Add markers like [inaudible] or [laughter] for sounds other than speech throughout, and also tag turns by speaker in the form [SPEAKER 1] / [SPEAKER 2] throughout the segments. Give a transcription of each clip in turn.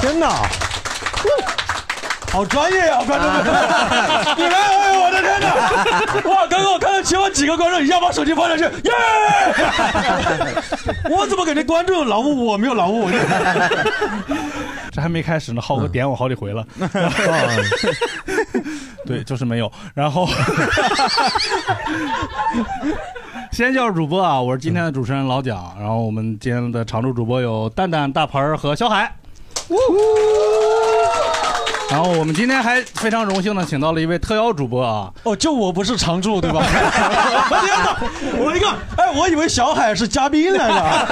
[SPEAKER 1] 真的，啊 [laughs] 好专业啊，观众们！你们，哎呦我的 [laughs] 天哪！ [laughs] 哇，啊刚刚我看到前面几个观众一下把手机放上去，
[SPEAKER 2] [laughs]
[SPEAKER 1] 耶！我怎么感觉观众劳务我没有劳务？
[SPEAKER 2] [laughs]
[SPEAKER 3] 这还没开始呢，浩哥点我好几回了。
[SPEAKER 1] 嗯
[SPEAKER 3] [laughs] 对，就是没有。然后， [laughs] 先介绍主播啊，我是今天的主持人老蒋，然后我们今天的常驻主播有蛋蛋、大盆儿和小海。然后我们今天还非常荣幸的请到了一位特邀主播啊，
[SPEAKER 1] 哦，就我不是常驻对吧？我天哪！我一个，哎，我以为小海是嘉宾
[SPEAKER 2] [laughs]
[SPEAKER 1] 来了。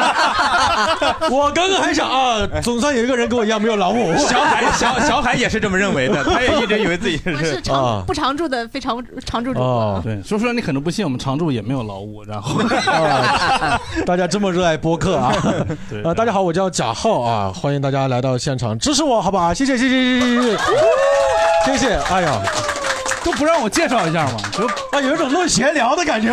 [SPEAKER 1] 我刚刚还想啊，总算有一个人跟我一样没有劳务。
[SPEAKER 2] 小海小小海也是这么认
[SPEAKER 1] [laughs]
[SPEAKER 2] 为的他也一直以为自己啊是
[SPEAKER 4] 我
[SPEAKER 5] 啊
[SPEAKER 4] 是
[SPEAKER 1] 啊
[SPEAKER 4] 常、不常驻的非常常驻主播。
[SPEAKER 3] 哦， [laughs] 对，说出来你可能不信，我们常驻也没有劳务。然后，
[SPEAKER 1] 大家这么热爱播客
[SPEAKER 2] [laughs]
[SPEAKER 1] 啊！啊，大家好，我叫贾浩啊，欢迎大家来到现场支持我，好不好？谢谢，谢谢，谢谢，
[SPEAKER 2] [laughs]
[SPEAKER 1] 谢谢，谢谢。哎呀，
[SPEAKER 3] 都不让我介绍一下吗？就
[SPEAKER 1] 啊，有一种论闲聊的感 [laughs] 觉。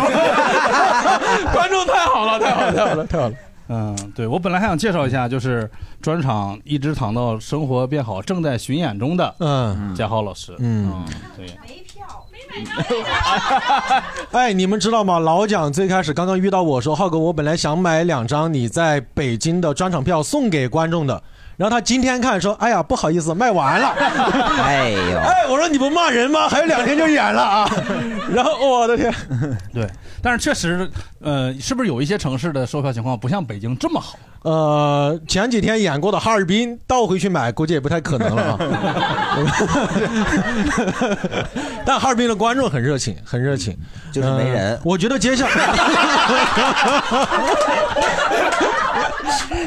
[SPEAKER 1] 观众 [laughs] 太好了，太好了，太好了，太好了。
[SPEAKER 3] 嗯，对我本来还想介绍一下，就是专场一直躺到生活变好正在巡演中的，
[SPEAKER 1] 嗯，
[SPEAKER 3] 贾浩老师，
[SPEAKER 1] 嗯，
[SPEAKER 3] 对， [laughs]
[SPEAKER 1] 哎，你们知道吗？老蒋最开始刚刚遇到我说，浩哥，我本来想买两张你在北京的专场票送给观众的，然后他今天看说，哎呀，不好意思，卖完了。
[SPEAKER 6] [laughs] [laughs] 哎呦，
[SPEAKER 1] 哎，我说你不骂人吗？还有两天就演了 [laughs] 啊！然后我的天，
[SPEAKER 3] 对，但是确实，呃，是不是有一些城市的售票情况不像北京这么好？
[SPEAKER 1] 呃，前几天演过的哈尔滨倒回去买，估计也不太可能了
[SPEAKER 6] [laughs]
[SPEAKER 1] 啊。但哈尔滨的观众很热情，很热情，
[SPEAKER 6] 就是没人
[SPEAKER 1] 呃我觉得接下来，
[SPEAKER 6] [laughs]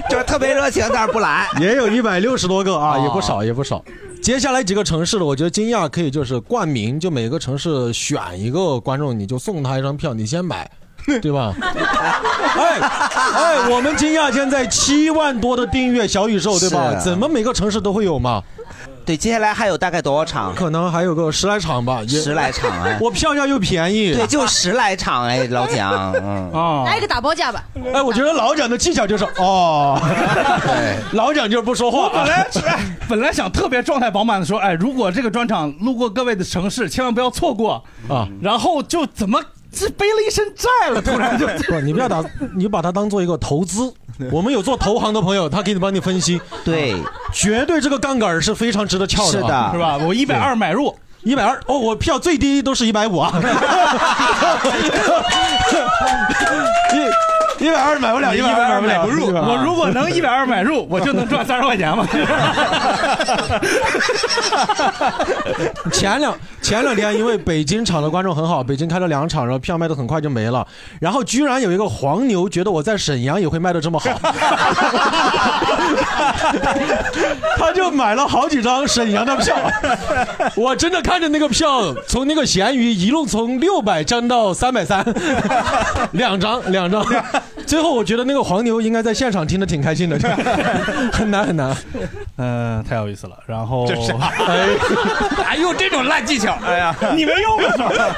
[SPEAKER 6] 就是特别热情，但是不来。
[SPEAKER 1] [laughs] 也有一百六十多个啊，也不
[SPEAKER 6] 哦
[SPEAKER 1] 少，也不少。接下来几个城市的，我觉得惊讶可以就是冠名，就每个城市选一个观众，你就送他一张票，你先
[SPEAKER 6] [laughs]
[SPEAKER 1] 买。对吧？哎哎，我们惊讶现在七万多的订阅小宇宙，对吧？
[SPEAKER 6] 是啊
[SPEAKER 1] 怎么每个城市都会有嘛？
[SPEAKER 6] 对，接下来还有大概多少场？
[SPEAKER 1] 可能还有个十来场吧，也
[SPEAKER 6] 十来场哎。
[SPEAKER 1] 我票价又便宜。
[SPEAKER 6] 对，就十来场哎，老蒋，嗯，
[SPEAKER 1] 哦
[SPEAKER 3] 啊
[SPEAKER 4] 来一个打包价吧，
[SPEAKER 6] 呃
[SPEAKER 1] 哎，我觉得老蒋的技巧就是哦， [laughs] 老蒋就是不说
[SPEAKER 3] 我本
[SPEAKER 1] 话。
[SPEAKER 3] 来是、哎本来想特别状态饱满的说，哎，如果这个专场路过各位的城市，千万不要错过
[SPEAKER 1] 啊！
[SPEAKER 3] 然后就怎么这背了一身债了，突然就
[SPEAKER 1] 不，你不要
[SPEAKER 3] [laughs]
[SPEAKER 1] 打，你把它当做一个投资。我们有做投行的朋友，他可以帮你分
[SPEAKER 3] [laughs]
[SPEAKER 1] 析，啊
[SPEAKER 6] 对，
[SPEAKER 1] 绝对这个杠杆是非常值得撬
[SPEAKER 6] 是
[SPEAKER 1] 的啊。
[SPEAKER 6] 的，
[SPEAKER 3] 是？吧？我一百二买入，
[SPEAKER 1] 一百二哦，我票最低都是一百五
[SPEAKER 3] [laughs]
[SPEAKER 1] 啊。 [laughs] 一一百二买不
[SPEAKER 2] 啊
[SPEAKER 1] 了，一百二买不入
[SPEAKER 3] 我如果
[SPEAKER 2] [laughs]
[SPEAKER 3] 能一百二买入，我就
[SPEAKER 1] [laughs]
[SPEAKER 3] 能赚三十块钱嘛。
[SPEAKER 1] [laughs] 前两前两天，因为北京场的观众很好，北京开了两场，然后票卖的很快就没了。然后居然有一个黄牛觉得我在沈阳也会卖的这么好， [laughs] 他就买了好几张沈阳的票。我真的看着那个票从那个闲鱼一路从六百涨到三百三，两张两张。最后我觉得那个黄牛应该在现场听得挺开心的，很难很难。
[SPEAKER 3] 嗯、太有意思了。然后哎
[SPEAKER 1] 哎
[SPEAKER 2] 还用这种烂技巧，哎呀，
[SPEAKER 3] 你没用过。
[SPEAKER 2] [laughs]
[SPEAKER 1] 啊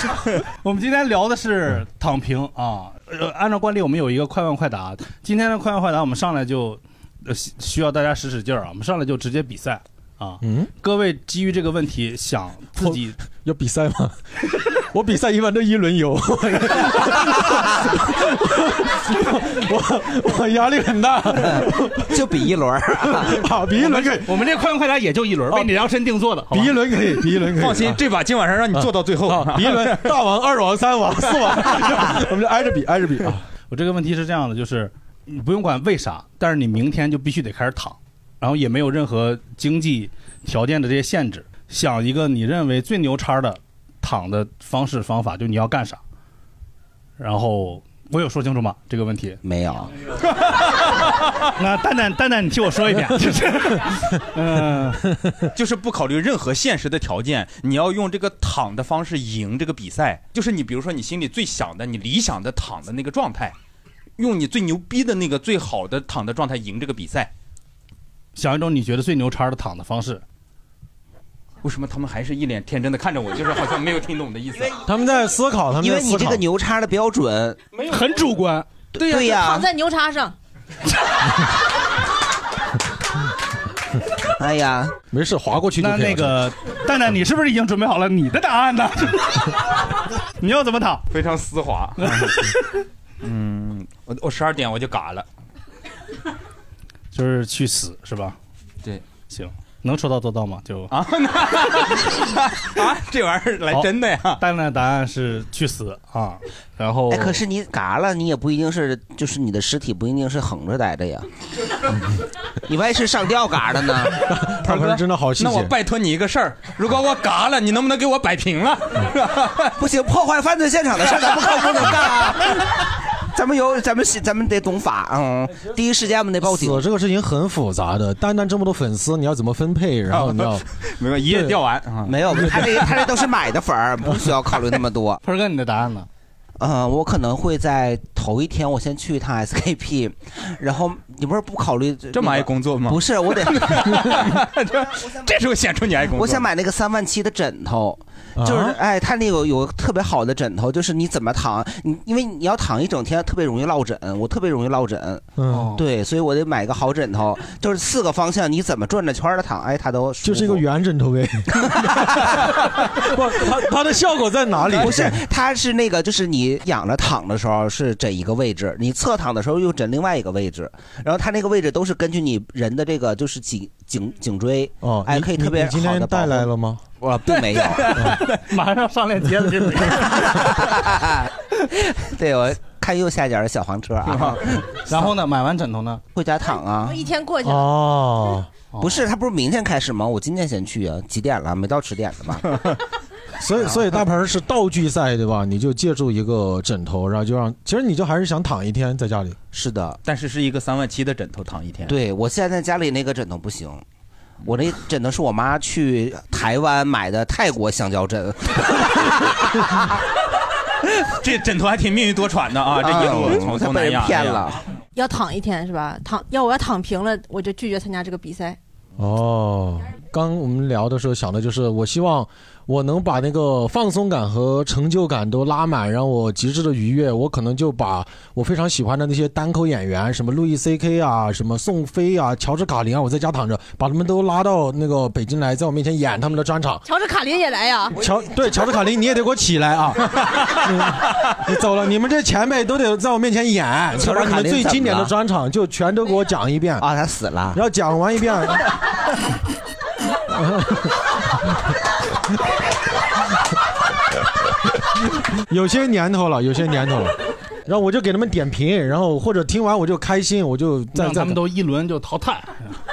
[SPEAKER 1] [laughs]
[SPEAKER 3] 我们今天聊的是躺平啊，呃，按照惯例我们有一个快问快答。今天的快问快答，我们上来就呃需需要大家使使劲儿啊，我们上来就直接比赛啊。
[SPEAKER 1] 嗯，
[SPEAKER 3] 各位基于这个问题想自己
[SPEAKER 1] 有比赛吗？ [laughs] 我比赛一般都一轮 [laughs] 游，我我我压力很大，
[SPEAKER 6] [laughs] 就比一轮儿，
[SPEAKER 1] [laughs] 好比一轮可以，
[SPEAKER 3] 我们这快问快答也就一轮，为你量身定做的，好
[SPEAKER 1] 哦
[SPEAKER 3] 吧
[SPEAKER 1] 比一轮可以，比一轮可以，啊
[SPEAKER 2] 放心，这把今晚上让你做到最后。
[SPEAKER 1] 啊，比一 [laughs] 轮大王、二王、三王、四王， [laughs] 我们就挨着比，挨着比啊。
[SPEAKER 3] [laughs] 我这个问题是这样的，就是你不用管为啥，但是你明天就必须得开始躺，然后也没有任何经济条件的这些限制。想一个你认为最牛叉的躺的方式方法，就你要干啥。 [laughs] 然后我有说清楚吗？这个问题
[SPEAKER 6] 没有，
[SPEAKER 7] 那蛋蛋蛋蛋，你替我说一
[SPEAKER 3] [laughs]
[SPEAKER 7] 遍，就是，嗯，
[SPEAKER 5] 就是不考虑任何现实的条件，你要用这个躺的方式赢这个比赛。就是你比如说你心里最想的、你理想的躺的那个状态，用你最牛逼的那个最好的躺的状态赢这个比赛。
[SPEAKER 7] 想一种你觉得最牛叉的躺的方式。
[SPEAKER 5] 为什么他们还是一脸天真的看着我，就是好像没有听懂的
[SPEAKER 7] [laughs]
[SPEAKER 5] 意思？
[SPEAKER 1] 他们在思考，他们
[SPEAKER 6] 因
[SPEAKER 1] 在
[SPEAKER 6] 为
[SPEAKER 1] 思
[SPEAKER 6] 你这
[SPEAKER 1] 考
[SPEAKER 6] 个。牛叉的标准
[SPEAKER 7] 很主观，
[SPEAKER 6] 对
[SPEAKER 4] 就
[SPEAKER 6] 呀、
[SPEAKER 4] 躺在牛叉上，
[SPEAKER 6] [laughs] 哎呀，
[SPEAKER 1] 没事，划过去就可
[SPEAKER 7] 那
[SPEAKER 1] 以了。
[SPEAKER 7] 那个蛋蛋，你是不是已经准备好了你的答案呢？你要怎么躺？
[SPEAKER 5] 非常丝
[SPEAKER 7] [laughs]
[SPEAKER 5] 滑。嗯，我我十二点我就嘎了。
[SPEAKER 7] 就是去死是吧？
[SPEAKER 5] 对，
[SPEAKER 7] 行，能说到做到吗？就
[SPEAKER 5] 啊，那啊，这玩意儿来真的呀？
[SPEAKER 3] [laughs]
[SPEAKER 7] 蛋蛋的答案是去死啊，然后
[SPEAKER 6] 哎，可是你嘎了，你也不一定是，就是你的尸体不一定是横着待着呀，你万一是上吊嘎的呢？
[SPEAKER 1] 他可是真的好细
[SPEAKER 5] 那我
[SPEAKER 1] 节。
[SPEAKER 5] 拜托你一个事儿， [laughs] 如果我嘎了，你能不能给我摆平了？
[SPEAKER 6] [laughs] 不行，破坏犯罪现场的事儿咱不可不能干啊！咱们有，咱们咱们得懂法，嗯，第一时间我们得报警。
[SPEAKER 1] 死这个事情很复杂的，蛋蛋这么多粉丝，你要怎么分配？然后你要
[SPEAKER 5] 哦 [laughs] 没有，一夜掉完啊。
[SPEAKER 6] 没有，他这他这都是
[SPEAKER 5] [laughs]
[SPEAKER 6] 买的粉儿，不需要考虑那么多。
[SPEAKER 7] 鹏哥你的答案呢？
[SPEAKER 6] 嗯，我可能会在头一天我先去一趟 SKP，然 [laughs] 后你不是不考虑
[SPEAKER 5] 这么爱工作吗？
[SPEAKER 6] 不是，我得
[SPEAKER 5] [laughs] 这时候显出你爱工作。
[SPEAKER 6] 我想买那个三万七的枕头，就是
[SPEAKER 1] 啊
[SPEAKER 6] 哎，它那个有个特别好的枕头，就是你怎么躺，你因为你要躺一整天，特别容易落枕，我特别容易落枕，
[SPEAKER 1] 嗯，
[SPEAKER 6] 对，所以我得买个好枕头，就是四个方向你怎么转着圈的躺，哎，它都舒服
[SPEAKER 1] 就是一个圆枕头呗。 [laughs] 不，它它的效果在哪里？
[SPEAKER 6] 不是，它是那个，就是你仰着躺的时候是枕一个位置，你侧躺的时候又枕另外一个位置，然后它那个位置都是根据你人的这个就是颈颈颈椎，
[SPEAKER 1] 哦，
[SPEAKER 6] 哎
[SPEAKER 1] 你
[SPEAKER 6] 可以
[SPEAKER 1] 你
[SPEAKER 6] 特别
[SPEAKER 1] 你今
[SPEAKER 6] 好
[SPEAKER 1] 天
[SPEAKER 6] 地保
[SPEAKER 1] 带来
[SPEAKER 6] 护
[SPEAKER 1] 了吗？
[SPEAKER 6] 我并没有，
[SPEAKER 7] 马上上链接了，这是
[SPEAKER 6] 对我看右下角的小黄车 [laughs] 啊，
[SPEAKER 7] 然后呢？买完枕头呢？
[SPEAKER 6] 回家躺啊
[SPEAKER 4] 我。一天过去了，
[SPEAKER 1] 哦，
[SPEAKER 7] 哦
[SPEAKER 6] 不是，他不是明天开始吗？我今天先去啊，几点了？没到十点的吧？
[SPEAKER 5] [laughs]
[SPEAKER 1] 所以所以大盆是道具赛对吧？你就借助一个枕头，然后就让，其实你就还是想躺一天在家里。
[SPEAKER 6] 是的，
[SPEAKER 5] [laughs] 但是是一个三万七的枕头躺一天。
[SPEAKER 6] 对我现在家里那个枕头不行，我那枕头是我妈去台湾买的泰国香蕉枕，
[SPEAKER 5] [laughs] 这枕头还挺命运多舛的啊！这一路从哎
[SPEAKER 6] 她
[SPEAKER 5] 东
[SPEAKER 6] 哎被
[SPEAKER 5] 南
[SPEAKER 6] 人
[SPEAKER 5] 亚
[SPEAKER 6] 骗了。。
[SPEAKER 4] 要躺一天是吧？躺要我要躺平了，我就拒绝参加这个比赛。
[SPEAKER 1] 哦，刚我们聊的时候想的就是，我希望我能把那个放松感和成就感都拉满，让我极致的愉悦。我可能就把我非常喜欢的那些单口演员，什么路易 C K 啊，什么宋飞啊，乔治卡林啊，我在家躺着，把他们都拉到那个北京来，在我面前演他们的专场。
[SPEAKER 4] 乔治卡林也来呀，
[SPEAKER 1] 乔对乔治卡林，你也得给我起来啊！你走了，你们这前辈都得在我面前演，
[SPEAKER 6] 乔治
[SPEAKER 1] 把你
[SPEAKER 6] 卡林
[SPEAKER 1] 们最经典
[SPEAKER 6] 怎么
[SPEAKER 1] 的
[SPEAKER 6] 了
[SPEAKER 1] 专场就全都给我讲一遍
[SPEAKER 6] 啊，他死了。
[SPEAKER 1] 然后讲完一
[SPEAKER 6] [laughs]
[SPEAKER 1] 遍。有些年头了，有些年头了，然后我就给他们点评，然后或者听完我就开心，我就再
[SPEAKER 7] 让
[SPEAKER 1] 再
[SPEAKER 7] 他们都一轮就淘汰。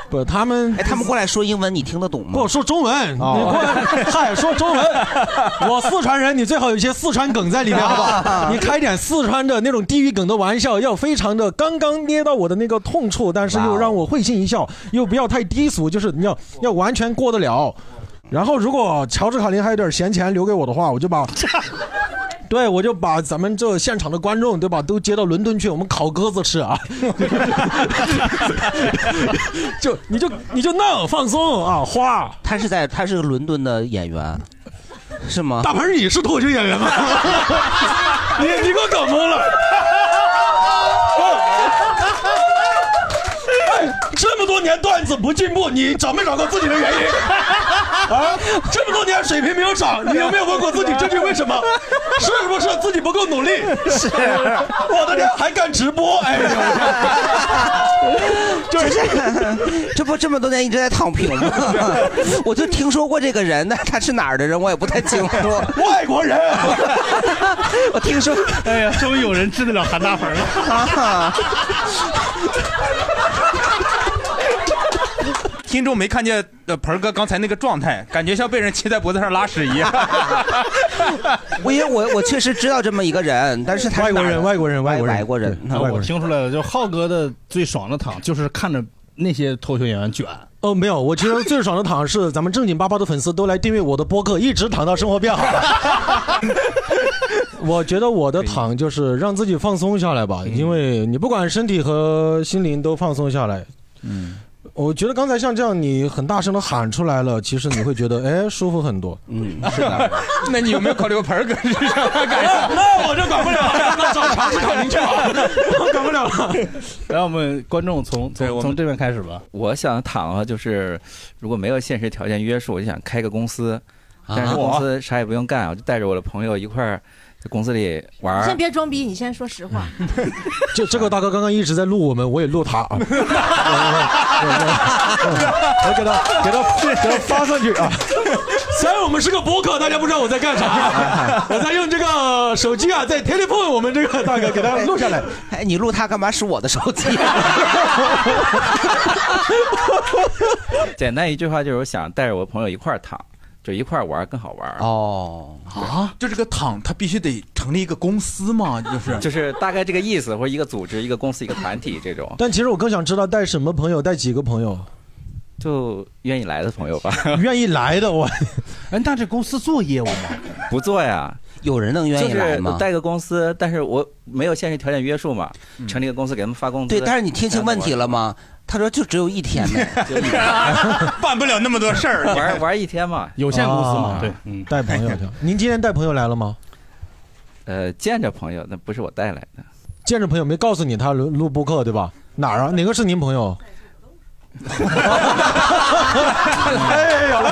[SPEAKER 1] 不，他们
[SPEAKER 6] 哎，他们过来说英文，你听得懂
[SPEAKER 1] 跟
[SPEAKER 6] 吗
[SPEAKER 1] 我？说中文，你过来，嗨，说中文， [laughs] 我四川人，你最好有一些四川梗在里面，好不好？你开点四川的那种地域梗的玩笑，要非常的刚刚捏到我的那个痛处，但是
[SPEAKER 6] 哇
[SPEAKER 1] 又
[SPEAKER 6] 哦
[SPEAKER 1] 让我会心一笑，又不要太低俗，就是你要要完全过得了。然后，如果乔治卡林还有点闲钱留给我的话，我就把。对，我就把咱们这现场的观众，对吧，都接到伦敦去，我们烤鸽子吃啊！ [laughs] 就你就你就弄放松啊，花。
[SPEAKER 6] 他是在，他是伦敦的演员，是吗？
[SPEAKER 1] 大鹏，你是脱口秀演员吗？你你给我搞懵了。 [laughs] 哎，这么多年段子不进步，你找没找过自己的原因？啊，这么多年水平没有涨，你有没有问过自己这是为什么？是不是自己不够努力？是，我的天，还干直播？哎呦， [laughs]
[SPEAKER 6] 这是 [laughs] 这不这么多年一直在躺平吗？ [laughs] 我就听说过这个人，但他是哪儿的人我也不太清楚。
[SPEAKER 1] 外国人，
[SPEAKER 6] [laughs] 我听说
[SPEAKER 7] [laughs] 哎呀，终于有人治得了韩大鹏了。
[SPEAKER 6] 啊，
[SPEAKER 5] 听众没看见呃盆儿哥刚才那个状态，感觉像被人骑在脖子上拉屎一
[SPEAKER 6] [laughs]
[SPEAKER 5] 样。
[SPEAKER 6] 我因为我我确实知道这么一个人，但是他
[SPEAKER 3] 外国
[SPEAKER 6] 人
[SPEAKER 8] 外国人
[SPEAKER 6] 外国人外国人嗯
[SPEAKER 3] 然后我听出来了，就浩哥的最爽的躺就是看着那些脱口演员卷。
[SPEAKER 1] 哦，没有，我觉得最爽的躺是咱们正经八八的粉丝都来订阅我的播客，一直躺到生活变好。我觉得我的躺就是让自己放松下来吧，因为你不管身体和心灵都放松下来。
[SPEAKER 5] 嗯，
[SPEAKER 1] 我觉得刚才像这样，你很大声的喊出来了，其实你会觉得哎舒服很多。
[SPEAKER 6] 嗯，
[SPEAKER 5] 是
[SPEAKER 6] [laughs]
[SPEAKER 5] 的。那你有没有考虑过盆儿哥是什么感受？
[SPEAKER 1] 那我就管不了了，那找
[SPEAKER 5] 肠子搞您去吧，
[SPEAKER 1] 我管不了了。
[SPEAKER 3] 来，我们观众从从从这边开始吧。
[SPEAKER 2] 我想躺啊，就是如果没有现实条件约束，我就想开个公司，
[SPEAKER 3] 啊
[SPEAKER 2] 但是公司啥也不用干，我就带着我的朋友一块儿在公司里玩
[SPEAKER 4] 你
[SPEAKER 2] 儿
[SPEAKER 4] 先。别装逼，你先说实话。
[SPEAKER 1] 就 [laughs] 这个大哥刚刚一直在录我们，我也录他 [laughs] 啊。我给他给他给他发上去啊！ [laughs] 虽然我们是个博客，大家不知道我在干 [laughs] 啥，我在用这个手机啊，在 telephone 我们这个大哥给他录下来。
[SPEAKER 6] 哎，你录他干嘛？使我的手机？
[SPEAKER 2] 简单一句话就是，我想带着我朋友一块儿躺，就一块儿玩儿更好玩儿。
[SPEAKER 6] 哦，
[SPEAKER 5] 啊，就这个躺，他必须得成立一个公司嘛，就
[SPEAKER 2] [laughs]
[SPEAKER 5] 是
[SPEAKER 2] 就是大概这个意思，或者一个组织、一个公司、一个团体这种，
[SPEAKER 1] 但其实我更想知道带什么朋友，带几个朋友，
[SPEAKER 2] 就愿意来的朋友吧。
[SPEAKER 1] 愿意来的我。
[SPEAKER 3] 哎，那这公司做业务吗？
[SPEAKER 2] [laughs] 不做呀，
[SPEAKER 6] 有人能愿意来
[SPEAKER 2] 就是
[SPEAKER 6] 吗？
[SPEAKER 2] 带个公司，但是我没有现实条件约束嘛，成立个公司给他们发工资。
[SPEAKER 6] 嗯对，但是你听清问题了吗？他说就只有一天呢。
[SPEAKER 1] [laughs]
[SPEAKER 5] 办不了那么多事儿。
[SPEAKER 2] 玩玩一天嘛，
[SPEAKER 3] 有限公司嘛？
[SPEAKER 1] 啊
[SPEAKER 3] 对，嗯，
[SPEAKER 1] 带朋友
[SPEAKER 6] [laughs]
[SPEAKER 1] 去。您今天带朋友来了吗？
[SPEAKER 2] 呃，见着朋友那不是我带来的，
[SPEAKER 1] 见着朋友没告诉你他录录播客对吧？哪
[SPEAKER 2] [laughs]
[SPEAKER 1] 儿啊？哪个是您朋友？哎呀，哎呀，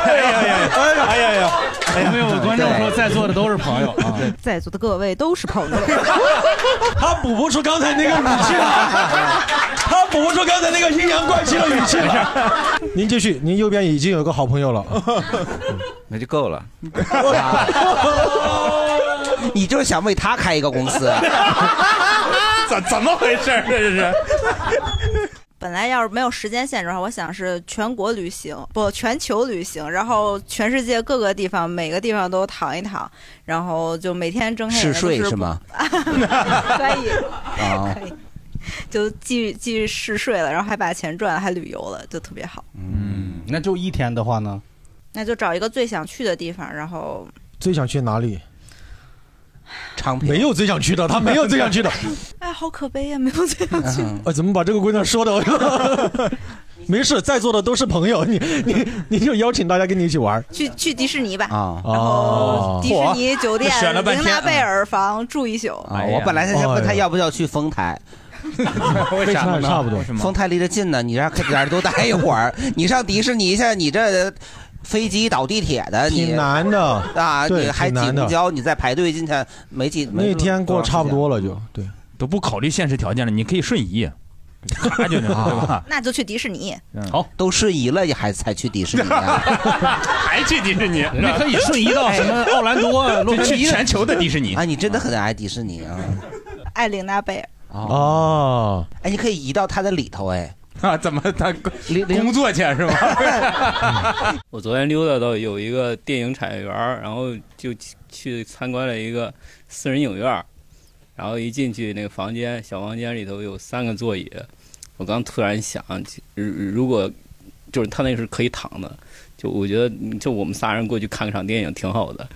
[SPEAKER 1] 哎呀，哎呀呀！
[SPEAKER 3] 有没有观众说在座的都是朋友啊？
[SPEAKER 9] 在座的各位都是朋友，
[SPEAKER 1] [laughs] 他补不出刚才那个语气了，他补不出刚才那个阴阳怪气的语气了。 [laughs] 您继续，您右边已经有一个好朋友了。
[SPEAKER 2] [laughs] 那就够了。
[SPEAKER 6] 你就是想为他开一个公司，
[SPEAKER 5] [laughs] 怎怎么回事儿？这是
[SPEAKER 9] [laughs] 本来要是没有时间限制的话，我想是全国旅行，不全球旅行，然后全世界各个地方，每个地方都躺一躺，然后就每天睁开眼
[SPEAKER 6] 试
[SPEAKER 9] 睛就
[SPEAKER 6] 睡
[SPEAKER 9] 是
[SPEAKER 6] 是吗？
[SPEAKER 9] [laughs] 可
[SPEAKER 1] [laughs]
[SPEAKER 9] 以，
[SPEAKER 6] 啊，
[SPEAKER 9] 可以，就继续继续试睡了，然后还把钱赚了，还旅游了，就特别好。
[SPEAKER 3] 嗯，那就一天的话呢？
[SPEAKER 9] 那就找一个最想去的地方，然后
[SPEAKER 1] 最想去哪里？
[SPEAKER 6] 昌平
[SPEAKER 1] 没有最想去的，他没有最想去的。
[SPEAKER 9] 哎，好可悲呀、没有最想去。
[SPEAKER 1] [laughs]
[SPEAKER 6] [laughs] 嗯
[SPEAKER 1] 呃，怎么把这个姑娘说的？ [laughs] 没事，在座的都是朋友，你你你就邀请大家跟你一起玩儿哦
[SPEAKER 9] 去去迪士尼吧。
[SPEAKER 6] 啊。
[SPEAKER 9] 然后迪士尼酒
[SPEAKER 6] [laughs]
[SPEAKER 9] 店
[SPEAKER 5] 选了半
[SPEAKER 9] 玲
[SPEAKER 5] 天
[SPEAKER 9] 娜贝尔房住一宿，
[SPEAKER 6] 啊！
[SPEAKER 5] 哎呀
[SPEAKER 6] 我本来是想问
[SPEAKER 1] 哎
[SPEAKER 6] 他
[SPEAKER 1] 呀
[SPEAKER 6] 要不要去丰
[SPEAKER 1] [laughs]
[SPEAKER 6] 台，
[SPEAKER 5] 为啥呢？
[SPEAKER 1] 差不多
[SPEAKER 5] 为什么
[SPEAKER 6] 丰台离着近呢，你让哪儿都待一会
[SPEAKER 5] [laughs]
[SPEAKER 6] 儿。你上迪士尼去，你这飞机倒地铁的，
[SPEAKER 1] 挺
[SPEAKER 6] 你
[SPEAKER 1] 难的。
[SPEAKER 6] 啊，
[SPEAKER 1] 对
[SPEAKER 6] 你还
[SPEAKER 1] 挺
[SPEAKER 6] 挤
[SPEAKER 1] 难的
[SPEAKER 6] 公交，你再排队进去，没几没
[SPEAKER 1] 那天过差不多
[SPEAKER 6] 了。
[SPEAKER 1] 了就，对，
[SPEAKER 5] 都不考虑现实条件了，你可以瞬
[SPEAKER 1] [laughs]
[SPEAKER 5] 移，他就能对吧？
[SPEAKER 9] 啊那就去迪士尼。
[SPEAKER 5] 嗯
[SPEAKER 6] 都瞬移了，你还才去迪士
[SPEAKER 5] [laughs]
[SPEAKER 6] 尼啊？ [laughs]
[SPEAKER 5] 还去迪士尼？
[SPEAKER 3] 人家可以瞬移到什么奥兰多啊、洛
[SPEAKER 5] 就
[SPEAKER 3] 杉
[SPEAKER 5] 哎去
[SPEAKER 3] 矶啊
[SPEAKER 5] 全球的迪士尼
[SPEAKER 6] 啊，。你真的很爱迪士尼啊！
[SPEAKER 9] 爱玲娜贝尔，
[SPEAKER 6] 哦，
[SPEAKER 1] 哦，
[SPEAKER 6] 哎，你可以移到它的里头哎。
[SPEAKER 5] 啊，怎么 [laughs] 他工作去啊是吧？
[SPEAKER 10] 我昨天溜达到有一个电影产业园儿，然后就去去参观了一个私人影院儿，然后一进去那个房间小房间里头有三个座椅，我刚突然想，如如果就是他那是可以躺的，就我觉得就我们仨人过去看场电影挺好的，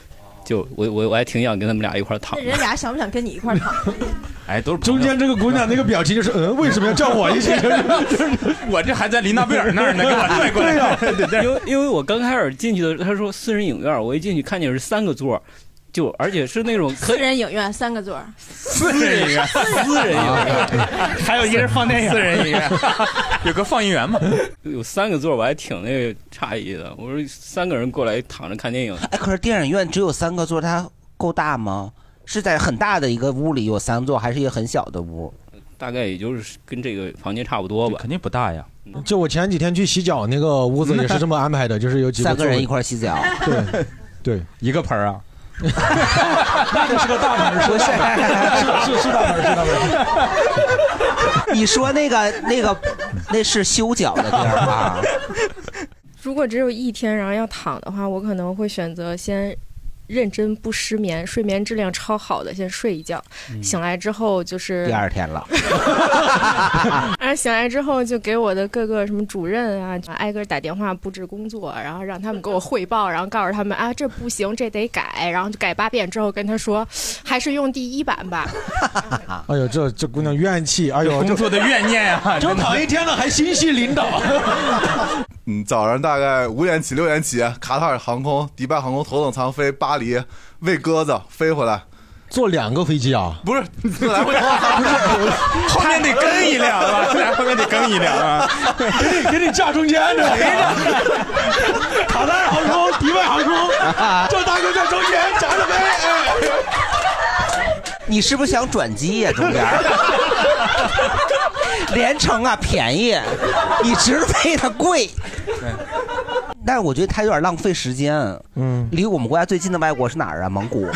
[SPEAKER 10] 就我我我还挺想跟他们俩一块儿躺
[SPEAKER 4] 那
[SPEAKER 10] 的。
[SPEAKER 2] [laughs]
[SPEAKER 4] 人俩想不想跟你一块儿躺？
[SPEAKER 6] [laughs]
[SPEAKER 5] 哎，都是朋
[SPEAKER 1] 中
[SPEAKER 5] 友
[SPEAKER 1] 间这个姑娘那个表情就是，嗯，为什么要叫我一起？
[SPEAKER 5] 我这还在琳娜贝尔那儿呢， [laughs] 给我拽过来。
[SPEAKER 1] [laughs]
[SPEAKER 5] 对啊对
[SPEAKER 10] 因为因为我刚开始进去的，他说私人影院，我一进去看见是三个座儿，就而且是那种可
[SPEAKER 4] 私
[SPEAKER 10] 以
[SPEAKER 4] 人影院三个座儿，
[SPEAKER 5] [laughs] 私人影院，啊
[SPEAKER 10] 私人影院。 [laughs]
[SPEAKER 3] 还有一人放电影，
[SPEAKER 5] 私人影院， [laughs] 有个放映员嘛。
[SPEAKER 10] [laughs] 有三个座儿，我还挺那个诧异的。我说三个人过来躺着看电影，
[SPEAKER 6] 哎，可是电影院只有三个座，它够大吗？是在很大的一个屋里有三座，还是一个很小
[SPEAKER 3] [laughs]
[SPEAKER 6] 的屋？
[SPEAKER 10] 大概也就是跟这个房间差不多吧。
[SPEAKER 5] 肯定不大呀，
[SPEAKER 1] 就我前几天去洗脚那个屋子也是这么安排的，就是有几
[SPEAKER 6] 三
[SPEAKER 1] 座
[SPEAKER 6] 个人
[SPEAKER 1] 位
[SPEAKER 6] 一块儿洗脚，
[SPEAKER 1] 对对，
[SPEAKER 5] 一个盆儿啊。
[SPEAKER 1] 是个大门，
[SPEAKER 6] 不是？
[SPEAKER 1] 是是是大门，是大门。
[SPEAKER 6] 你说那个那个那是修脚的地儿吧？
[SPEAKER 11] 如果只有一天，然后要躺的话，我可能会选择先认真不失眠，睡眠质量超好的先睡一觉，
[SPEAKER 6] 嗯
[SPEAKER 11] 醒来之后就是
[SPEAKER 6] 第二天了，
[SPEAKER 11] 然后醒来之后就给我的各个什么主任啊，挨个打电话布置工作，然后让他们给我汇报，然后告诉他们啊这不行，这得改，然后就改八遍之后跟他说，还是用第一版吧。
[SPEAKER 6] 啊
[SPEAKER 1] 哎呦，这这姑娘怨气，哎呦，
[SPEAKER 5] 工作的怨
[SPEAKER 1] [laughs]
[SPEAKER 5] 念啊
[SPEAKER 2] 就躺一天了，还心系领导。
[SPEAKER 12] 嗯，早上大概五点起、六点起，卡塔尔航空、迪拜航空头等舱飞巴黎，喂鸽子飞回来。
[SPEAKER 2] 坐两个飞机啊？
[SPEAKER 12] 不是，
[SPEAKER 5] 后面得跟一辆啊，后面得跟一辆啊，
[SPEAKER 2] 给你给你架中间的，卡塔尔航空、迪拜航空，这大哥在中间夹着呗。
[SPEAKER 6] 你是不是想转机呀、中间
[SPEAKER 3] [laughs]
[SPEAKER 6] 儿连程啊便宜，你直飞它贵。但是我觉得它有点浪费时间。嗯，离我们国家最近的外国是哪儿啊？蒙古，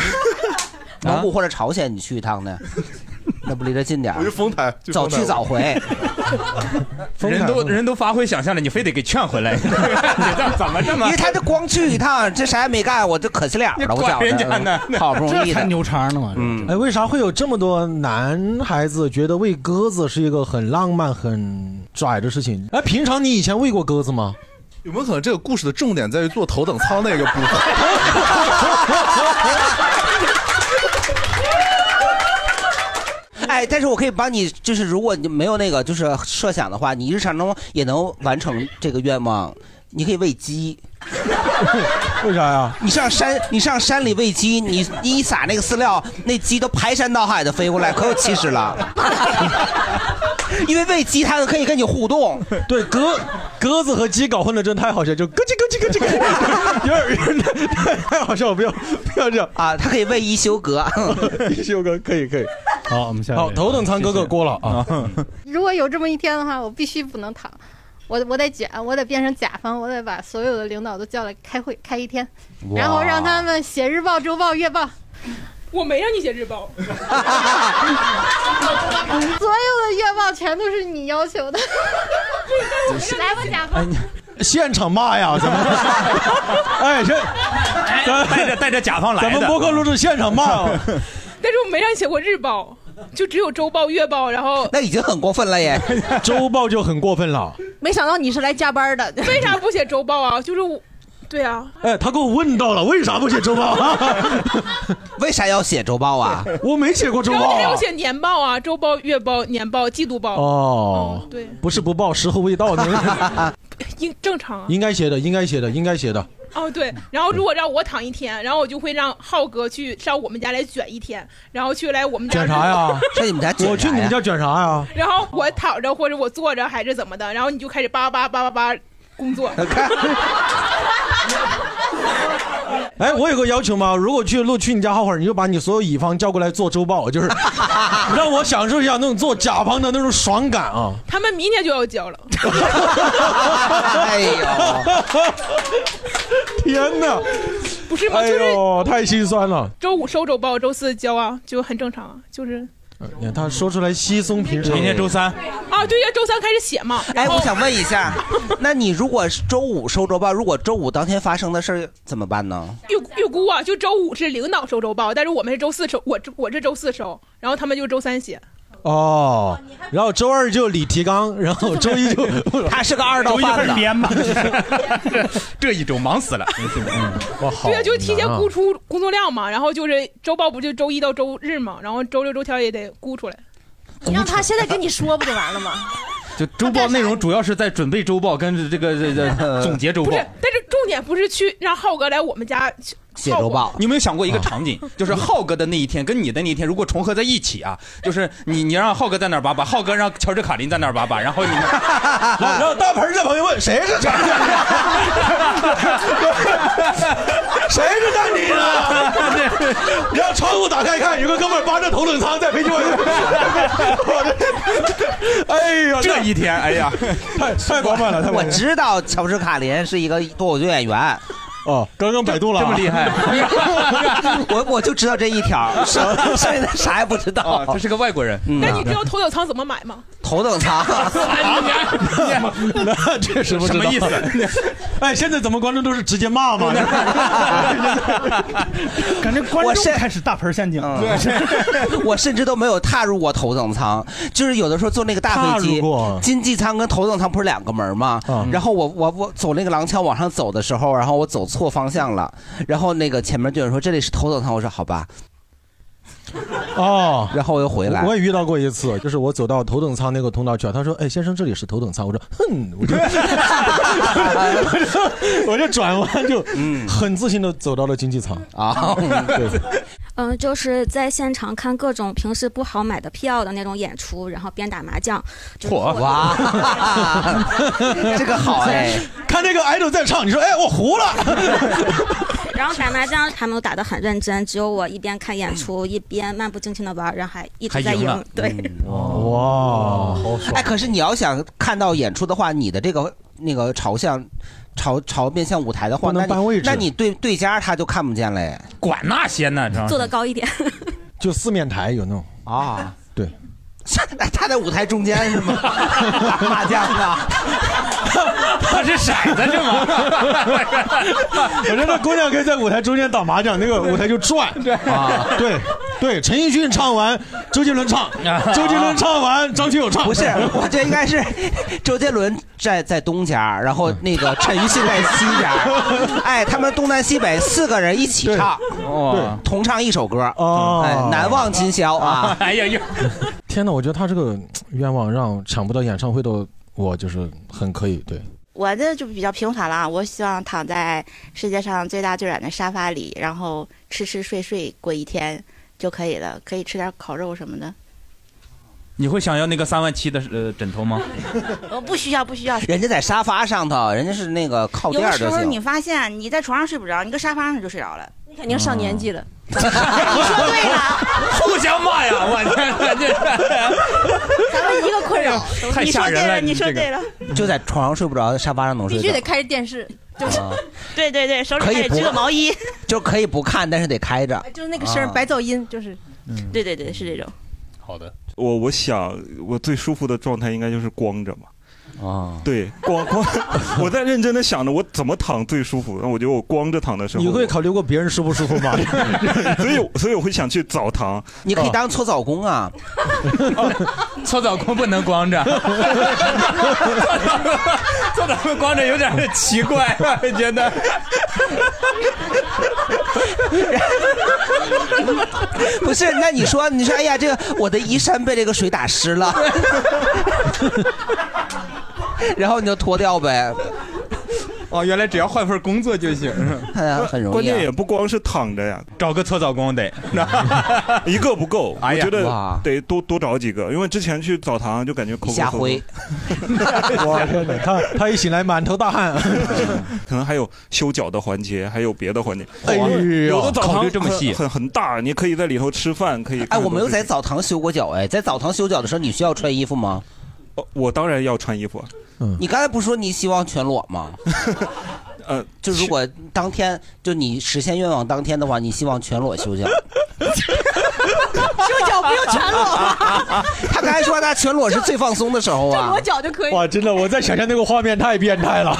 [SPEAKER 6] [laughs] 蒙古或者朝鲜，你去一趟呢？那不离这近点
[SPEAKER 12] 我
[SPEAKER 6] 儿
[SPEAKER 12] 就？丰台，就
[SPEAKER 6] 早
[SPEAKER 12] 丰
[SPEAKER 6] 去
[SPEAKER 12] 台
[SPEAKER 6] 早回。
[SPEAKER 5] 人都人都发挥想象了，你非得给劝回来，你这 [laughs] 怎么这么？
[SPEAKER 6] 因为他这光去一趟，这啥也没干，我这可惜了了，我觉
[SPEAKER 5] 管
[SPEAKER 6] 着
[SPEAKER 5] 人家呢
[SPEAKER 6] 好不容易
[SPEAKER 1] 这才
[SPEAKER 6] 的。
[SPEAKER 1] 牛
[SPEAKER 13] 叉呢嘛。
[SPEAKER 6] 嗯，
[SPEAKER 1] 哎，为啥会有这么多男孩子觉得喂鸽子是一个很浪漫、很拽的事情？哎，平常你以前喂过鸽子吗？
[SPEAKER 12] 有没有可能这个故事的重点在于坐头等舱那个部分？
[SPEAKER 6] [laughs] 哎，但是我可以帮你，就是如果你没有那个就是设想的话，你日常中也能完成这个愿望。你可以喂鸡，
[SPEAKER 1] [laughs] 为啥呀？
[SPEAKER 6] 你上山，你上山里喂鸡，你你一撒那个饲料，那鸡都排山倒海的飞过来，可有气势了。 [laughs] 因为喂鸡，它可以跟你互动。
[SPEAKER 2] 对，鸽鸽子和鸡搞混了，真太好笑，就咯叽咯叽咯叽咯
[SPEAKER 6] [laughs]
[SPEAKER 2] 叽，有点太太好笑，不要不要这样
[SPEAKER 6] 啊！它可以喂一休格，
[SPEAKER 2] [laughs] 一休格可以可以。
[SPEAKER 13] 好，我们下
[SPEAKER 2] 好，头等舱哥哥过了啊。
[SPEAKER 14] 如果有这么一天的话，我必须不能躺，我我得卷，我得变成甲方，我得把所有的领导都叫来开会，开一天，
[SPEAKER 15] 哇
[SPEAKER 14] 然后让他们写日报、周报、月报，
[SPEAKER 11] 我没让你写日
[SPEAKER 14] [laughs]
[SPEAKER 11] 报，
[SPEAKER 14] 所有的月报全都是你要
[SPEAKER 11] [laughs]
[SPEAKER 14] 求的。来吧，甲方，
[SPEAKER 2] 现场
[SPEAKER 1] [laughs]
[SPEAKER 2] 骂呀，咱们，哎，这
[SPEAKER 5] 带着带着甲方来的
[SPEAKER 2] 咱们播客录制现场骂啊，
[SPEAKER 11] 但是我没让你写过日报，就只有周报、月报，然后
[SPEAKER 6] 那已经很过分
[SPEAKER 1] [laughs]
[SPEAKER 6] 了耶。
[SPEAKER 2] 周报就很过分了。
[SPEAKER 11] 没想到你是来加班的，为啥不写周报啊？就是
[SPEAKER 4] [laughs]
[SPEAKER 11] 我，对啊，
[SPEAKER 2] 哎，他给我问到了，为啥不写周报？
[SPEAKER 6] [laughs] 为啥要写周报啊？
[SPEAKER 2] 我没写过周
[SPEAKER 15] 然
[SPEAKER 2] 报
[SPEAKER 6] [laughs]
[SPEAKER 15] 后只
[SPEAKER 2] 啊
[SPEAKER 15] 有。写年报啊，周报、月报、年报、季度报，
[SPEAKER 2] 哦，
[SPEAKER 15] 对，
[SPEAKER 2] 不是不报，时候未到。
[SPEAKER 15] 应正常啊。
[SPEAKER 1] 应该写的，应该写的，应该写的。
[SPEAKER 15] 哦，对，然后如果让我躺一天，然后我就会让浩哥去上我们家来卷一天，然后去来我们家
[SPEAKER 1] 卷啥呀？
[SPEAKER 6] 上你们家
[SPEAKER 15] 卷啥呀
[SPEAKER 1] 我去你们家卷啥呀？
[SPEAKER 15] [laughs] 然后我躺着或者我坐着还是怎么的，然后你就开始叭叭叭叭叭工作。
[SPEAKER 1] 哎，我有个要求嘛，如果去录去你家浩会儿，你就把你所有乙方叫过来做周报，就是让我享受一下那种做甲方的那种爽感啊！
[SPEAKER 15] 他们明天就要交了，
[SPEAKER 6] 哎呦，
[SPEAKER 1] [laughs] 天哪，
[SPEAKER 15] 不是吗？
[SPEAKER 1] 哎
[SPEAKER 15] 就是
[SPEAKER 1] 呦，太心酸了。
[SPEAKER 15] 周五收周报，周四交啊，就很正常啊，就是
[SPEAKER 1] 你看哎他说出来稀松平常。
[SPEAKER 6] 明天周三
[SPEAKER 15] 啊，对呀，周三开始写嘛。
[SPEAKER 6] 哎，
[SPEAKER 15] 然后
[SPEAKER 6] 我想问一下，那你如果是周五收周报，如果周五当天发生的事儿怎么办呢？
[SPEAKER 15] 预预估啊，就周五是领导收周报，但是我们是周四收，我我是周四收，然后他们就周三写。
[SPEAKER 1] 哦，然后周二就李提纲，然后周一就
[SPEAKER 6] 他是个二
[SPEAKER 5] 周
[SPEAKER 1] 道
[SPEAKER 5] 一
[SPEAKER 1] 贩
[SPEAKER 5] 份
[SPEAKER 1] 子 [laughs]
[SPEAKER 5] 编吧，这一周忙死了。
[SPEAKER 1] [laughs] 哇，啊
[SPEAKER 15] 对呀，就提前估出工作量嘛，然后就是周报不就周一到周日嘛，然后周六周天也得估出来。
[SPEAKER 16] 你让他现在跟你说不就完了吗？
[SPEAKER 5] 就周报内容主要是在准备周报跟这个这个总结周
[SPEAKER 15] 不
[SPEAKER 5] 报
[SPEAKER 15] 是。，但是重点不是去让浩哥来我们家去浩哥
[SPEAKER 5] 你有没有想过一个场景，就是浩哥的那一天跟你的那一天如果重合在一起啊，就是你你让浩哥在那儿叭叭，浩哥让乔治卡林在那儿叭叭，然后你们，
[SPEAKER 2] 然后大盆儿的朋友问谁 [laughs] 是张经理？谁是张经理呢？ [laughs] 让窗户打开看，有个哥们儿扒着头等舱在飞机外面。我这哎呀，
[SPEAKER 5] 这一天，哎
[SPEAKER 6] [laughs]
[SPEAKER 5] 呀，
[SPEAKER 2] 太太过分了，太过
[SPEAKER 6] 我
[SPEAKER 2] 分了。
[SPEAKER 6] 知道乔治卡林是一个脱口秀演员。
[SPEAKER 2] 哦，刚刚百度了
[SPEAKER 6] 这
[SPEAKER 2] 么厉 [laughs] 害
[SPEAKER 6] 我我就知
[SPEAKER 2] [laughs]
[SPEAKER 6] 道这一条，剩剩下的啥也不知道。
[SPEAKER 2] 哦
[SPEAKER 6] 嗯
[SPEAKER 5] 这是个外国人。
[SPEAKER 15] 但你知道头等舱怎么买吗？
[SPEAKER 6] 头等舱。
[SPEAKER 1] [laughs] 那这是不知道 [laughs]
[SPEAKER 6] 什么意思？
[SPEAKER 1] 哎，现在怎么观众都是直接骂 [laughs] 吗？
[SPEAKER 3] 感觉观
[SPEAKER 6] 我
[SPEAKER 3] 众
[SPEAKER 6] 是
[SPEAKER 3] 开始大盆陷阱了。
[SPEAKER 6] [laughs] 我甚至都没有踏入过头等舱，就是有的时候坐那个大飞
[SPEAKER 3] 踏
[SPEAKER 6] 机
[SPEAKER 3] 入过，
[SPEAKER 6] 经济舱跟头等舱不是两个门吗？
[SPEAKER 2] 嗯
[SPEAKER 6] 然后我我我走那个廊桥往上走的时候，然后我走错方向了，然后那个前面就有人说这里是头等舱，我说好吧，
[SPEAKER 1] 哦，
[SPEAKER 6] 然后我又回来
[SPEAKER 1] 我也遇到过一次，就是我走到头等舱那个通道去了，他说：“哎，先生，这里是头等舱。”我说：“哼，我就
[SPEAKER 6] [laughs]
[SPEAKER 1] 我就 [laughs] 我就转弯就很自信的走到了经济舱
[SPEAKER 6] 嗯啊
[SPEAKER 1] 对，
[SPEAKER 17] [laughs] 嗯，就是在现场看各种平时不好买的票的那种演出，然后边打麻将。就是
[SPEAKER 1] 嚯
[SPEAKER 17] 我
[SPEAKER 1] 哇
[SPEAKER 6] 这个好哎！
[SPEAKER 1] 看这个 idol 在唱，你说哎，我糊了。
[SPEAKER 17] [laughs] 然后打麻将，他们都打得很认真，只有我一边看演出，一边漫不经心的玩，然后还一直在赢。对，
[SPEAKER 1] 哇，
[SPEAKER 6] 好爽！哎，可是你要想看到演出的话，你的这个那个朝向。朝朝面向舞台的话，
[SPEAKER 1] 不能
[SPEAKER 6] 那
[SPEAKER 1] 搬位
[SPEAKER 6] 你
[SPEAKER 1] 置
[SPEAKER 6] 那你对对家他就看不见嘞，
[SPEAKER 2] 管那些呢，知道
[SPEAKER 17] 坐得高一点。
[SPEAKER 1] 就四
[SPEAKER 6] [laughs]
[SPEAKER 1] 面台有那种
[SPEAKER 6] 啊，
[SPEAKER 1] 对，
[SPEAKER 6] 他在舞台中间是吗？ [laughs] 打麻将啊，
[SPEAKER 2] [laughs] 他是骰子是吗？
[SPEAKER 1] [laughs] 我觉得姑娘可以在舞台中间打麻将，那个舞台就转。
[SPEAKER 6] 啊
[SPEAKER 1] 对对，陈奕迅唱完，周杰伦唱，周杰伦唱完，张学友唱。
[SPEAKER 6] 不是，我觉得应
[SPEAKER 1] [laughs]
[SPEAKER 6] 该是周杰伦在在东家，然后那个陈奕迅在西
[SPEAKER 1] [laughs]
[SPEAKER 6] 家，哎，他们东南西北四个人一起唱，
[SPEAKER 1] 对
[SPEAKER 6] 同唱一首歌，
[SPEAKER 1] 哦
[SPEAKER 6] 哎，难忘今
[SPEAKER 1] [laughs]
[SPEAKER 6] 宵啊，
[SPEAKER 2] 哎呀呀，
[SPEAKER 1] 天哪，我觉得他这个愿望让抢不到演唱会的我就是很可以， [laughs] 对，
[SPEAKER 18] 我的就比较平凡了啊，我希望躺在世界上最大最软的沙发里，然后吃吃睡睡过一天就可以了，可以吃点烤肉什
[SPEAKER 4] [laughs]
[SPEAKER 18] 么的。
[SPEAKER 2] 你会想要
[SPEAKER 5] [laughs]
[SPEAKER 2] 那个三万七的呃枕头吗？
[SPEAKER 18] 呃，不需要，不需要。
[SPEAKER 6] 人家在沙发上头，人家是那个靠
[SPEAKER 18] 有
[SPEAKER 6] 垫
[SPEAKER 18] 的
[SPEAKER 6] 儿
[SPEAKER 18] 时
[SPEAKER 6] 就
[SPEAKER 18] 候你
[SPEAKER 6] 行。
[SPEAKER 18] 发现你在床上睡不着，你搁沙发上就睡着了。你
[SPEAKER 4] 肯定上年纪了。
[SPEAKER 2] 互相骂呀！我天，
[SPEAKER 18] 咱们一个困扰，
[SPEAKER 6] 哎太
[SPEAKER 18] 你
[SPEAKER 6] 吓
[SPEAKER 18] 说
[SPEAKER 6] 人
[SPEAKER 18] 对
[SPEAKER 6] 了
[SPEAKER 18] 了，你说
[SPEAKER 6] 你这个
[SPEAKER 18] 对了，
[SPEAKER 6] 就在床上睡不着，沙发上能睡
[SPEAKER 18] 必
[SPEAKER 6] 着。
[SPEAKER 18] 须得
[SPEAKER 4] 开着电视，
[SPEAKER 18] 就是
[SPEAKER 4] [laughs]
[SPEAKER 6] 啊
[SPEAKER 18] 对对对，手里
[SPEAKER 6] 可
[SPEAKER 18] 还
[SPEAKER 6] 以
[SPEAKER 18] 得
[SPEAKER 6] 不
[SPEAKER 18] 织个毛衣，，哎
[SPEAKER 6] 就可以不看，但是得开着。
[SPEAKER 4] 就是那个声儿
[SPEAKER 6] 啊
[SPEAKER 4] 白噪音，就是
[SPEAKER 6] 嗯
[SPEAKER 18] 对对对，是这种。
[SPEAKER 19] 好的，
[SPEAKER 20] 我我想我最舒服的状态应该就是光着嘛。
[SPEAKER 6] 啊，
[SPEAKER 20] 对，光光， [laughs] 我在认真的想着我怎么躺最舒服。那我觉得我光着躺的时候，
[SPEAKER 1] 你会考虑过别人舒不舒服吗？
[SPEAKER 20] [laughs] 所以我所以我会想去澡堂。
[SPEAKER 6] 你可以当搓澡工啊，
[SPEAKER 2] [laughs] 搓澡工
[SPEAKER 6] [laughs]
[SPEAKER 2] 不能光着，搓澡工光着有点奇怪，觉得。
[SPEAKER 6] [laughs] 不是？那你说，你说，哎呀，这个我的衣衫被这个水打湿了， [laughs] 然后你就脱掉呗。
[SPEAKER 2] 哦，原来只要换份工作就行，
[SPEAKER 6] 哎呀，很容易啊
[SPEAKER 20] 关键也不光是躺着呀，
[SPEAKER 2] 找个搓澡工得，
[SPEAKER 20] [laughs] 一个不够，我
[SPEAKER 2] 哎呀
[SPEAKER 20] 觉
[SPEAKER 2] 哇
[SPEAKER 20] 得得多多找几个，因为之前去澡堂就感觉口口
[SPEAKER 6] 下
[SPEAKER 20] 口
[SPEAKER 6] 灰，
[SPEAKER 1] 我天哪，他 [laughs] 他一醒来满头大汗。
[SPEAKER 20] [laughs] 可能还有修脚的环节，还有别的环节。
[SPEAKER 1] 哎呦
[SPEAKER 20] 有的澡
[SPEAKER 1] 考虑这
[SPEAKER 20] 堂
[SPEAKER 1] 么细
[SPEAKER 20] 很很很大，你可以在里头吃饭，可以看
[SPEAKER 6] 哎，
[SPEAKER 20] 很多
[SPEAKER 6] 我没有
[SPEAKER 20] 事情
[SPEAKER 6] 在澡堂修过脚，哎，在澡堂修脚的时候，你需要穿衣服吗？
[SPEAKER 20] 我当然要穿衣服。
[SPEAKER 1] 嗯
[SPEAKER 6] 你刚才不是说你希望全裸
[SPEAKER 2] [laughs]
[SPEAKER 6] 吗？
[SPEAKER 20] 呃，
[SPEAKER 6] 就如果当天就你实现愿望当天的话，你希望全裸修脚？
[SPEAKER 4] 修脚不用全裸吗？
[SPEAKER 6] 他刚才说他全裸是最放松的时候啊
[SPEAKER 4] 裸。脚就可以。
[SPEAKER 1] 哇，真的，我在想象那个画面太变态 [laughs] 了。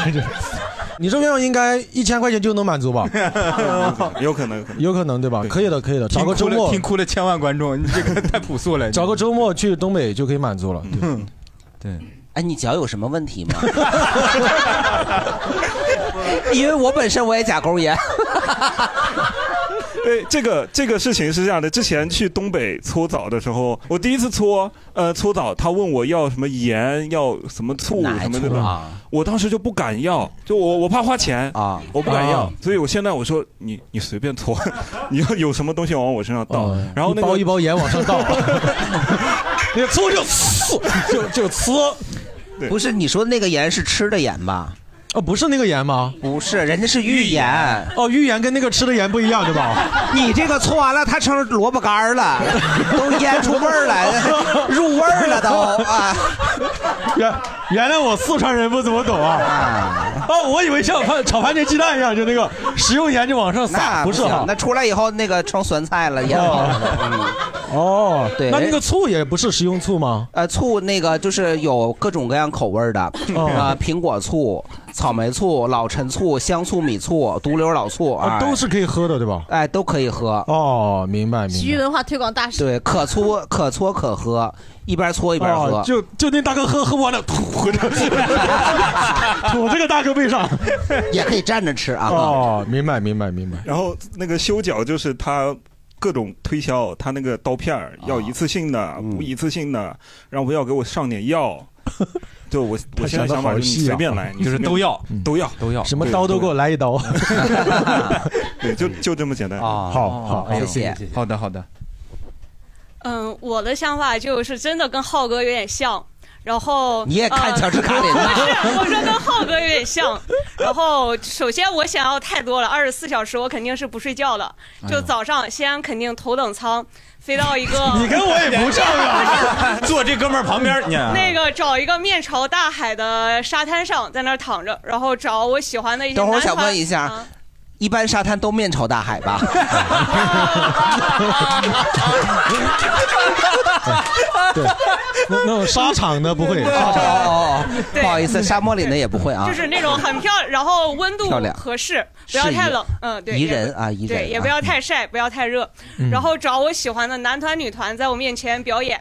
[SPEAKER 1] 你这愿望应该一千块钱就能满足吧？
[SPEAKER 20] 有可能，
[SPEAKER 1] [laughs] 有可能对吧？可以的，可以的，找
[SPEAKER 2] 听哭
[SPEAKER 1] 个周
[SPEAKER 2] 了，
[SPEAKER 1] 末
[SPEAKER 2] 听， [laughs] 哭了千万观众，你这
[SPEAKER 1] [laughs]
[SPEAKER 2] 个太朴素了。
[SPEAKER 1] 找个周末去东北就可以满足了。嗯，
[SPEAKER 2] 对。
[SPEAKER 6] 哎，你脚有什么问题吗？ [laughs] 因为我本身我也甲沟炎，
[SPEAKER 20] 对，哎这个这个事情是这样的，之前去东北搓澡的时候，我第一次搓，呃，搓澡，他问我要什么盐，要什么醋
[SPEAKER 6] 哪
[SPEAKER 20] 什么的
[SPEAKER 6] 醋啊，
[SPEAKER 20] 我当时就不敢要，就我我怕花钱
[SPEAKER 6] 啊，
[SPEAKER 20] 我不敢要
[SPEAKER 6] 啊，
[SPEAKER 20] 所以我现在我说你你随便搓， [laughs] 你要有什么东西往我身上倒，然后那个
[SPEAKER 1] 一包一包盐往上
[SPEAKER 20] [laughs]
[SPEAKER 1] 倒，那个搓就呲就就呲，
[SPEAKER 6] 不是你说那个盐是吃的盐吧？
[SPEAKER 1] 哦，不是那个盐吗？
[SPEAKER 6] 不是，人家是浴盐。
[SPEAKER 1] 哦，浴盐跟那个吃的盐不一样，对吧？
[SPEAKER 6] 你这个搓完了，它成萝卜干儿了，都腌出味儿来，入味
[SPEAKER 1] [laughs]
[SPEAKER 6] 儿了都啊！
[SPEAKER 1] 原原来我四川人不怎么懂啊。
[SPEAKER 2] 哦，我以为像番炒番茄鸡蛋一样，就那个食用盐就往上撒，
[SPEAKER 6] 那不
[SPEAKER 2] 啊是
[SPEAKER 6] 行
[SPEAKER 2] 哈
[SPEAKER 6] 那？出来以后那个成酸菜了也好
[SPEAKER 2] 哦哦，
[SPEAKER 6] 对
[SPEAKER 2] 那那个醋也不是食用醋吗？
[SPEAKER 6] 呃，醋那个就是有各种各样口味儿的，
[SPEAKER 2] 哦
[SPEAKER 6] 啊，苹果醋、草莓醋、老陈醋、香醋、米醋、独流老醋啊，
[SPEAKER 2] 都是可以喝的，对吧？
[SPEAKER 6] 哎，都可以喝。
[SPEAKER 2] 哦，明白
[SPEAKER 4] 洗浴文化推广大使。
[SPEAKER 6] 对，可搓可搓可喝，一边搓一边喝。
[SPEAKER 2] 哦就就那大哥喝喝不完了，吐回头，吐这个大哥背上，
[SPEAKER 6] 也可以站着吃啊。
[SPEAKER 2] 哦，明白明白明白。
[SPEAKER 20] 然后那个修脚就是他各种推销，他那个刀片儿要一次性的，不一次性的，然后要给我上点药。就我我现在想法是你
[SPEAKER 2] 啊
[SPEAKER 20] 随便来，
[SPEAKER 1] 啊
[SPEAKER 20] 你随便都要都要，
[SPEAKER 2] 嗯什么刀都给我来一
[SPEAKER 5] [laughs]
[SPEAKER 2] 刀。
[SPEAKER 20] 对，就就这么简单啊
[SPEAKER 2] 好好
[SPEAKER 20] 哎呦
[SPEAKER 2] 谢谢
[SPEAKER 5] 好的好的，
[SPEAKER 21] 嗯，我的想法就是真的跟浩哥有点像，然后
[SPEAKER 6] 你也看乔治卡林
[SPEAKER 21] 呃
[SPEAKER 6] 了
[SPEAKER 21] 不是，我说跟浩哥有点像。然后首先我想要太多了，二十四小时我肯定是不睡觉了，
[SPEAKER 5] 哎
[SPEAKER 21] 就
[SPEAKER 5] 呦，
[SPEAKER 21] 早上先肯定头等舱飞到
[SPEAKER 6] [laughs]
[SPEAKER 21] 一个
[SPEAKER 5] 啊，坐这哥们儿旁边你。
[SPEAKER 21] 那个找一个面朝大海的沙滩上，在那儿躺着，然后找我喜欢的一些
[SPEAKER 6] 等会儿
[SPEAKER 21] 哎男
[SPEAKER 6] 想
[SPEAKER 21] 团
[SPEAKER 6] 问一下，
[SPEAKER 21] 啊
[SPEAKER 6] 一般沙滩都面朝大海吧？
[SPEAKER 2] 对， [laughs] 那种沙场的不会。
[SPEAKER 6] 哦哦哦哦，不好意思，沙漠里的也不会啊。
[SPEAKER 21] 就是那种很漂亮，然后温度
[SPEAKER 6] 漂亮
[SPEAKER 21] 合适，不要
[SPEAKER 6] 适宜
[SPEAKER 21] 太冷，嗯，对，
[SPEAKER 6] 宜
[SPEAKER 21] 也
[SPEAKER 6] 人啊宜
[SPEAKER 21] 对，
[SPEAKER 6] 人
[SPEAKER 21] 也
[SPEAKER 6] 啊
[SPEAKER 21] 不要太晒，不要太热
[SPEAKER 6] 嗯，
[SPEAKER 21] 然后找我喜欢的男团女团在我面前表演。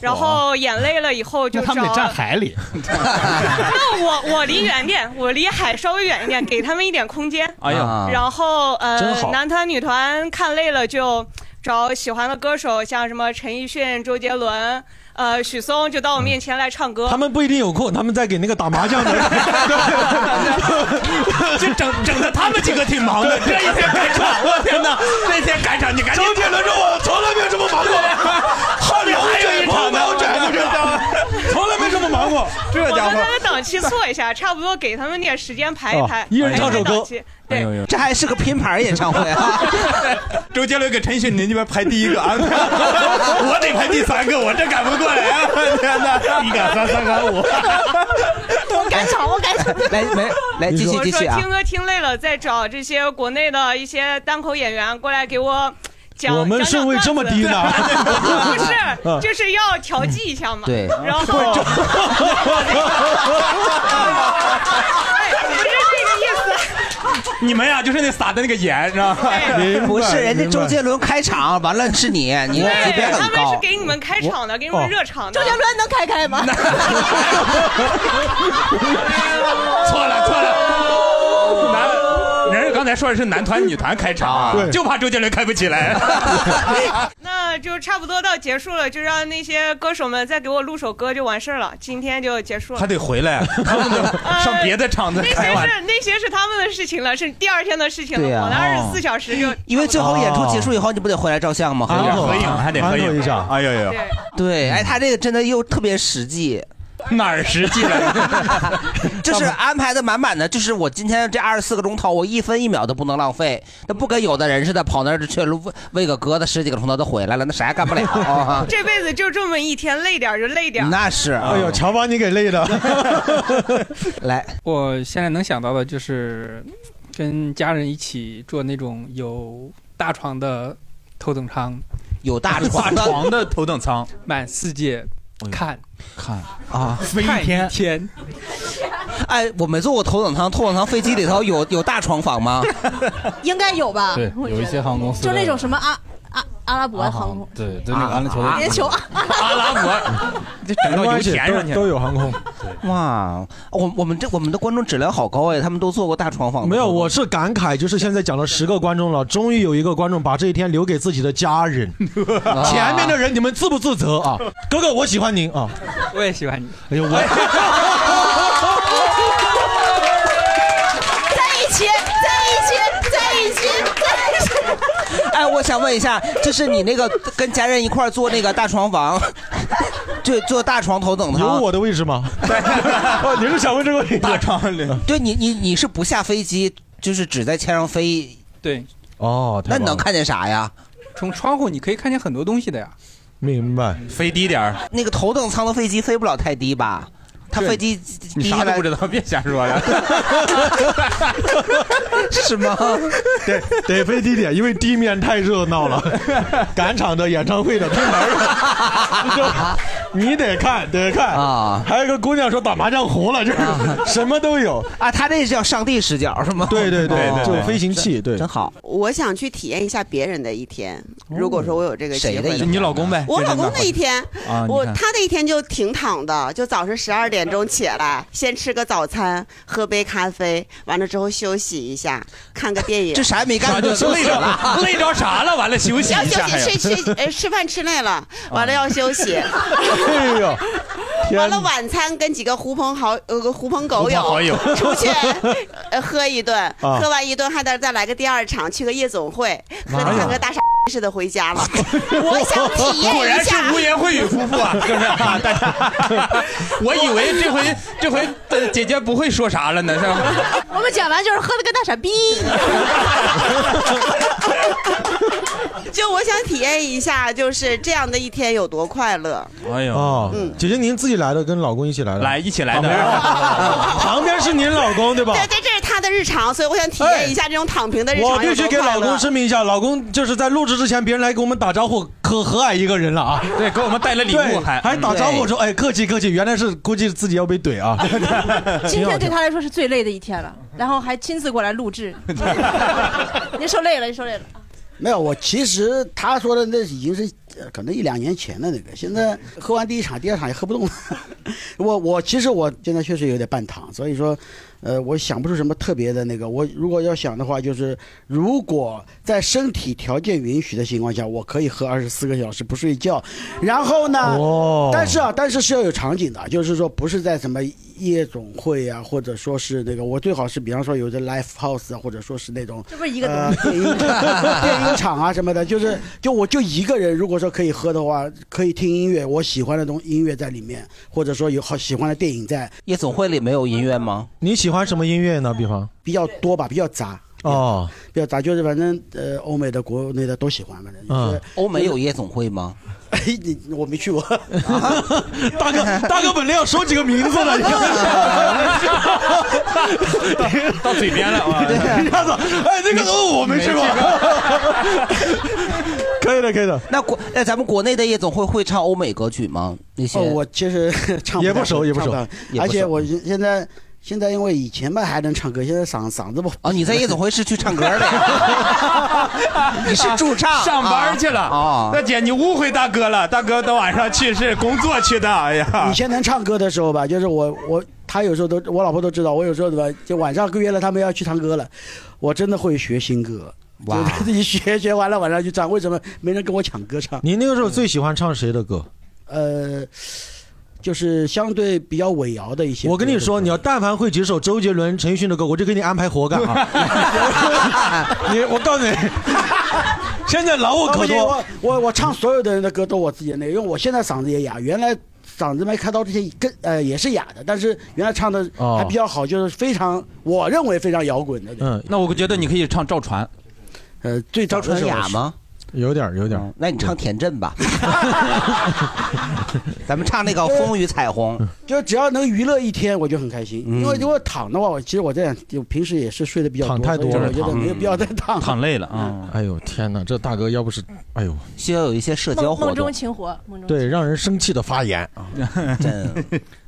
[SPEAKER 21] 然后演累了以后就
[SPEAKER 3] [laughs] 那
[SPEAKER 21] 找，
[SPEAKER 3] 他们得站海里。
[SPEAKER 21] 那我我离远点， [laughs] 我离海稍微远一点，给他们一点空间。
[SPEAKER 3] [laughs] 哎
[SPEAKER 6] 啊
[SPEAKER 3] 呀
[SPEAKER 21] 然后
[SPEAKER 3] 真
[SPEAKER 21] 呃，
[SPEAKER 3] 好
[SPEAKER 21] 男团女团看累了就找喜欢的歌手，像什么陈奕迅、周杰伦、呃许嵩，就到我面前来唱歌。
[SPEAKER 2] 他们不一定有空，他们在给那个打麻将的，
[SPEAKER 5] [laughs] 就整整的他们几个挺忙的，这一天赶场，
[SPEAKER 2] [laughs]
[SPEAKER 5] 我天哪，这一天赶场，你赶紧。周杰伦说，我从来没有这么忙过，后面还有一场呢，我转过去了， [laughs] 从来没这么忙
[SPEAKER 6] [laughs]
[SPEAKER 5] 过，这
[SPEAKER 21] 我
[SPEAKER 5] 家
[SPEAKER 21] 跟
[SPEAKER 5] 伙
[SPEAKER 21] 他。们档期错一下，差不多给他们点时间排一排，排档期
[SPEAKER 5] 哎
[SPEAKER 21] 对，
[SPEAKER 6] 这还是个拼盘演唱会啊！
[SPEAKER 5] [laughs] 周杰伦给陈奕迅，您那边排第一个啊， [laughs] 我得排第三个，我这赶不过来啊！天哪，一赶三，三赶五，
[SPEAKER 6] 我赶场，我赶场。 [laughs] 来来来，继续
[SPEAKER 21] 哦我
[SPEAKER 6] 继
[SPEAKER 21] 说
[SPEAKER 6] 续啊
[SPEAKER 21] 听！歌听累了，再找这些国内的一些单口演员过来给我讲。
[SPEAKER 2] 我们顺位这么低呢
[SPEAKER 21] [laughs] 不
[SPEAKER 2] 嗯
[SPEAKER 21] 是，就是要调剂一下嘛。
[SPEAKER 2] 对
[SPEAKER 21] 然后。哎不是这个意思。
[SPEAKER 5] 你们呀，就是那撒的那个盐，是吧？
[SPEAKER 6] 哎不是，人家周杰伦开场完了是你，你级别
[SPEAKER 21] 对，他
[SPEAKER 6] 很
[SPEAKER 21] 们是
[SPEAKER 6] 高。
[SPEAKER 21] 给你们开场的，给你
[SPEAKER 6] 哦
[SPEAKER 21] 们热场的。
[SPEAKER 4] 周杰伦能开开吗？
[SPEAKER 5] [laughs] 错了错了，男人家刚才说的是男团女团开场，就怕周杰伦开不起
[SPEAKER 6] [laughs]
[SPEAKER 5] 来。
[SPEAKER 21] 那就差不多到结束了，就让那些歌手们再给我录首歌就完事儿了。今天就结束了。
[SPEAKER 5] 还得回
[SPEAKER 21] [laughs]
[SPEAKER 5] 来，啊他们都上别的场子
[SPEAKER 21] 那
[SPEAKER 5] 开
[SPEAKER 21] 些
[SPEAKER 5] 完。
[SPEAKER 21] 是那些是他们的事情了，是第二天的事情
[SPEAKER 6] 对
[SPEAKER 21] 了。
[SPEAKER 6] 呀
[SPEAKER 21] 我的二十四小时
[SPEAKER 5] 哦
[SPEAKER 21] 就
[SPEAKER 6] 因为最后演出结束以后，你不得回来照相吗？合影，
[SPEAKER 2] 哦
[SPEAKER 5] 合影还得合影一下，哎呦呦，
[SPEAKER 6] 对，哎，他这个真的又特别实际。
[SPEAKER 5] 哪儿实际了？
[SPEAKER 6] [laughs] 就是安排的满满的，就是我今天这二十四个钟头，我一分一秒都不能浪费。那不跟有的人似的，跑那儿去喂喂个鸽子，十几个钟头都回来了，那啥也干不了
[SPEAKER 2] [laughs]
[SPEAKER 6] 啊
[SPEAKER 21] 哦。这辈子就这么一天，累点儿就累点儿。
[SPEAKER 6] 那是，啊
[SPEAKER 2] 哎呦，乔把你给累的。
[SPEAKER 12] [laughs]
[SPEAKER 6] 来，
[SPEAKER 12] 我现在能想到的就是跟家人一起坐那种有大床的头等舱，
[SPEAKER 6] 有大
[SPEAKER 5] 床的大床的头等舱，哎
[SPEAKER 12] 满世界看
[SPEAKER 5] 看
[SPEAKER 6] 啊，
[SPEAKER 12] 飞一天天，
[SPEAKER 6] 哎，我没坐过头等舱，头等舱飞机里头有有大床房吗？
[SPEAKER 4] 应该有吧？
[SPEAKER 6] 对
[SPEAKER 4] 我觉得
[SPEAKER 6] 有一些航空公司
[SPEAKER 4] 就那
[SPEAKER 6] 的
[SPEAKER 4] 种什么阿阿阿拉伯航空，
[SPEAKER 7] 对，
[SPEAKER 6] 就那嗯个安联酋的
[SPEAKER 4] 联酋啊，
[SPEAKER 5] 阿拉伯，这整到油田上去
[SPEAKER 2] 都有航空。
[SPEAKER 6] 哇，哦我我们这我们的观众质量好高哎，他们都坐过大床房。
[SPEAKER 2] 没有，我是感慨，就是现在讲了十个观众了，终于有一个观众把这一天留给自己的家
[SPEAKER 5] [laughs]
[SPEAKER 2] 人。前面的人，你们自不自责啊？哥哥，我喜欢您啊！
[SPEAKER 12] 我也喜
[SPEAKER 5] [laughs]
[SPEAKER 6] [laughs]
[SPEAKER 12] 欢你。
[SPEAKER 2] 哎呦，我
[SPEAKER 4] 在一起，在一起，在一起，在一起。 [laughs]
[SPEAKER 6] [laughs] 哎，我想问一下，就是你那个跟家人一块儿坐那个大床房， [laughs] 就坐大床头等舱，
[SPEAKER 2] 有我的位置
[SPEAKER 6] [laughs]
[SPEAKER 2] 吗？哦，你是想问这个问题？嗯
[SPEAKER 6] 大
[SPEAKER 5] 床里，
[SPEAKER 6] 对你你你是不下飞机，就是只在天上飞？
[SPEAKER 12] 对，
[SPEAKER 2] 哦，
[SPEAKER 6] 那你能看见啥呀？
[SPEAKER 12] 从窗户你可以看见很多东西的呀。
[SPEAKER 2] 明白。
[SPEAKER 5] 飞低点儿，
[SPEAKER 6] 那个头等舱的飞机飞不了太低吧？他飞机
[SPEAKER 5] 你
[SPEAKER 6] 低下
[SPEAKER 5] 啥都
[SPEAKER 6] 来
[SPEAKER 5] 不知道，别瞎说呀。
[SPEAKER 6] [laughs]
[SPEAKER 5] [laughs]
[SPEAKER 6] 是
[SPEAKER 1] [laughs]
[SPEAKER 6] 吗？
[SPEAKER 1] 得得飞地铁，因为地面太热闹了，赶场的、演唱会的都来了，就你得看得看啊。还有一个姑娘说打麻将红了，就是什么都有
[SPEAKER 6] 啊。他这叫上帝视角是吗？
[SPEAKER 1] 对对对
[SPEAKER 6] 哦，
[SPEAKER 1] 就飞行器，对，
[SPEAKER 6] 真好。
[SPEAKER 22] 我想去体验一下别人的一天。
[SPEAKER 5] 哦
[SPEAKER 22] 如果说我有这个机
[SPEAKER 6] 谁
[SPEAKER 22] 会
[SPEAKER 6] 的一天
[SPEAKER 22] 话
[SPEAKER 6] 你老公呗
[SPEAKER 22] 我
[SPEAKER 6] 这
[SPEAKER 22] 老
[SPEAKER 6] 真的
[SPEAKER 22] 公的一天
[SPEAKER 6] 啊，你
[SPEAKER 22] 我
[SPEAKER 6] 看
[SPEAKER 22] 他的一天就挺躺的，就早上十二点钟起来，先吃个早餐，喝杯咖啡，完了之后休息一下，看个电影。
[SPEAKER 6] 这啥也没干就休息了
[SPEAKER 5] [laughs] 累着啥了？完了休息
[SPEAKER 22] 要
[SPEAKER 5] 一
[SPEAKER 22] 休
[SPEAKER 5] 下呀
[SPEAKER 22] 息，吃吃呃吃饭吃累
[SPEAKER 6] 啊
[SPEAKER 22] 了，完了要
[SPEAKER 6] [laughs]
[SPEAKER 22] 休息。
[SPEAKER 1] 哎呦，
[SPEAKER 22] 完了晚餐跟几个狐朋好呃个狐朋狗友
[SPEAKER 5] 狐朋好友
[SPEAKER 22] 出
[SPEAKER 1] [laughs]
[SPEAKER 22] 去呃喝一顿，
[SPEAKER 5] 啊
[SPEAKER 22] 喝完一顿还得再来个第二场，去个夜总会，喝
[SPEAKER 5] 妈呀
[SPEAKER 22] 的像个大傻似的
[SPEAKER 1] [laughs]
[SPEAKER 22] 回家了。我想体验一下，
[SPEAKER 5] 果然是污言秽语夫妇啊，是不是啊？大家，我以为这回这回呃姐姐不会说啥了呢，是吧？
[SPEAKER 4] 我们讲完就是喝的跟大傻
[SPEAKER 6] [laughs]
[SPEAKER 4] 逼。
[SPEAKER 22] [laughs] 就我想体验一下，就是这样的一天有多快乐。
[SPEAKER 5] 哎呦，
[SPEAKER 1] 哦
[SPEAKER 22] 嗯，
[SPEAKER 1] 姐姐您自己来的，跟老公一起来的，来
[SPEAKER 5] 一起来的，
[SPEAKER 1] 啊旁边是您老公对吧？哎
[SPEAKER 22] 对对，这是他的日常，所以我想体验一下这种躺平的日常。
[SPEAKER 1] 我必须给老公
[SPEAKER 22] 是
[SPEAKER 1] 声明一下，老公就是在录制之前，别人来给我们打招呼，可和蔼一个人了啊！
[SPEAKER 5] 对，给我们带了礼物
[SPEAKER 1] 对
[SPEAKER 5] 还嗯
[SPEAKER 1] 还打招呼
[SPEAKER 5] 对
[SPEAKER 1] 说：“哎，客气客气。”原来是估计自己要被怼啊！
[SPEAKER 4] 今天对
[SPEAKER 1] 挺好
[SPEAKER 4] 他来说是最累的一天了，然后还亲自过来录
[SPEAKER 6] [laughs]
[SPEAKER 4] 制。您受累了，您受累了。
[SPEAKER 23] 没有，我其实他说的那已经是呃可能一两年前的那个，现在喝完第一场、第二场也喝不动了。 [laughs] 我我其实我现在确实有点半躺，所以说，呃，我想不出什么特别的那个。我如果要想的话，就是如果在身体条件允许的情况下，我可以喝二十四个小时不睡觉。然后呢，
[SPEAKER 1] 哦
[SPEAKER 23] 但是啊，但是是要有场景的，就是说不是在什么夜总会啊，或者说是那个，我最好是比方说有的 l i f e house 啊，或者说是那种
[SPEAKER 4] 这不是一个
[SPEAKER 23] 呃
[SPEAKER 4] 东西
[SPEAKER 23] 电影 [laughs] 电影场啊什么的，就是就我就一个人，如果说可以喝的话，可以听音乐，我喜欢的东音乐在里面，或者说有好喜欢的电影在，
[SPEAKER 6] 夜总会里没有音乐吗？
[SPEAKER 1] 你喜欢什么音乐呢？比方
[SPEAKER 23] 比较多吧，比较杂。
[SPEAKER 1] 哦，
[SPEAKER 23] 比较杂，就是反正呃，欧美的、国内的都喜欢，反正就是
[SPEAKER 6] 嗯，欧美有夜总会吗？
[SPEAKER 23] 你我
[SPEAKER 4] [laughs]
[SPEAKER 23] 没去过，
[SPEAKER 1] 大哥，大哥本来要说几个名字了，你看
[SPEAKER 5] [laughs] 到嘴
[SPEAKER 1] [laughs]
[SPEAKER 5] 边了啊！
[SPEAKER 1] 一下子，哎，那个哦，我没去过。 [laughs] 可以的，可以的。
[SPEAKER 6] 那国那咱们国内的夜总会会唱欧美歌曲吗？那些
[SPEAKER 23] 哦，我其实 [laughs] 唱
[SPEAKER 6] 也
[SPEAKER 23] 太
[SPEAKER 6] 不熟也不
[SPEAKER 23] 唱
[SPEAKER 6] 熟
[SPEAKER 23] 太
[SPEAKER 6] 也不熟嗯
[SPEAKER 23] 而且我现现在现在因为以前吧还能唱歌，现在嗓嗓子不
[SPEAKER 6] 啊，你在夜总会是去唱歌的呀？
[SPEAKER 23] [laughs] 你是驻唱
[SPEAKER 5] [laughs] 上班去了
[SPEAKER 1] [laughs]
[SPEAKER 23] 啊
[SPEAKER 5] 那姐，你误会大哥了，大哥到晚上去是工作去的。哎呀
[SPEAKER 6] 啊
[SPEAKER 23] 以，前能唱歌的时候吧，就是我我他有时候都我老婆都知道，我有时候对吧，就晚上约了他们要去唱歌了，我真的会学新歌，
[SPEAKER 1] 哇
[SPEAKER 23] 就 [laughs] 自己学学完了晚上去唱，为什么没人跟我抢歌唱？
[SPEAKER 1] 你那个时候最喜欢唱谁的歌？
[SPEAKER 23] 呃，就是相对比较尾摇的一些。
[SPEAKER 1] 我跟你说，你要但凡会几首周杰伦、陈奕迅的歌，我就给你安排活干啊！你，我告诉你，现在劳务可
[SPEAKER 23] 不行
[SPEAKER 1] 多
[SPEAKER 23] 我。我我唱所有的人的歌都我自己的那个，因为我现在嗓子也哑，原来嗓子没开刀之前跟呃也是哑的，但是原来唱的
[SPEAKER 1] 哦
[SPEAKER 23] 还比较好，就是非常我认为非常摇滚的。
[SPEAKER 1] 嗯，
[SPEAKER 5] 那我觉得你可以唱赵传，
[SPEAKER 23] 呃，最
[SPEAKER 6] 赵传雅吗？
[SPEAKER 1] 有点，有
[SPEAKER 23] 嗯
[SPEAKER 1] 点。
[SPEAKER 6] 那你唱田震吧，咱们唱那个《风雨彩虹》。
[SPEAKER 1] 嗯
[SPEAKER 23] 就只要能娱乐一天，我就很开心。
[SPEAKER 6] 嗯
[SPEAKER 23] 因为如果躺的话，我其实我这样就平时也是睡得比较
[SPEAKER 1] 躺太多
[SPEAKER 23] 所以
[SPEAKER 1] 了
[SPEAKER 23] 我觉得
[SPEAKER 1] 躺嗯
[SPEAKER 23] 没有必要再躺。
[SPEAKER 5] 躺累了啊！
[SPEAKER 1] 哎呦天哪，这大哥要不是，哎呦，
[SPEAKER 6] 需要有一些社
[SPEAKER 4] 梦梦中情活，梦中。
[SPEAKER 1] 对让人生气的发 [laughs] 言啊！
[SPEAKER 6] 真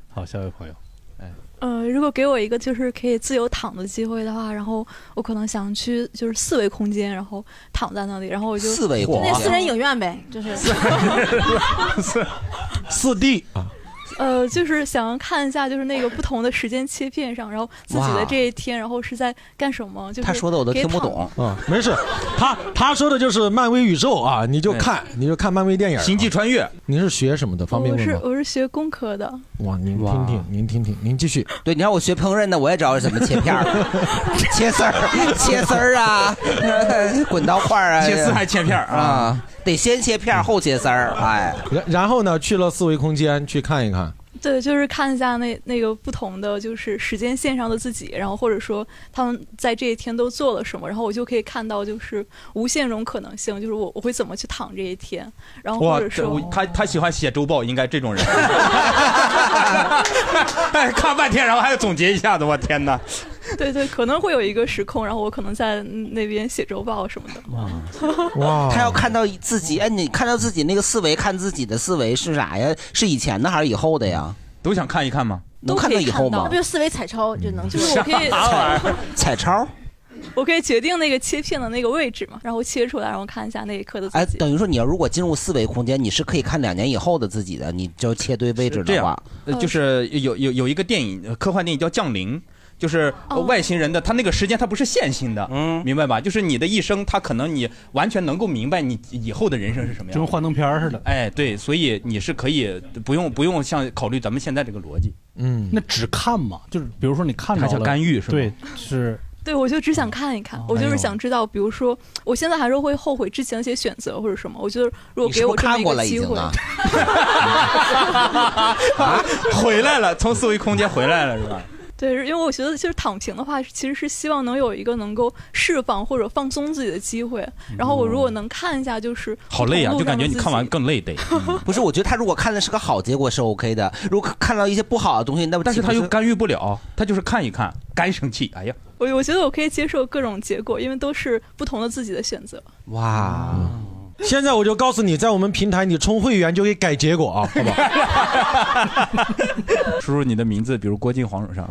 [SPEAKER 24] 好，下一位朋友，哎，
[SPEAKER 25] 呃，如果给我一个就是可以自由躺的机会的话，然后我可能想去就是四维空间，然后躺在那里，然后我就
[SPEAKER 6] 四维空
[SPEAKER 4] 那
[SPEAKER 6] 间
[SPEAKER 4] 私人影院呗，就是。
[SPEAKER 1] 四四 D 啊，
[SPEAKER 25] 呃，就是想看一下就是那个不同的时间切片上，然后自己
[SPEAKER 1] 哇
[SPEAKER 25] 的这一天，然后是在干什么？就是
[SPEAKER 1] 他说的我
[SPEAKER 6] 都
[SPEAKER 25] 可以
[SPEAKER 6] 听不
[SPEAKER 25] 躺
[SPEAKER 6] 懂
[SPEAKER 1] 啊，没事，他他说的就是漫威宇宙啊，你就看，你就看漫威电影《星
[SPEAKER 5] 际穿越》。
[SPEAKER 1] 您是学什么的？方便
[SPEAKER 25] 我
[SPEAKER 1] 问
[SPEAKER 25] 是
[SPEAKER 1] 吗？
[SPEAKER 25] 我是学工科的，
[SPEAKER 1] 哇，您听听，您听听，您继续。
[SPEAKER 6] 对，你让我学烹饪的，我也知道怎么切
[SPEAKER 5] [laughs]
[SPEAKER 6] 片儿，切丝儿，切丝儿啊，滚刀块儿啊，
[SPEAKER 5] 切丝还切片儿啊
[SPEAKER 6] 啊，得先切片儿后切丝儿，哎，
[SPEAKER 1] 然然后呢，去了四维空间去看一看。
[SPEAKER 25] 对，就是看一下那那个不同的就是时间线上的自己，然后或者说他们在这一天都做了什么，然后我就可以看到就是无限种可能性，就是我我会怎么去躺这一天，然后或者
[SPEAKER 5] 这
[SPEAKER 25] 说
[SPEAKER 5] 我他他喜欢写周报，应该这种人。 [laughs] 哎，看半天，然后还要总结一下子，我天哪！
[SPEAKER 25] 对对，可能会有一个时空，然后我可能在那边写周报什么的。 [laughs]
[SPEAKER 6] 哇！他要看到自己，哎，你看到自己那个思维，看自己的思维是啥呀？是以前的还是以后的呀？
[SPEAKER 5] 都想看一看吗？
[SPEAKER 6] 能看到以后
[SPEAKER 4] 那
[SPEAKER 6] 吗嗯
[SPEAKER 4] 不？就思维彩超就能
[SPEAKER 25] 就是我可以
[SPEAKER 6] 彩超，
[SPEAKER 25] [laughs] 我可以决定那个切片的那个位置嘛，然后切出来，然后看一下那一刻的自
[SPEAKER 6] 哎
[SPEAKER 25] 己。，
[SPEAKER 6] 等于说你要如果进入思维空间，你是可以看两年以后的自己的，你就切对位置
[SPEAKER 5] 这
[SPEAKER 6] 的话
[SPEAKER 5] 样，，呃就是有有有一个电影，呃科幻电影叫《降临》，就是外星人的，他那个时间他不是线性的，明白吧？就是你的一生，他可能你完全能够明白你以后的人生是什么
[SPEAKER 3] 就跟
[SPEAKER 5] 样。
[SPEAKER 3] 幻灯片儿似的。
[SPEAKER 5] 哎，对，所以你是可以不用不用像考虑咱们现在这个逻辑，
[SPEAKER 3] 嗯，那只看嘛，就是比如说你看
[SPEAKER 5] 他
[SPEAKER 3] 着
[SPEAKER 5] 想干预是吧
[SPEAKER 3] 对，是
[SPEAKER 25] 对，我就只
[SPEAKER 6] 嗯
[SPEAKER 25] 想看一
[SPEAKER 6] 哦
[SPEAKER 25] 看，我
[SPEAKER 3] 哎
[SPEAKER 25] 就是
[SPEAKER 3] 呦
[SPEAKER 25] 想知道，比如说，我现在还是会后悔之前的一些选择或者什么。我觉得如果
[SPEAKER 6] 你
[SPEAKER 25] 给
[SPEAKER 6] 是不
[SPEAKER 25] 我
[SPEAKER 6] 是
[SPEAKER 25] 这么
[SPEAKER 6] 看
[SPEAKER 25] 一
[SPEAKER 6] 过
[SPEAKER 25] 个
[SPEAKER 6] 了已
[SPEAKER 25] 机
[SPEAKER 6] 经
[SPEAKER 25] 会， [laughs]
[SPEAKER 6] 啊？
[SPEAKER 5] 啊回来了，从思维空间回来了是吧？
[SPEAKER 25] 对，是因为我觉得就是躺平的话，其实是希望能有一个能够释放或者放松自己的机会。然后我如果能看一下，就是
[SPEAKER 6] 嗯好累啊
[SPEAKER 25] 不同路
[SPEAKER 6] 就感
[SPEAKER 25] 上的
[SPEAKER 6] 觉你
[SPEAKER 25] 自
[SPEAKER 6] 看完
[SPEAKER 25] 己
[SPEAKER 5] 更累得。
[SPEAKER 6] 嗯不是，我觉得他如果看的是个好结果是 OK 的，如果看到一些不好的东西，那不
[SPEAKER 5] 但是他
[SPEAKER 6] 岂不
[SPEAKER 5] 又干预不了，他就是看一看，该生气，哎呀，
[SPEAKER 25] 我我觉得我可以接受各种结果，因为都是不同的自己的选择。
[SPEAKER 6] 哇！
[SPEAKER 1] 现在我就告诉你，在我们平台你充会员就可以改结果啊，好不好？
[SPEAKER 5] [laughs] 输入你的名字，比如郭靖、黄蓉啥。
[SPEAKER 3] [laughs]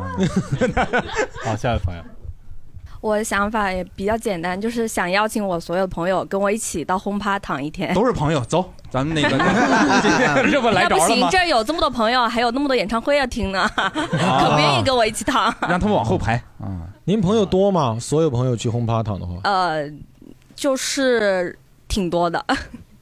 [SPEAKER 3] 好，下一位朋友，
[SPEAKER 26] 我的想法也比较简单，就是想邀请我所有的朋友跟我一起到轰趴躺一天。
[SPEAKER 5] 都
[SPEAKER 26] [laughs]
[SPEAKER 5] 是朋友，走，咱们那
[SPEAKER 3] [laughs]
[SPEAKER 5] 个这不来着
[SPEAKER 26] 那不
[SPEAKER 5] 了
[SPEAKER 26] 行，
[SPEAKER 5] 吗？啊
[SPEAKER 26] 这儿有这么多朋友，还有那么多演唱会要听呢， [laughs] 可不愿意跟我一起躺。
[SPEAKER 5] [laughs] 让他们往后排啊。
[SPEAKER 1] 您朋友多吗？所有朋友去轰趴躺的话，
[SPEAKER 26] 呃，就是挺多的，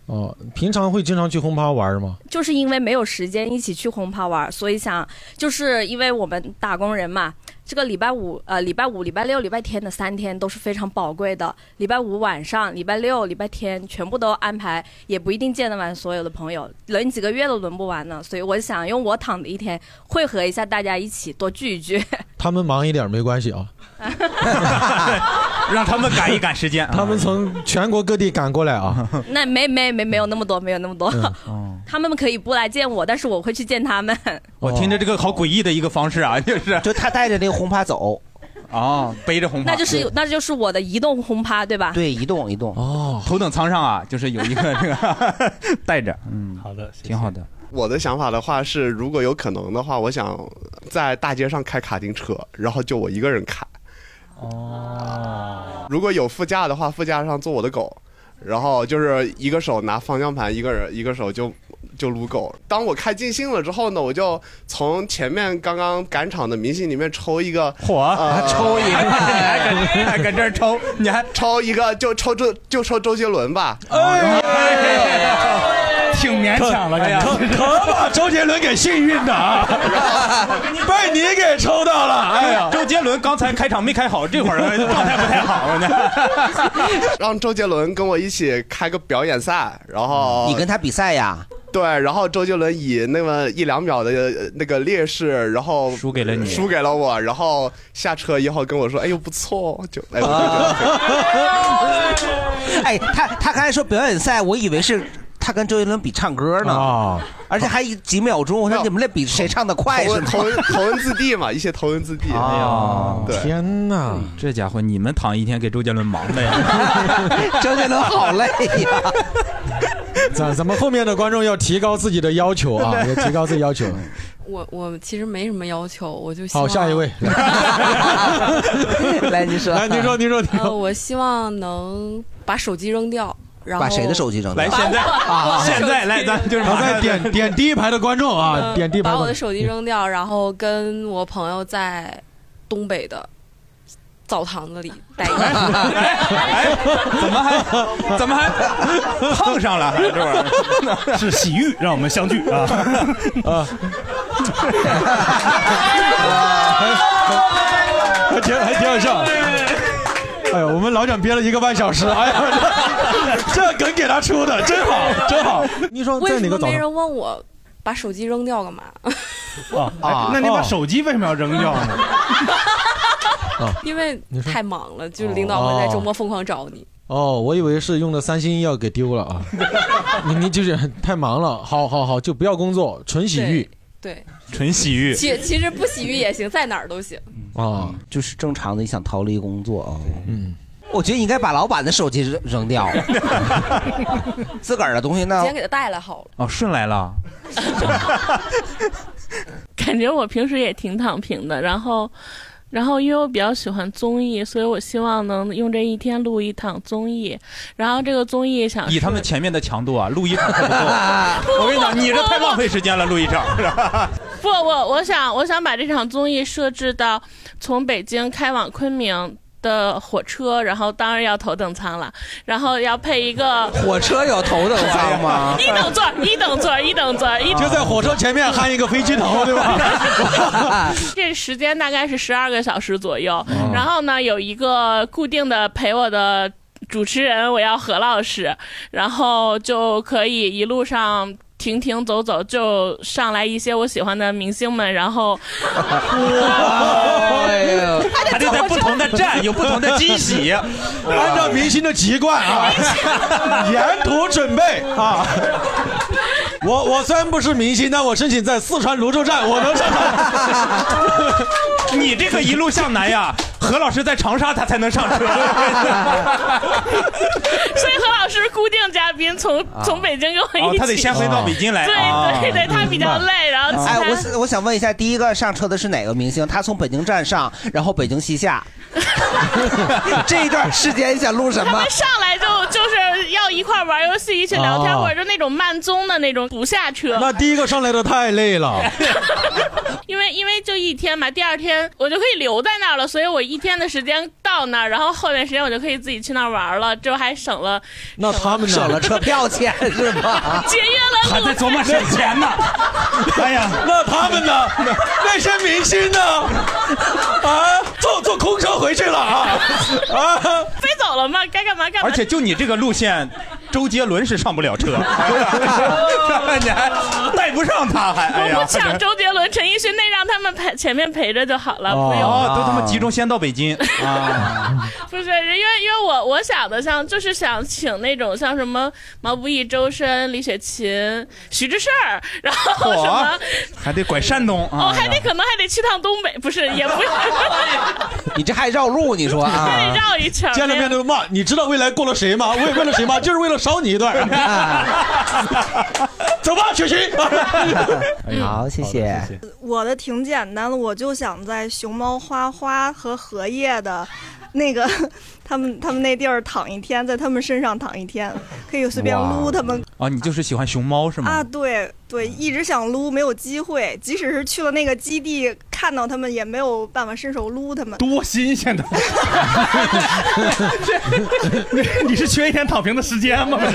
[SPEAKER 1] 哦，平常会经常去轰趴玩吗？
[SPEAKER 26] 就是因为没有时间一起去轰趴玩，所以想，就是因为我们打工人嘛，这个礼拜五、呃礼拜五、礼拜六、礼拜天的三天都是非常宝贵的。礼拜五晚上、礼拜六、礼拜天全部都安排，也不一定见得完所有的朋友，轮几个月都轮不完呢。所以我想用我躺的一天汇合一下大家一起多聚一 [laughs] 聚。
[SPEAKER 1] 他们忙一点没关系
[SPEAKER 5] [laughs]
[SPEAKER 1] 啊，
[SPEAKER 5] 让他们赶一赶时间。
[SPEAKER 1] [laughs] 他们从全国各地赶过来
[SPEAKER 5] [laughs]
[SPEAKER 1] 啊。
[SPEAKER 26] 那没没没没有那么多，没有那么 [laughs] 多。
[SPEAKER 1] 嗯
[SPEAKER 26] 他们可以不来见我，但是我会去见他们。
[SPEAKER 5] 我听着这个好诡异的一个方式啊， [laughs] 就是
[SPEAKER 6] 哦就他带着那个红趴走，
[SPEAKER 5] 哦，背着红趴，
[SPEAKER 26] [laughs] 那就是那就是我的移动轰趴，对吧？
[SPEAKER 6] 对移动移动
[SPEAKER 1] 哦，
[SPEAKER 5] 头等舱上啊，就是有一个
[SPEAKER 6] [laughs]
[SPEAKER 5] 这个 [laughs] 带着，嗯，
[SPEAKER 3] 好的，
[SPEAKER 5] 挺好的。
[SPEAKER 27] 我的想法的话是，如果有可能的话，我想在大街上开卡丁车，然后就我一个人开。哦。如果有副驾的话，副驾上坐我的狗，然后就是一个手拿方向盘，一个人一个手就就撸狗。当我开尽兴了之后呢，我就从前面刚刚赶场的明星里面抽一个，呃
[SPEAKER 5] 嚯、抽一
[SPEAKER 27] [laughs]
[SPEAKER 5] 个，还还搁这儿抽，你还
[SPEAKER 27] 抽一个，就抽周就抽周杰伦吧。
[SPEAKER 5] 哎
[SPEAKER 3] 挺勉强了，
[SPEAKER 27] 呀，
[SPEAKER 1] 可把周杰伦给幸运的
[SPEAKER 5] [laughs]
[SPEAKER 1] 啊，被你给抽到了，哎
[SPEAKER 5] [laughs]
[SPEAKER 1] 呀，
[SPEAKER 5] 周杰伦刚才开场没开好，这会儿状态不太
[SPEAKER 25] [laughs]
[SPEAKER 5] 好呢。
[SPEAKER 27] [laughs] 让周杰伦跟我一起开个表演赛，然后
[SPEAKER 6] 嗯你跟他比赛呀？
[SPEAKER 27] 对，然后周杰伦以那么一两秒的呃那个劣势，然后输
[SPEAKER 5] 给了你，
[SPEAKER 27] 输给了我，然后下车以后跟我说：“哎呦不错哦，就哎。
[SPEAKER 6] 啊
[SPEAKER 27] [laughs]
[SPEAKER 6] [laughs] 哎，他他刚才说表演赛，我以为是他跟周杰伦比唱歌呢，而且还一几秒钟，我说你们这比谁唱的快
[SPEAKER 27] 头
[SPEAKER 6] 是
[SPEAKER 27] 文
[SPEAKER 6] 吗哦
[SPEAKER 27] 头？文头文字 D 嘛，一些头文字 D。
[SPEAKER 5] 哎
[SPEAKER 25] 哦
[SPEAKER 5] 呀，
[SPEAKER 27] 对，
[SPEAKER 1] 天哪，
[SPEAKER 5] 这家伙你们躺一天给周杰伦忙的呀！
[SPEAKER 6] 周杰伦好累呀。
[SPEAKER 1] 咱咱们后面的观众要提高自己的要求
[SPEAKER 5] [laughs]
[SPEAKER 1] 啊，也提高自己要求。
[SPEAKER 28] 我我其实没什么要求，我就希
[SPEAKER 1] 好，
[SPEAKER 28] 望啊
[SPEAKER 1] 下一
[SPEAKER 5] [laughs]
[SPEAKER 28] [laughs]
[SPEAKER 1] 位，
[SPEAKER 28] 来
[SPEAKER 6] 你说
[SPEAKER 1] [laughs] 来您说您说您
[SPEAKER 28] [laughs] 呃，
[SPEAKER 1] 说，
[SPEAKER 28] 我希望能把手机扔掉，然后
[SPEAKER 1] 把谁的手
[SPEAKER 6] 机扔
[SPEAKER 28] 掉
[SPEAKER 1] 来现在
[SPEAKER 28] 啊
[SPEAKER 1] 现
[SPEAKER 28] 在
[SPEAKER 5] 来咱就是
[SPEAKER 1] 好在点点第一排的观众啊，
[SPEAKER 28] 呃
[SPEAKER 1] 点第一排观
[SPEAKER 28] 把
[SPEAKER 1] 众
[SPEAKER 28] 我的手机扔掉，然后跟我朋友在东北的澡堂子里待一天。
[SPEAKER 1] 哎
[SPEAKER 5] 怎么还怎么还碰上了？还这玩意儿
[SPEAKER 3] 是喜剧让我们相聚啊！
[SPEAKER 1] [laughs] 啊，还挺还挺有事儿。哎呦，我们老蒋憋了一个半小时，哎呀，这这梗给他出的真好，真好。你说
[SPEAKER 28] [laughs] 为
[SPEAKER 1] 在
[SPEAKER 28] 什
[SPEAKER 1] 哪
[SPEAKER 28] 么
[SPEAKER 1] 个澡
[SPEAKER 28] 没
[SPEAKER 1] 堂？
[SPEAKER 28] 人问我把手机扔掉干嘛？
[SPEAKER 7] 啊
[SPEAKER 3] 啊
[SPEAKER 5] 哦
[SPEAKER 7] 那你把手机为什么要扔掉呢？
[SPEAKER 28] 因为
[SPEAKER 1] 你说
[SPEAKER 28] 太忙了，就是领导会在周末疯狂找你。
[SPEAKER 1] 哦，我以为是用的三星要给丢了啊！ [laughs] 你你就是太忙了，好好好，就不要工作，纯洗浴，
[SPEAKER 28] 对，
[SPEAKER 1] 纯洗浴
[SPEAKER 28] 其其实不洗浴也行，在哪儿都行。
[SPEAKER 1] 啊，
[SPEAKER 6] 就是正常的，你想逃离工作啊。
[SPEAKER 1] 嗯，
[SPEAKER 6] 我觉得你应该把老板的手机扔扔 [laughs] 掉，自个儿的东西
[SPEAKER 28] 今
[SPEAKER 6] 呢
[SPEAKER 28] 天？给他带来好了。
[SPEAKER 6] 哦，顺来了。
[SPEAKER 29] [laughs] 感觉我平时也挺躺平的，然后，然后因为我比较喜欢综艺，所以我希望能用这一天录一档综艺，然后这个综艺想
[SPEAKER 5] 以他们前面的强度啊，录一场
[SPEAKER 29] [laughs]
[SPEAKER 5] 还不
[SPEAKER 29] 啊
[SPEAKER 5] 够。我跟你讲，你这太浪费时间了，录一场。
[SPEAKER 29] 不，我我想我想把这场综艺设置到从北京开往昆明。的火车，然后当然要头等舱了，然后要配
[SPEAKER 1] [laughs]
[SPEAKER 29] 一个？
[SPEAKER 6] 火车有头等舱吗
[SPEAKER 29] 一等座，一等座，一等座，一等座
[SPEAKER 1] 就在火车前面焊一个飞机头，对
[SPEAKER 6] [laughs]
[SPEAKER 1] 吧？
[SPEAKER 29] 这时间大概是十二个小时左
[SPEAKER 6] 哦
[SPEAKER 29] 右。然后呢，有一个固定的陪我的主持人，我要何老师，然后就可以一路上。停停走走，就上来一些我喜欢的明星们，
[SPEAKER 6] [laughs]
[SPEAKER 29] 然后，
[SPEAKER 5] 哎还得在不同的站有不同的惊喜，
[SPEAKER 1] [laughs] 按照明星的籍贯啊，沿途准备啊。 [laughs] 我我虽然不是明星，但我申请在四川泸州站，我能上场。
[SPEAKER 5] [laughs] 你这个一路向南呀，何老师在长沙他才能上车。
[SPEAKER 29] [laughs] 所以何老师是固定嘉宾从，从、
[SPEAKER 6] 啊
[SPEAKER 29] 北京跟我一起、
[SPEAKER 6] 哦他得先回到北京来
[SPEAKER 29] 对
[SPEAKER 6] 啊
[SPEAKER 29] 对对，他比较累，然后其
[SPEAKER 6] 哎，
[SPEAKER 29] 他、
[SPEAKER 6] 我想我想问一下，第一个上车的是哪个明星？他从北京站上，然后北京西
[SPEAKER 29] [laughs]
[SPEAKER 6] 下， [laughs] 这一段时间你想录什
[SPEAKER 29] 他
[SPEAKER 6] 么
[SPEAKER 29] 们？上来就 [laughs] 就是要一块儿玩游戏，一起聊天，
[SPEAKER 1] 哦
[SPEAKER 29] 或者就那种慢综的那种不下车。
[SPEAKER 1] 那第一个上来的太累了，
[SPEAKER 29] 因为因为就一天嘛，第二天我就可以留在那儿了，所以我一天的时间到那儿，然后后面时间我就可以自己去那儿玩了，这还省了
[SPEAKER 1] 那他们呢
[SPEAKER 6] 省了车票钱是吗？
[SPEAKER 29] 节约了路费。
[SPEAKER 6] 呢。
[SPEAKER 1] 哎呀，那他们呢？那些明星呢？啊，坐坐空车回去了啊！啊，
[SPEAKER 29] [laughs] 飞走了嘛，该干嘛干嘛。
[SPEAKER 5] 而且就你这个路线，周杰伦是上不了车，
[SPEAKER 29] [laughs]
[SPEAKER 5] 你还带不上他还。哎呀
[SPEAKER 29] 我不 [laughs] 抢周杰伦、陈奕迅，那让他们陪前面陪着就好了，不用。
[SPEAKER 5] 哦，都他妈集中先到北
[SPEAKER 29] [laughs]
[SPEAKER 5] 京啊！
[SPEAKER 29] 不是，因为因为我我想的像就是想请那种像什么毛不易、周深、李雪琴、徐志胜儿，然后哦什么
[SPEAKER 5] 嚯，还得拐山东
[SPEAKER 29] 哦，
[SPEAKER 5] 啊！
[SPEAKER 29] 还
[SPEAKER 1] 哎
[SPEAKER 29] 得可能还得去趟东北，不是也不是
[SPEAKER 1] 啊
[SPEAKER 29] [laughs]
[SPEAKER 6] 你这还绕路，你说
[SPEAKER 1] [laughs]
[SPEAKER 6] 啊？
[SPEAKER 29] 绕一圈儿。
[SPEAKER 1] 见了面都骂，你知道未来过了谁吗？为为了谁吗？就是为了少你一段。
[SPEAKER 6] 啊
[SPEAKER 1] [laughs] 走吧，雪琴。
[SPEAKER 6] 哎好，谢谢。
[SPEAKER 30] 我的挺简单的，我就想在熊猫花花和荷叶的，那个 [laughs] 他们他们那地儿躺一天，在他们身上躺一天，可以随便撸他们
[SPEAKER 5] 啊，你就是喜欢熊猫是吗
[SPEAKER 30] 啊！？对对，一直想撸没有机会，即使是去了那个基地，看到他们也没有办法伸手撸他们。
[SPEAKER 3] 多新鲜
[SPEAKER 6] [laughs]
[SPEAKER 3] 的！ [laughs] 你你是缺一天躺平的时间吗？ [laughs]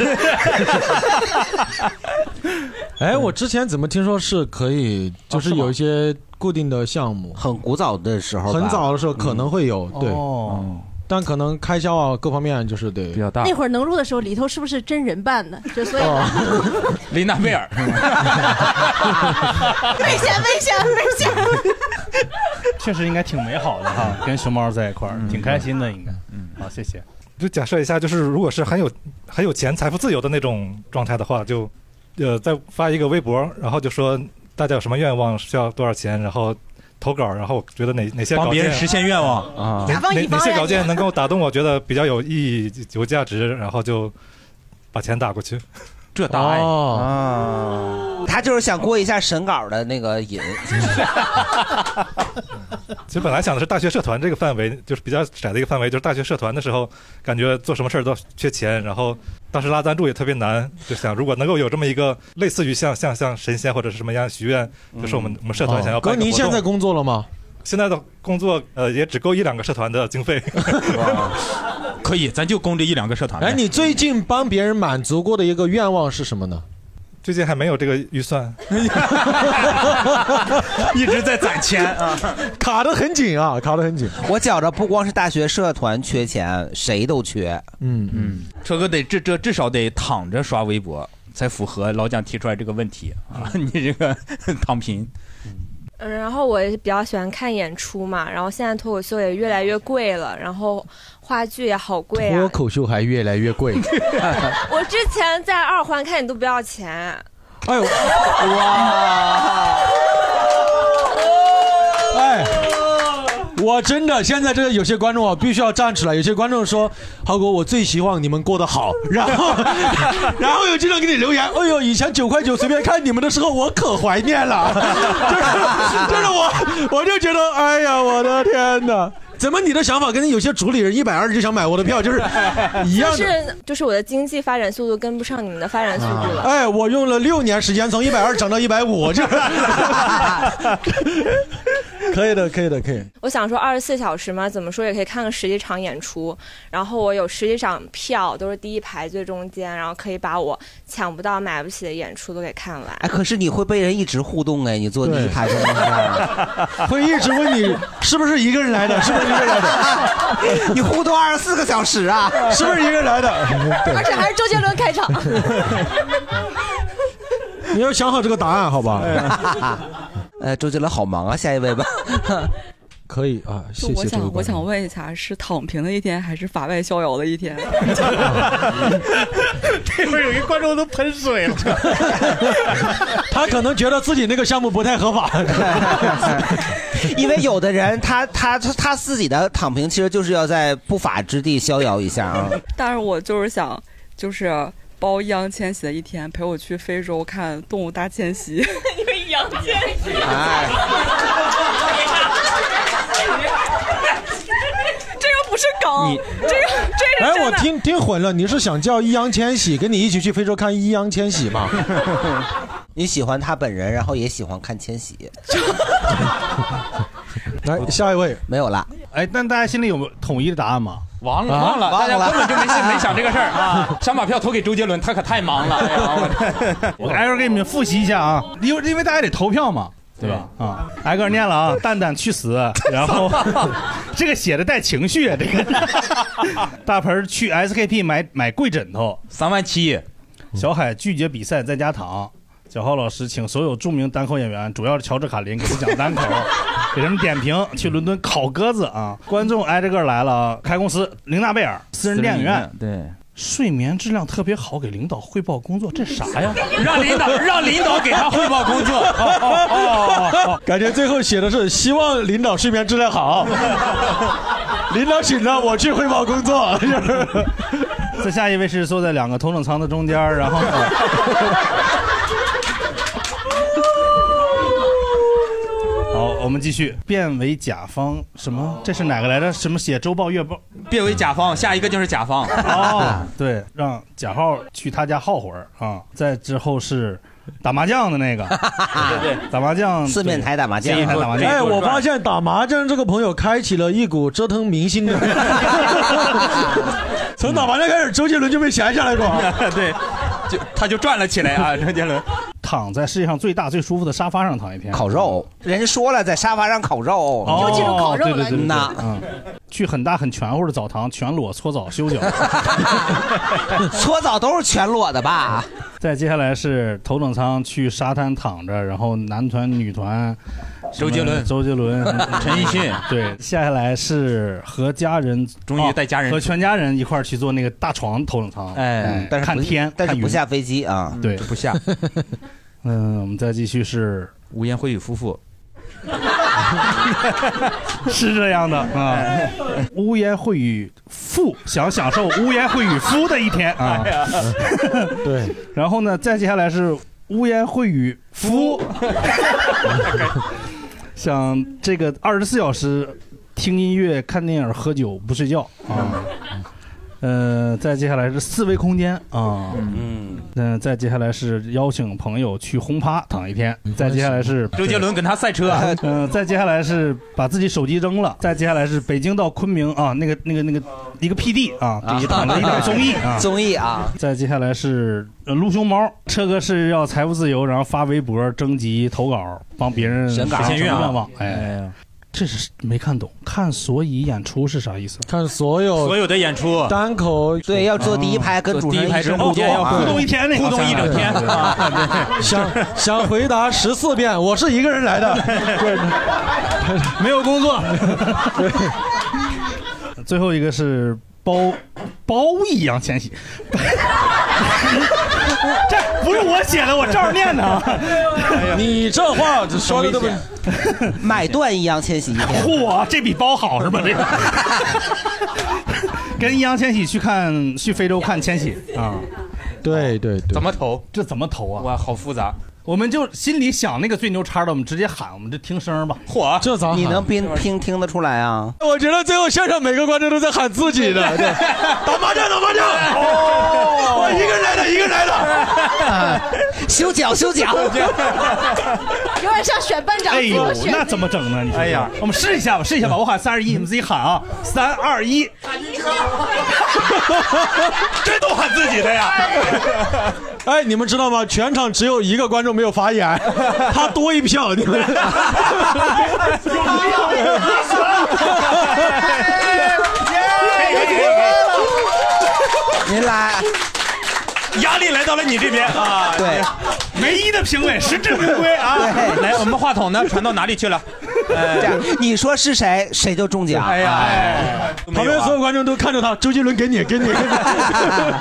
[SPEAKER 1] 哎，我之前怎么听说是可以，就
[SPEAKER 5] 哦
[SPEAKER 1] 是有一些固定的项目，
[SPEAKER 6] 很古早的时候吧
[SPEAKER 1] 很早的时候可能会有
[SPEAKER 14] 嗯，
[SPEAKER 1] 对，
[SPEAKER 14] 哦
[SPEAKER 1] 嗯但可能开销啊各方面就是得比较
[SPEAKER 6] 啊
[SPEAKER 1] 大
[SPEAKER 14] 那会儿能录的时候，里头是不是真人扮的？就所以
[SPEAKER 6] 哦
[SPEAKER 4] [laughs]
[SPEAKER 14] [laughs]
[SPEAKER 5] 琳娜哦贝尔，
[SPEAKER 14] 危险危险危险！
[SPEAKER 7] 确实应该挺美好的哈，跟熊猫在一块儿，
[SPEAKER 5] 嗯
[SPEAKER 7] 挺开心的，应该。嗯，好，谢谢。
[SPEAKER 31] 就假设一下，就是如果是很有很有钱、财富自由的那种状态的话，就呃再发一个微博，然后就说大家有什么愿望，需要多少钱，然后投稿，然后觉得哪哪些
[SPEAKER 5] 帮
[SPEAKER 31] 稿
[SPEAKER 5] 别
[SPEAKER 31] 件
[SPEAKER 5] 人实现愿望啊
[SPEAKER 31] 哪哪哪些稿件能够打动我，觉得比较有意义、有价值，然后就把钱打过去。
[SPEAKER 5] 这
[SPEAKER 6] 大爱
[SPEAKER 7] 哦
[SPEAKER 6] 啊！他就是想过一下审稿的那个瘾。
[SPEAKER 31] 其实本来想的是大学社团这个范围，就是比较窄的一个范围，就是大学社团的时候，感觉做什么事儿都缺钱，然后当时拉赞助也特别难，就想如果能够有这么一个类似于像像像神仙或者是什么样许愿，就是我们、我们社团想要
[SPEAKER 1] 哥，
[SPEAKER 31] 办一
[SPEAKER 1] 您
[SPEAKER 31] 个活动
[SPEAKER 1] 现在工作了吗？
[SPEAKER 31] 现在的工作呃也只够一两个社团的经费，
[SPEAKER 5] 可以，咱就供这一两个社团呗。
[SPEAKER 1] 哎，你最近帮别人满足过的一个愿望是什么呢？
[SPEAKER 31] 最近还没有这个预算，
[SPEAKER 5] [laughs] 一直在攒钱啊，
[SPEAKER 1] 卡得很紧啊，卡得很紧。
[SPEAKER 6] 我觉着不光是大学社团缺钱，谁都缺。
[SPEAKER 1] 嗯嗯，
[SPEAKER 5] 车哥得这这至少得躺着刷
[SPEAKER 3] 嗯
[SPEAKER 5] [laughs] 微博，才符合老蒋提出来这个问题啊！你这个躺平，
[SPEAKER 32] 呃然后我也比较喜欢看演出嘛，然后现在脱口秀也越来越贵了，然后话剧也好贵啊
[SPEAKER 15] 脱。口秀还越来
[SPEAKER 5] [laughs]
[SPEAKER 15] 越贵。
[SPEAKER 32] 我之前在二环看你都不要钱，[laughs]
[SPEAKER 15] 哎呦，哇！
[SPEAKER 1] 哎，我真的现在这有些观众啊，必须要站起来。有些观众说：“豪哥，我最希望你们过得好。”然后， [laughs] 然后有经常给你留言：“哎呦，以前九块九随便看你们的时候，我可怀念了。” [laughs] 就是就是我，我就觉得，哎呀，我的天哪！怎么你的想法跟有些主理人一百二就想买我的票，就是一样
[SPEAKER 32] 就
[SPEAKER 1] 的？
[SPEAKER 32] 是就是我的经济发展速度跟不上你们的发展速度
[SPEAKER 15] 啊
[SPEAKER 32] 了。
[SPEAKER 1] 哎，我用了六年时间从一百二涨到一百五，就是。 [laughs] 可以的，可以的，可以。
[SPEAKER 32] 我想说二十四小时嘛，怎么说也可以看个十几场演出。然后我有十几场票，都是第一排最中间，然后可以把我抢不到、买不起的演出都给看完。
[SPEAKER 6] 哎，可是你会被人一直互动哎，你坐第一排的那个，
[SPEAKER 1] [laughs] 会一直问你是不是一个人来的，是不是一个人来的？
[SPEAKER 6] 你互动二十四个小时啊，
[SPEAKER 1] 是不是一个人来的？
[SPEAKER 4] [laughs]
[SPEAKER 14] 而且还是周杰伦开场。
[SPEAKER 1] 你要想好这个答案，好吧？
[SPEAKER 6] 哎 [laughs] 呃，周杰伦好忙啊，下一位吧。 [laughs]
[SPEAKER 15] 可以啊，
[SPEAKER 17] 就我想，我想问一下，是躺平的一天，还是法外逍遥的一
[SPEAKER 7] [laughs]
[SPEAKER 17] 天？
[SPEAKER 3] 这会儿有一观众都喷水了。
[SPEAKER 1] 他可能觉得自己那个项目不太合法。
[SPEAKER 6] 因为有的人他他他他自己的躺平，其实就是要在不法之地逍遥一下啊。
[SPEAKER 17] [laughs] 但是我就是想，就是包易烊千玺的一天，陪我去非洲看动物大迁
[SPEAKER 29] [laughs]
[SPEAKER 17] 徙。
[SPEAKER 14] 因为杨坚持。
[SPEAKER 6] 哎
[SPEAKER 17] 这个不是梗
[SPEAKER 1] 你，
[SPEAKER 17] 这个这
[SPEAKER 1] 哎
[SPEAKER 17] 个，是真
[SPEAKER 1] 我
[SPEAKER 17] 的。
[SPEAKER 1] 听听混了，你是想叫易烊千玺跟你一起去非洲看易烊千玺吗？
[SPEAKER 6] [laughs] 你喜欢他本人，然后也喜欢看
[SPEAKER 3] [laughs]
[SPEAKER 6] 千玺。
[SPEAKER 1] 来，下一位
[SPEAKER 6] 没有了。
[SPEAKER 3] 哎，但大家心里有统一的答案吗？
[SPEAKER 15] 忘
[SPEAKER 3] 啊
[SPEAKER 15] 了忘了，大家根本就没信没想这个事儿
[SPEAKER 3] [laughs]
[SPEAKER 15] 啊！想把票投给周杰伦，他可太忙了。哎呀
[SPEAKER 3] 我挨个给你们复习一下啊，因为因为大家得投票嘛，对吧？啊，挨个念了啊，蛋蛋去死，然后这个写的带情绪，啊，这个大盆儿去 SKP 买买贵枕头，
[SPEAKER 15] 三万七，
[SPEAKER 3] 小海拒绝比赛在家躺，小浩老师请所有著名单口演员，主要是乔治卡林给他讲单口。给他们点评，去伦敦烤鸽子啊！观众挨着个儿来了啊！开公司，玲娜贝尔，私人电影院，
[SPEAKER 15] 对，
[SPEAKER 3] 睡眠质量特别好，给领导汇报工作，这啥呀？
[SPEAKER 15] 让领导让领导给他汇报工作。哦哦哦哦哦
[SPEAKER 1] 感觉最后写的是希望领导睡眠质量
[SPEAKER 6] [laughs]
[SPEAKER 1] 好，领导醒了我去汇报工
[SPEAKER 3] [laughs]
[SPEAKER 1] 作。
[SPEAKER 3] 再下一位是坐在两个头等舱的中间儿，然
[SPEAKER 6] [laughs]
[SPEAKER 3] 后好，我们继续变为甲方什么？这是哪个来着？什么写周报月报？
[SPEAKER 15] 变为甲
[SPEAKER 5] 嗯
[SPEAKER 15] 方，下一个就是甲方。
[SPEAKER 5] [laughs]
[SPEAKER 6] 啊
[SPEAKER 3] 哦，对，让贾浩去他家耗会儿啊。再之后是打麻将的那
[SPEAKER 6] [laughs]
[SPEAKER 3] 个，对
[SPEAKER 15] 对对，
[SPEAKER 3] 打麻将，
[SPEAKER 6] 四面台打麻
[SPEAKER 3] 四面台打麻将。
[SPEAKER 1] 哎，我发现打麻将这个朋友开启了一股折腾民心
[SPEAKER 6] [laughs]
[SPEAKER 1] 的。从打麻将开始，周杰伦就没闲下来过。
[SPEAKER 15] 对，就他就转了起来啊，周杰伦。
[SPEAKER 3] 躺在世界上最大最舒服的沙发上躺一天，
[SPEAKER 6] 烤肉，人家说了在沙发上烤肉，
[SPEAKER 3] 哦，
[SPEAKER 6] 你就记住烤肉
[SPEAKER 3] 对对
[SPEAKER 6] 了
[SPEAKER 3] 对对对
[SPEAKER 6] 那
[SPEAKER 3] 嗯，去很大很全乎的澡堂全裸搓澡修脚，
[SPEAKER 6] [laughs] 搓澡都是全裸的吧？
[SPEAKER 3] 再接下来是头等舱去沙滩躺着，然后男团女团，什么
[SPEAKER 15] 周杰伦
[SPEAKER 3] 周杰伦
[SPEAKER 15] 陈奕迅
[SPEAKER 3] 对，下来是和家人，
[SPEAKER 15] 终于带家人
[SPEAKER 3] 哦和全家人一块儿去坐那个大床头等舱，
[SPEAKER 6] 哎但
[SPEAKER 3] 嗯
[SPEAKER 6] 是
[SPEAKER 3] 看
[SPEAKER 6] 不
[SPEAKER 3] 天，
[SPEAKER 6] 但是
[SPEAKER 3] 看云
[SPEAKER 6] 不下飞机啊
[SPEAKER 3] 对，
[SPEAKER 6] 不下。
[SPEAKER 3] [laughs] 嗯，我们再继续是
[SPEAKER 15] 吴彦辉宇夫妇，
[SPEAKER 3] [laughs] 是这样的啊，污言秽语妇想享受污言秽语夫的一天啊
[SPEAKER 15] 哎呀，
[SPEAKER 6] 嗯
[SPEAKER 3] 对， [laughs] 然后呢，再接下来是污言秽语
[SPEAKER 6] [laughs]
[SPEAKER 3] 夫，想这个二十四小时听音乐、看电影、喝酒不睡觉啊。呃，再接下来是四维空间啊，嗯，嗯，再接下来是邀请朋友去轰趴躺一天，
[SPEAKER 6] 嗯
[SPEAKER 3] 再接下来是
[SPEAKER 15] 周杰伦跟他赛车啊。
[SPEAKER 3] 嗯、再接下来是把自己手机扔了，再接下来是北京到昆明啊，那个那个那个一个 PD 啊，
[SPEAKER 6] 啊
[SPEAKER 3] 给躺了一
[SPEAKER 6] [laughs]
[SPEAKER 3] 档综艺啊，
[SPEAKER 6] 综艺啊。
[SPEAKER 3] 再接下来是呃撸熊猫，车哥是要财务自由，然后发微博征集投稿，帮别人
[SPEAKER 5] 嗯
[SPEAKER 15] 审稿
[SPEAKER 3] 实现
[SPEAKER 15] 愿望
[SPEAKER 3] 愿望，哎。这是没看懂，看所以演出是啥意思？
[SPEAKER 1] 看所有
[SPEAKER 5] 所有的演出
[SPEAKER 1] 单口
[SPEAKER 3] [laughs]
[SPEAKER 6] 对，要坐第一排跟主持人
[SPEAKER 3] 哦
[SPEAKER 6] 一直互动啊，
[SPEAKER 1] 互动一整天。想想回答十四遍，我是一个人来的，没有工作。
[SPEAKER 3] 最后一个是包包易烊千玺，这不是我写的，我照着念的啊。 [laughs]
[SPEAKER 1] 你这话说的都不
[SPEAKER 6] 买断易烊千玺一
[SPEAKER 3] [laughs]
[SPEAKER 6] 天，
[SPEAKER 3] 嚯，这比包好是吧？这个跟易烊千玺去看去非洲看千玺啊，
[SPEAKER 1] 对对对，
[SPEAKER 3] 怎么投？这怎么投啊？
[SPEAKER 5] 哇，好复杂。
[SPEAKER 3] 我们就心里想那个最牛叉的，我们直接喊，我们就听声儿吧。
[SPEAKER 5] 嚯，
[SPEAKER 1] 这咋
[SPEAKER 6] 你
[SPEAKER 3] [laughs]
[SPEAKER 6] 能 [laughs] 听听听得出来啊？
[SPEAKER 1] 我觉得最后现场每个观众都在喊自己的，对， [laughs] 打麻将，打麻将，我一个人来的，一个人来的，
[SPEAKER 6] 哦 [laughs] 修脚，修脚，
[SPEAKER 1] [laughs]
[SPEAKER 4] 有点像选班长，
[SPEAKER 3] 哎呦
[SPEAKER 4] 我，选
[SPEAKER 3] 那怎么整呢？你说
[SPEAKER 1] 哎呀
[SPEAKER 3] 我们试一下吧，试一下吧。我喊三二一，你们自己喊啊，三二一。
[SPEAKER 1] 这都喊自己的呀！哎，你们知道吗？全场只有一个观众没有发言，他多一票。你们
[SPEAKER 6] [laughs] 您来，
[SPEAKER 5] 压力来到了你这边
[SPEAKER 6] [laughs]
[SPEAKER 5] 啊！
[SPEAKER 6] 对，
[SPEAKER 3] 唯一的评委实至名归啊！
[SPEAKER 5] 来，我们话筒呢传到哪里去
[SPEAKER 3] [laughs]
[SPEAKER 5] 了？
[SPEAKER 15] 呃
[SPEAKER 6] 这样你说是谁，谁就中
[SPEAKER 1] [laughs]
[SPEAKER 6] 奖。哎呀，
[SPEAKER 1] 旁边所有观众都看着他，周杰伦给你，给你， [laughs] 给你。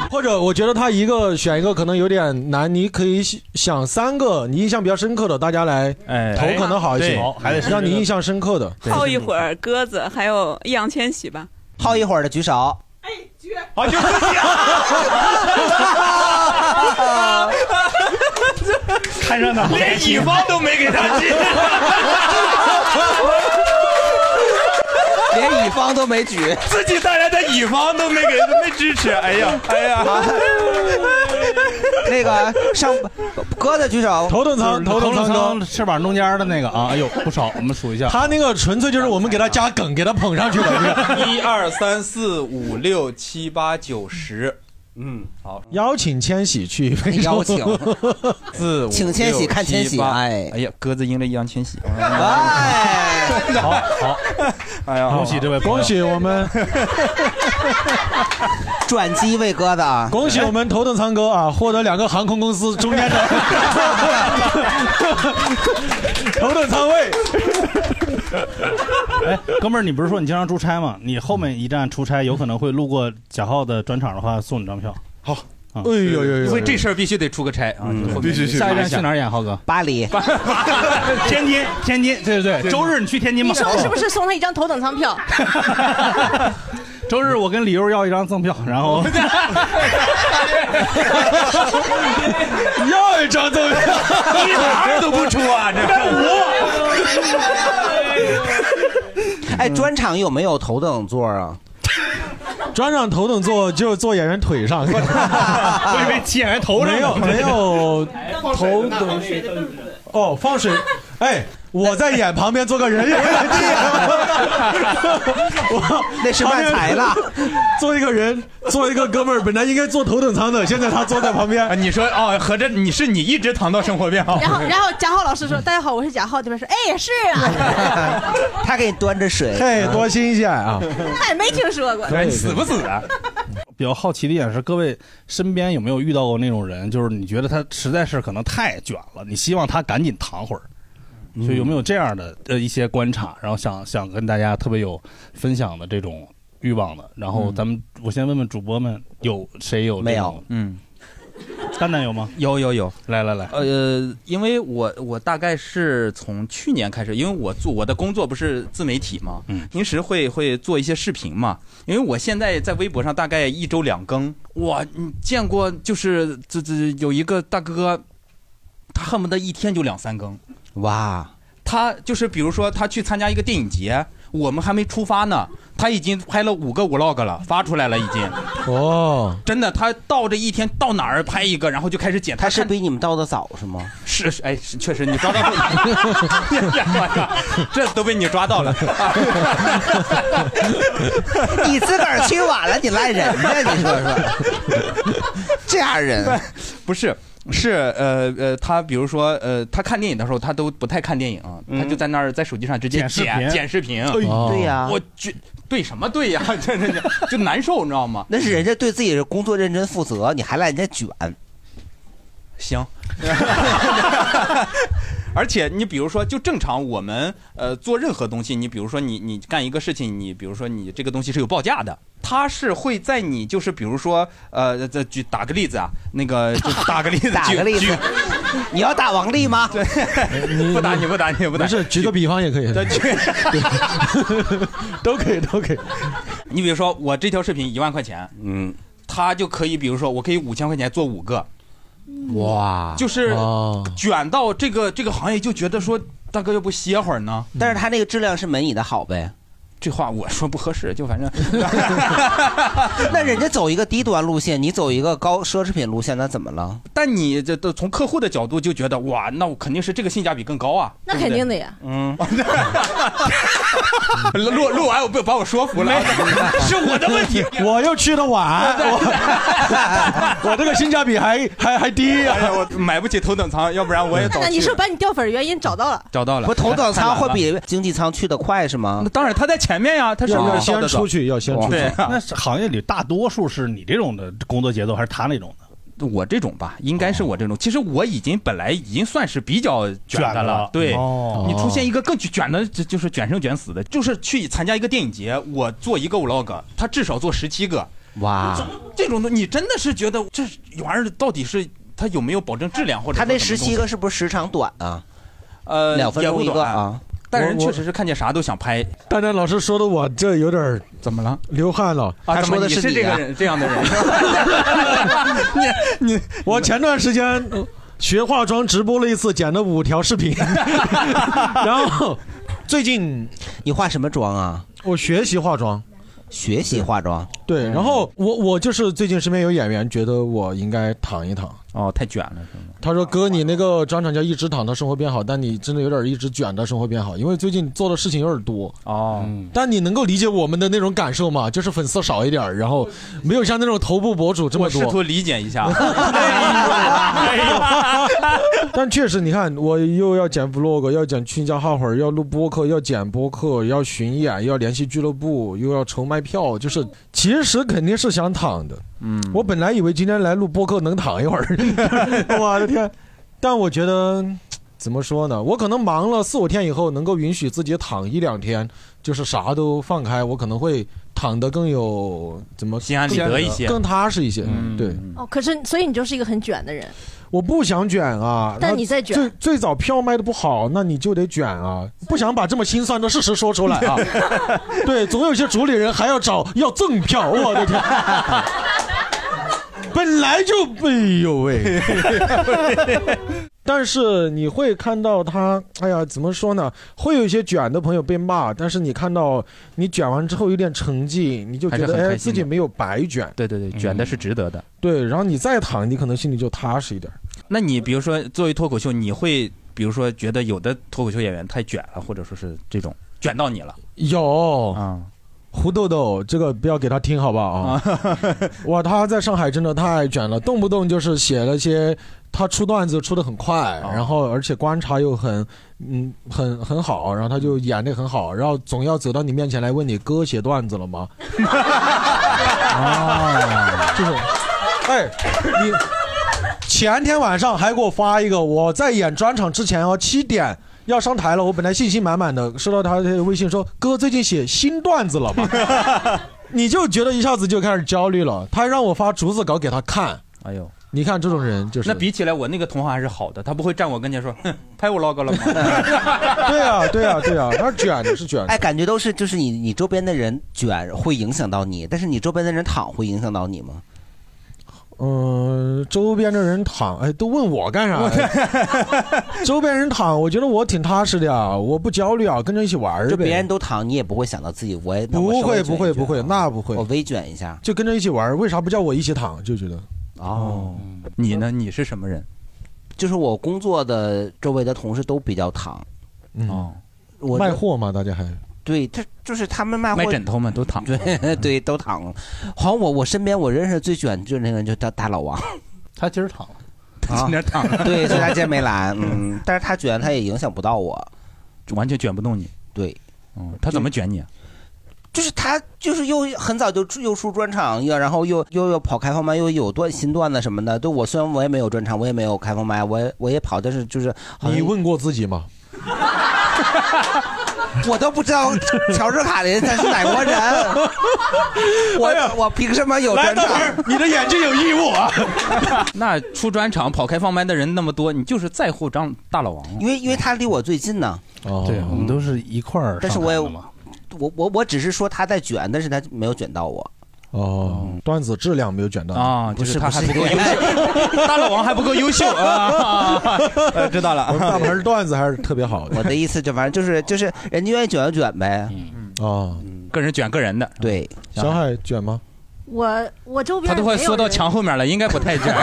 [SPEAKER 1] 或者我觉得他一个选一个可能有点难，你可以想三个你印象比较深刻的，大家来投可能好一些
[SPEAKER 31] 对好，还得是
[SPEAKER 1] 让你
[SPEAKER 31] 这个
[SPEAKER 1] 印象深刻的。
[SPEAKER 17] 泡一会儿鸽子，还有易烊千玺吧。
[SPEAKER 6] 泡一会儿的举手。啊
[SPEAKER 5] 好，就
[SPEAKER 6] [laughs]
[SPEAKER 3] 看热闹，
[SPEAKER 5] 连乙方都没给他
[SPEAKER 6] [laughs]
[SPEAKER 5] 进。
[SPEAKER 6] [laughs] 连乙方都没举，
[SPEAKER 5] 自己带来的乙方都没给 [laughs] 没支
[SPEAKER 6] [laughs]
[SPEAKER 5] 持，哎呀，哎呀，[laughs]
[SPEAKER 6] 那个
[SPEAKER 1] [laughs]
[SPEAKER 6] 上鸽子举手，
[SPEAKER 1] 头等舱，头等舱
[SPEAKER 3] 高，翅膀中间的那个啊，哎呦不少，我们数一下。
[SPEAKER 1] 他那个纯粹就是我们给他加梗，给他捧上
[SPEAKER 5] 啊
[SPEAKER 1] 去
[SPEAKER 5] [laughs]
[SPEAKER 1] 的。
[SPEAKER 5] 一二三四五六七八九十，嗯，好，
[SPEAKER 1] 邀请千玺去非洲，
[SPEAKER 5] 邀请
[SPEAKER 1] [laughs]
[SPEAKER 5] 四五
[SPEAKER 6] 请千玺看千玺
[SPEAKER 5] 哎，哎呀，鸽子赢了易烊千玺，
[SPEAKER 3] 好好，
[SPEAKER 5] 哎呀，
[SPEAKER 3] 恭喜这位朋友
[SPEAKER 1] 恭喜我们，
[SPEAKER 6] 转机喂鸽子啊！
[SPEAKER 1] 恭喜我们头等舱哥啊，获得两个航空公司中间 [laughs] 的头等舱
[SPEAKER 5] [laughs]
[SPEAKER 1] 位。
[SPEAKER 3] 哎，哥们儿，你不是说你经常出差吗？你后面一站出差有可能会路过贾浩的专场的话，送你张票。
[SPEAKER 1] 好，
[SPEAKER 3] 哎
[SPEAKER 1] 呦呦呦呦
[SPEAKER 5] 所以这事儿必须得出个差啊，
[SPEAKER 3] 嗯
[SPEAKER 1] 嗯
[SPEAKER 5] 就后面
[SPEAKER 3] 下一站去哪儿演，浩哥？
[SPEAKER 6] 巴黎，
[SPEAKER 3] [laughs] 天津，天津，对对对，周日你去天津
[SPEAKER 4] 你
[SPEAKER 3] 吗？
[SPEAKER 4] 说的是不是送他一张头等舱票？
[SPEAKER 3] 周日我跟李优要一张赠票，然后
[SPEAKER 1] [laughs] 要一张赠
[SPEAKER 3] [laughs]
[SPEAKER 1] 票，
[SPEAKER 5] 一点二都不出啊，这
[SPEAKER 6] 哎，专场有没有头等座啊？
[SPEAKER 1] 专场头等座就坐演员腿上，
[SPEAKER 5] [laughs]
[SPEAKER 3] 我以为骑演员头上呢
[SPEAKER 1] 没有没有头等哦，放水，哎。我在演旁边坐个人也可以，
[SPEAKER 6] [laughs]
[SPEAKER 1] 我
[SPEAKER 6] 那是卖彩
[SPEAKER 1] [laughs]
[SPEAKER 6] 了。
[SPEAKER 1] 坐一个人，坐一个哥们儿，本来应该坐头等舱的，现在他坐在旁边。
[SPEAKER 5] 你说哦，合着你是你一直躺到生活
[SPEAKER 1] 哦
[SPEAKER 5] 变好，
[SPEAKER 4] 然后，然后贾浩老师说：“大家好，我是贾浩。”这边说：“哎，是啊，
[SPEAKER 6] 哎他给你端着水，
[SPEAKER 1] 嘿，多新鲜啊！
[SPEAKER 4] 他也没听说过。”
[SPEAKER 5] 哎，你死不死啊？
[SPEAKER 3] [laughs] 比较好奇的一点是，各位身边有没有遇到过那种人，就是你觉得他实在是可能太卷了，你希望他赶紧躺会儿，
[SPEAKER 6] 嗯
[SPEAKER 3] 就有没有这样的呃一些观察，然后想想跟大家特别有分享的这种欲望的，然
[SPEAKER 6] 嗯
[SPEAKER 3] 后咱们我先问问主播们，有谁有
[SPEAKER 5] 没有？嗯，
[SPEAKER 3] 蛋蛋有吗？
[SPEAKER 5] 有有有，
[SPEAKER 3] 来来来，
[SPEAKER 5] 呃，因为我我大概是从去年开始，因为我做我的工作不是自媒体嘛，
[SPEAKER 3] 嗯
[SPEAKER 5] 平时会会做一些视频嘛。因为我现在在微博上大概一周两更，哇，你见过就是这这有一个大哥，他恨不得一天就两三更，
[SPEAKER 6] 哇，
[SPEAKER 5] 他就是比如说他去参加一个电影节，我们还没出发呢，他已经拍了五个 vlog 了，发出来了已经。
[SPEAKER 1] 哦，
[SPEAKER 5] 真的，他到这一天到哪儿拍一个，然后就开始剪。他是
[SPEAKER 6] 比你们到的早是吗？
[SPEAKER 5] 是，是哎，是确实你抓到 [laughs] 了，这都被你抓到了。
[SPEAKER 6] [laughs] 你自
[SPEAKER 5] [laughs]
[SPEAKER 6] 个儿去晚了，你赖人家，你说说，这样人
[SPEAKER 5] 不是，是呃呃，他比如说呃，他看电影的时候，他都不太看电影，他就在那儿在手机上直嗯接剪视频剪剪视频。哎对呀我去，对什么对呀？ [laughs] 真的就就难受，你知道吗？
[SPEAKER 6] 那是人家对自己的工作认真负责，你还赖人家卷。
[SPEAKER 5] 行， [laughs] 而且你比如说，就正常我们呃做任何东西，你比如说你你干一个事情，你比如说你这个东西是有报价的，它是会在你就是比如说呃这举打个例子啊，那个就打个例
[SPEAKER 6] [laughs]
[SPEAKER 5] 子，
[SPEAKER 6] 打
[SPEAKER 5] 举
[SPEAKER 6] 个例子
[SPEAKER 5] 举
[SPEAKER 6] 你要打王力吗？
[SPEAKER 5] 对， [laughs] 不打你不打你不打，
[SPEAKER 2] 没事，举个比方也可以。
[SPEAKER 5] [laughs] 都可以都可以。你比如说我这条视频一万块钱，嗯，他就可以比如说我可以五千块钱做五个，
[SPEAKER 6] 哇
[SPEAKER 5] 就是
[SPEAKER 6] 哦
[SPEAKER 5] 卷到这个这个行业，就觉得说大哥要不歇会儿呢？
[SPEAKER 6] 但是他那个质量是没你的好呗。
[SPEAKER 5] 这话我说不合适，就反正。
[SPEAKER 6] [laughs] 那人家走一个低端路线，你走一个高奢侈品路线，那怎么了？
[SPEAKER 5] 但你这都从客户的角度就觉得哇，那我肯定是这个性价比更高啊。
[SPEAKER 4] 那
[SPEAKER 5] 对不对
[SPEAKER 4] 肯定的呀。
[SPEAKER 5] 嗯， [laughs] 录录完我被把我说服了， [laughs] 是我的问题。
[SPEAKER 2] 我又去的
[SPEAKER 5] [laughs]
[SPEAKER 2] 晚，
[SPEAKER 1] [laughs]
[SPEAKER 2] 我我这个性价比还还还低
[SPEAKER 5] 哎呀，我买不起头等舱，要不然我也早
[SPEAKER 4] 那
[SPEAKER 5] 去
[SPEAKER 4] 你是把你掉粉儿原因找到了？
[SPEAKER 5] 找到了。
[SPEAKER 6] 嗯不，头等舱会
[SPEAKER 5] 太
[SPEAKER 6] 比经济舱去的快是吗？
[SPEAKER 5] 当然，他在前面呀，他
[SPEAKER 6] 是
[SPEAKER 5] 要先
[SPEAKER 6] 出去要先出
[SPEAKER 5] 哦
[SPEAKER 6] 去
[SPEAKER 5] 对啊
[SPEAKER 3] 哦那是行业里大多数是你这种的工作节奏，还是他那种的？
[SPEAKER 5] 我这种吧，应该是我这种。其实我已经本来已经算是比较 [laughs] 卷
[SPEAKER 3] 卷的
[SPEAKER 5] 的
[SPEAKER 3] 了
[SPEAKER 5] 了，对
[SPEAKER 3] 哦。
[SPEAKER 5] 你出现一个 [laughs] 更卷的，就就是卷生卷死的，就是去参加一个电影节，我做一个 vlog，他至少做十七个。
[SPEAKER 6] 哇，
[SPEAKER 5] 这种的你真的是觉得这玩意儿到底是它有没有保证质量，或者
[SPEAKER 6] 他
[SPEAKER 5] 说
[SPEAKER 6] 那
[SPEAKER 5] 什
[SPEAKER 6] 十
[SPEAKER 5] 么东西
[SPEAKER 6] 七个是不是时长短啊？
[SPEAKER 5] 呃
[SPEAKER 6] 两分
[SPEAKER 5] 也
[SPEAKER 6] 钟
[SPEAKER 5] 不
[SPEAKER 6] 一个
[SPEAKER 5] 短
[SPEAKER 6] 啊？
[SPEAKER 5] 但人
[SPEAKER 6] 我
[SPEAKER 5] 确实是看见啥都想拍。
[SPEAKER 1] 蛋蛋老师说的我这有点
[SPEAKER 5] 怎么了，
[SPEAKER 1] 流汗了。
[SPEAKER 5] 啊怎么你是这个
[SPEAKER 1] [laughs]
[SPEAKER 5] 人，这样的
[SPEAKER 6] [laughs]
[SPEAKER 5] 人。你你
[SPEAKER 1] 我前段时间呃学化妆直播了一次，剪了五条视
[SPEAKER 5] [laughs]
[SPEAKER 1] 频，然后最近
[SPEAKER 6] 你化什么妆啊？
[SPEAKER 1] 我学习化妆，
[SPEAKER 6] 学习化妆。
[SPEAKER 1] 对，
[SPEAKER 5] 嗯
[SPEAKER 1] 然后我我就是最近身边有演员觉得我应该躺一躺。
[SPEAKER 5] 哦，太卷了，是吗？
[SPEAKER 1] 他说：“哥，你那个专场叫一直躺到生活变好，但你真的有点一直卷到生活变好，因为最近做的事情有点多
[SPEAKER 5] 哦。
[SPEAKER 1] 但你能够理解我们的那种感受吗？就是粉丝少一点，然后没有像那种头部博主这么
[SPEAKER 5] 我
[SPEAKER 1] 多。
[SPEAKER 5] 试图理解一下。
[SPEAKER 1] [laughs]
[SPEAKER 5] 哎
[SPEAKER 1] 但确实，你看，我又要剪 vlog，要剪群家号会儿，要录播客，要剪播客，要巡演，要联系俱乐部，又要筹卖票，就是其实肯定是想躺的。
[SPEAKER 5] 嗯，
[SPEAKER 1] 我本来以为今天来录播客能躺一会儿，我的天！但我觉得怎么说呢？我可能忙了四五天以后，能够允许自己躺一两天，就是啥都放开，我可能会躺得更有怎么
[SPEAKER 5] 心安理得一些
[SPEAKER 1] 更踏实一些。对。
[SPEAKER 4] 哦，可是所以你就是一个很卷的人。
[SPEAKER 1] 我不想卷啊，
[SPEAKER 4] 但
[SPEAKER 1] 那
[SPEAKER 4] 你在卷
[SPEAKER 1] 最最早票卖的不好，那你就得卷啊！不想把这么心酸的事实说出来
[SPEAKER 4] [laughs]
[SPEAKER 1] 啊！对，总有些主理人还要找要赠票，我
[SPEAKER 4] [laughs]
[SPEAKER 1] 的天！本来就，哎呦喂！ [laughs] 但是你会看到他，哎呀，怎么说呢？会有一些卷的朋友被骂，但是你看到你卷完之后有点成绩，你就觉
[SPEAKER 5] 还是
[SPEAKER 1] 得
[SPEAKER 5] 很开
[SPEAKER 1] 哎，
[SPEAKER 5] 心
[SPEAKER 1] 自己
[SPEAKER 5] 的
[SPEAKER 1] 没有白卷。
[SPEAKER 5] 对对对，卷的是值得的。
[SPEAKER 1] 对，然后你再躺，你可能心里就踏实一点。
[SPEAKER 5] 那你比如说作为脱口秀，你会比如说觉得有的脱口秀演员太卷了，或者说是这种卷到你了，
[SPEAKER 1] 有
[SPEAKER 5] 啊，
[SPEAKER 1] 胡豆豆，这个不要给他听好不好啊？ [laughs] 哇，他在上海真的太卷了，动不动就是写了些，他出段子出的很快，然后而且观察又很，嗯，很很好，然后他就演的很好，然后总要走到你面前来问你哥写段子了吗？啊，这种，哎，你。前天晚上还给我发一个，我在演专场之前哦，七点要上台了，我本来信心满满的，收到他的微信说：“哥，最近写新段子了吗？”你就觉得一下子就开始焦虑了。他让我发竹子稿给他看，
[SPEAKER 5] 哎呦，
[SPEAKER 1] 你看这种人就是
[SPEAKER 5] 那比起来我那个同行还是好的，他不会站我跟前说哼拍我 log 了吗？ [laughs]
[SPEAKER 1] 对啊，对啊，对啊，那卷的是卷。
[SPEAKER 6] 哎，感觉都是就是你你周边的人卷会影响到你，但是你周边的人躺会影响到你吗？
[SPEAKER 1] 嗯、周边的人躺，哎，都问我干啥呀？周边人躺，我觉得我挺踏实的啊，我不焦虑啊，跟着一起玩儿呗。
[SPEAKER 6] 就别人都躺，你也不会想到自己，我也那
[SPEAKER 1] 不
[SPEAKER 6] 我稍微
[SPEAKER 1] 会，
[SPEAKER 6] 卷
[SPEAKER 1] 不
[SPEAKER 6] 一
[SPEAKER 1] 会，
[SPEAKER 6] 卷啊
[SPEAKER 1] 不会，那不会。
[SPEAKER 6] 我微卷一下。
[SPEAKER 1] 就跟着一起玩儿，为啥不叫我一起躺？就觉得
[SPEAKER 6] 哦，
[SPEAKER 5] 你呢？你是什么人？
[SPEAKER 6] 就是我工作的周围的同事都比较躺，嗯
[SPEAKER 1] 哦，
[SPEAKER 6] 我
[SPEAKER 1] 卖货嘛，大家还
[SPEAKER 6] 对，这就是他们卖货
[SPEAKER 1] 卖枕
[SPEAKER 5] 头嘛，都躺。
[SPEAKER 6] 对 [laughs] 对，都躺了。好像我我身边我认识最卷就是那个人，就大大老王，
[SPEAKER 3] 他今儿躺了。
[SPEAKER 5] [laughs]
[SPEAKER 6] 他今天躺着，啊 [laughs] 对，所以他今天没来。嗯，但是他卷，他也影响不到我，
[SPEAKER 5] 完全卷不动你。
[SPEAKER 6] 对，
[SPEAKER 5] 嗯，他怎么卷你啊？
[SPEAKER 6] 就是他就是又很早就出又出专场，又然后又又又跑开放麦，又有段新段子什么的。对我虽然我也没有专场，我也没有开放麦，我也我也跑，但是就是
[SPEAKER 1] 你问过自己吗？
[SPEAKER 6] [laughs] 我都不
[SPEAKER 1] [laughs]
[SPEAKER 6] 知道乔治卡林他是哪国人，
[SPEAKER 1] 哎
[SPEAKER 6] 我我凭什么有专场？
[SPEAKER 1] 你的眼睛有异物啊！
[SPEAKER 5] 那出专场跑开放麦的人那么多，你就是在乎张
[SPEAKER 1] [laughs]
[SPEAKER 5] 大老王，
[SPEAKER 6] 因为因为他离我最近呢。
[SPEAKER 5] 哦
[SPEAKER 3] 对，我们都是一块儿上台的嘛。
[SPEAKER 6] 但是我也我我我只是说他在卷，但是他没有卷到我。
[SPEAKER 1] 哦，段子质量没有卷到
[SPEAKER 5] 啊，就是他还不
[SPEAKER 6] [laughs]
[SPEAKER 5] 够优
[SPEAKER 6] 秀，
[SPEAKER 5] 大老王还不够优秀
[SPEAKER 6] [laughs]
[SPEAKER 5] 啊。呃知道了，
[SPEAKER 1] 我们大
[SPEAKER 5] [laughs]
[SPEAKER 1] 盆段子还是特别好的。
[SPEAKER 6] 我的意思就反正就是就是人家愿意卷就卷呗。嗯
[SPEAKER 1] 哦，
[SPEAKER 5] 个人卷个人的，
[SPEAKER 6] 对。
[SPEAKER 1] 小海卷吗？
[SPEAKER 4] 我我周边
[SPEAKER 5] 他都快
[SPEAKER 4] 没有
[SPEAKER 5] 缩到
[SPEAKER 4] 人
[SPEAKER 5] 墙后面了，应该不太
[SPEAKER 1] [laughs]
[SPEAKER 5] 卷。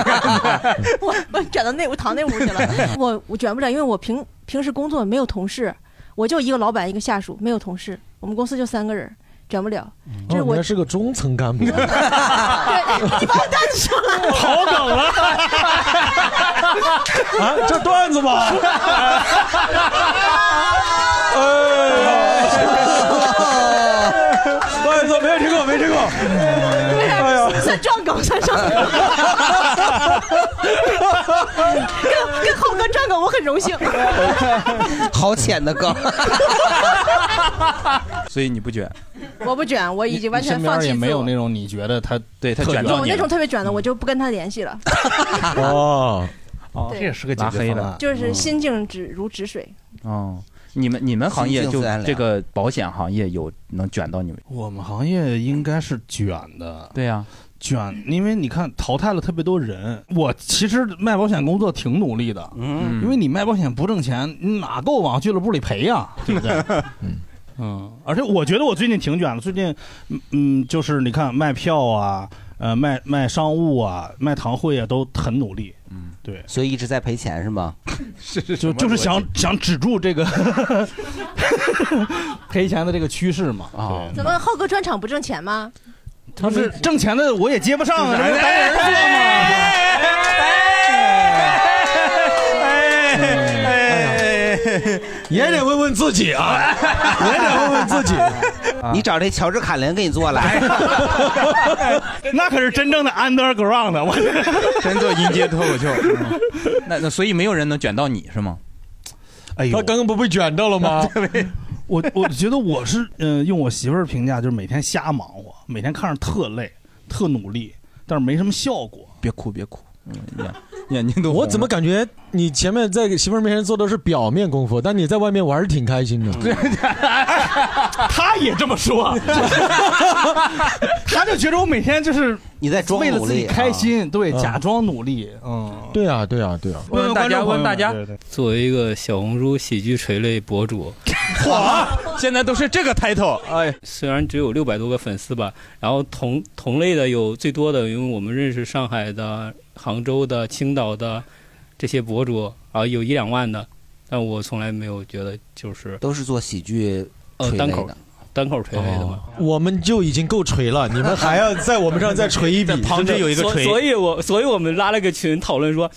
[SPEAKER 4] [laughs] 我我卷到那屋躺那屋去了。我我卷不了，因为我平平时工作没有同事，我就一个老板一个下属，没有同事。我们公司就三个人，卷不了。这是
[SPEAKER 1] 哦，你
[SPEAKER 4] 我
[SPEAKER 1] 还是个中层干
[SPEAKER 3] [laughs]
[SPEAKER 1] 部。
[SPEAKER 4] 对，你把我带上来，
[SPEAKER 1] 跑梗了。 [laughs] 啊，这 [laughs] 段子吗？不好意思，没有听过，没听过。哎呀，
[SPEAKER 4] 算撞梗，算撞梗。跟跟浩哥撞梗，我很荣幸。
[SPEAKER 6] 好浅
[SPEAKER 1] [laughs]
[SPEAKER 6] 的梗。
[SPEAKER 5] [laughs] 所以你不卷，
[SPEAKER 4] [laughs] 我不卷，我已经完全
[SPEAKER 3] 身
[SPEAKER 4] 放
[SPEAKER 3] 边
[SPEAKER 4] 弃
[SPEAKER 3] 也
[SPEAKER 4] 自
[SPEAKER 3] 没有
[SPEAKER 4] 我。
[SPEAKER 3] 那种你觉得他
[SPEAKER 5] 对他卷
[SPEAKER 4] 有那种特别卷的，我就不跟他联系了，
[SPEAKER 6] [laughs]
[SPEAKER 1] 哦，
[SPEAKER 5] 哦
[SPEAKER 4] 对
[SPEAKER 3] 这也是个
[SPEAKER 5] 拉黑了，
[SPEAKER 4] [laughs] 就是心静止如止水。
[SPEAKER 5] 哦。你们你们行业
[SPEAKER 3] 心
[SPEAKER 5] 就
[SPEAKER 3] 静自然凉
[SPEAKER 5] 这个保险行业有能卷到你们？
[SPEAKER 3] 我们行业应该是卷的，
[SPEAKER 5] 对呀、
[SPEAKER 3] 卷，因为你看淘汰了特别多人。我其实卖保险工作挺努力的，
[SPEAKER 6] 嗯
[SPEAKER 3] 因为你卖保险不挣钱，你哪够往俱乐部里赔呀、对不对？
[SPEAKER 6] [laughs]
[SPEAKER 3] 嗯，而且我觉得我最近挺卷的，最近，嗯嗯，就是你看卖票啊，呃，卖卖商务啊，卖堂会啊，都很努力。嗯，对，
[SPEAKER 6] 所以一直在赔钱是吗？
[SPEAKER 3] [laughs] 是是，就就是想想止住这个 [laughs] 赔钱的这个趋势嘛。
[SPEAKER 6] 哦
[SPEAKER 3] 啊，
[SPEAKER 4] 怎么浩哥专场不挣钱吗？ [laughs]
[SPEAKER 3] 他是挣钱的我也接不上啊，这不
[SPEAKER 10] 哎
[SPEAKER 3] 是白人做吗？
[SPEAKER 1] 也得问问自己
[SPEAKER 5] [laughs]
[SPEAKER 1] 啊，也得问问自己。啊
[SPEAKER 6] [laughs] 你找这乔治卡林给你
[SPEAKER 5] [laughs]
[SPEAKER 6] 做来，
[SPEAKER 3] 那可是真正的
[SPEAKER 6] [laughs]
[SPEAKER 3] underground 的，我
[SPEAKER 5] 真做音阶脱口秀。嗯那那所以没有人能卷到你是吗？
[SPEAKER 3] 哎呦，
[SPEAKER 1] 他刚刚不被卷到了吗？
[SPEAKER 3] 哎我我觉得我是，嗯、用我媳妇儿评价就是每天瞎忙活，每天看着特累，特努力，但是没什么效果。
[SPEAKER 5] 别哭，别哭，眼眼睛都
[SPEAKER 1] 我怎么感觉你前面在媳妇儿面前做的是表面功夫，但你在外面玩的挺开心的。
[SPEAKER 3] [laughs] 他也这
[SPEAKER 1] [laughs]
[SPEAKER 3] 么说，他就觉得我每天就是
[SPEAKER 6] 你在
[SPEAKER 1] 装
[SPEAKER 3] 为了
[SPEAKER 1] 努
[SPEAKER 3] 自己
[SPEAKER 1] 力
[SPEAKER 3] 开心，对，
[SPEAKER 1] 嗯
[SPEAKER 3] 假装努力，嗯，
[SPEAKER 1] 对啊，对啊，对啊。
[SPEAKER 3] 问问观众朋友们对
[SPEAKER 10] 作为一个小红书喜剧垂类博
[SPEAKER 5] [laughs]
[SPEAKER 10] 主，
[SPEAKER 5] 嚯，啊现在都是这个 title，哎，
[SPEAKER 10] 虽然只有六百多个粉丝吧，然后同同类的有最多的，因为我们认识上海的、杭州的、青岛的这些博主啊，有一两万的，但我从来没有觉得就是
[SPEAKER 6] 都是做喜剧
[SPEAKER 10] 呃
[SPEAKER 6] 垂
[SPEAKER 10] 单
[SPEAKER 6] 类
[SPEAKER 10] 口
[SPEAKER 6] 的
[SPEAKER 10] 单口垂类的嘛。
[SPEAKER 1] 哦我们就已经够锤了，你们还要 [laughs] 在我们这儿再锤一笔，
[SPEAKER 10] 真的所
[SPEAKER 1] 锤。
[SPEAKER 10] 所以我所以我们拉了个群讨论说，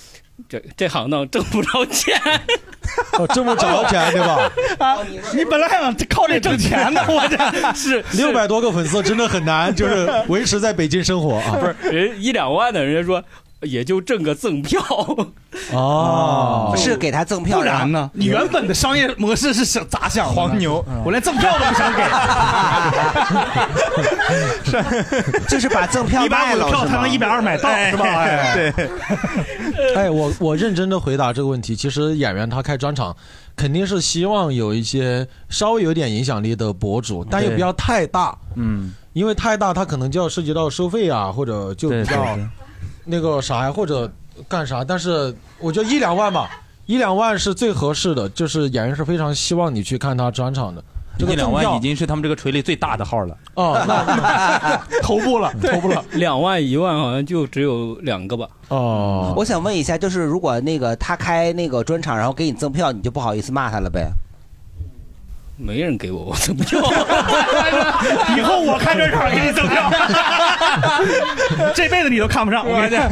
[SPEAKER 10] 这这行当挣不着钱，
[SPEAKER 1] 哦挣不着钱对吧？
[SPEAKER 3] 啊，你本来还想靠这挣钱呢，我这
[SPEAKER 10] 是
[SPEAKER 1] [laughs] 六百多个粉丝真的很难，就是维持在北京生活 [laughs]
[SPEAKER 10] [laughs]
[SPEAKER 1] 啊。
[SPEAKER 10] 不是人一两万的，人家说也就挣个赠票，
[SPEAKER 1] 哦
[SPEAKER 10] 是
[SPEAKER 6] 给他赠
[SPEAKER 3] [laughs] 不然呢？你
[SPEAKER 10] 啊
[SPEAKER 3] 原本的商业模式是想咋想的呢？嗯
[SPEAKER 10] 黄牛
[SPEAKER 3] 我连赠票都不想 [laughs] 给，
[SPEAKER 6] 就是把赠票
[SPEAKER 3] 一百
[SPEAKER 6] 卖
[SPEAKER 3] 五
[SPEAKER 6] 了
[SPEAKER 3] 的票
[SPEAKER 6] 是
[SPEAKER 3] 才
[SPEAKER 6] 吗
[SPEAKER 3] 能一百二买到，是吧？哎，
[SPEAKER 1] 对。
[SPEAKER 5] [laughs]
[SPEAKER 1] 哎，我我认真的回答这个问题。其实演员他开专场，肯定是希望有一些稍微有点影响力的博主，但又不要太大，
[SPEAKER 5] 嗯，
[SPEAKER 1] 因为太大他可能就要涉及到收费啊，或者就比较那个啥呀，或者干啥。但是我觉得一两万吧，一两万是最合适的，就是演员是非常希望你去看他专场的。这个
[SPEAKER 5] 一两
[SPEAKER 1] 赠
[SPEAKER 5] 万
[SPEAKER 1] 票
[SPEAKER 5] 已经是他们这个垂类最大的号了。
[SPEAKER 1] 哦，那 [laughs] 头部了，头部了。
[SPEAKER 10] 两万一万好像就只有两个吧。
[SPEAKER 1] 哦
[SPEAKER 6] 我想问一下，就是如果那个他开那个专场，然后给你赠票，你就不好意思骂他了呗？
[SPEAKER 10] 没人给我，我怎么
[SPEAKER 3] 以后我看专场给你赠票，这辈子你都看不上。
[SPEAKER 20] [laughs]
[SPEAKER 3] 我跟 [laughs] 你讲，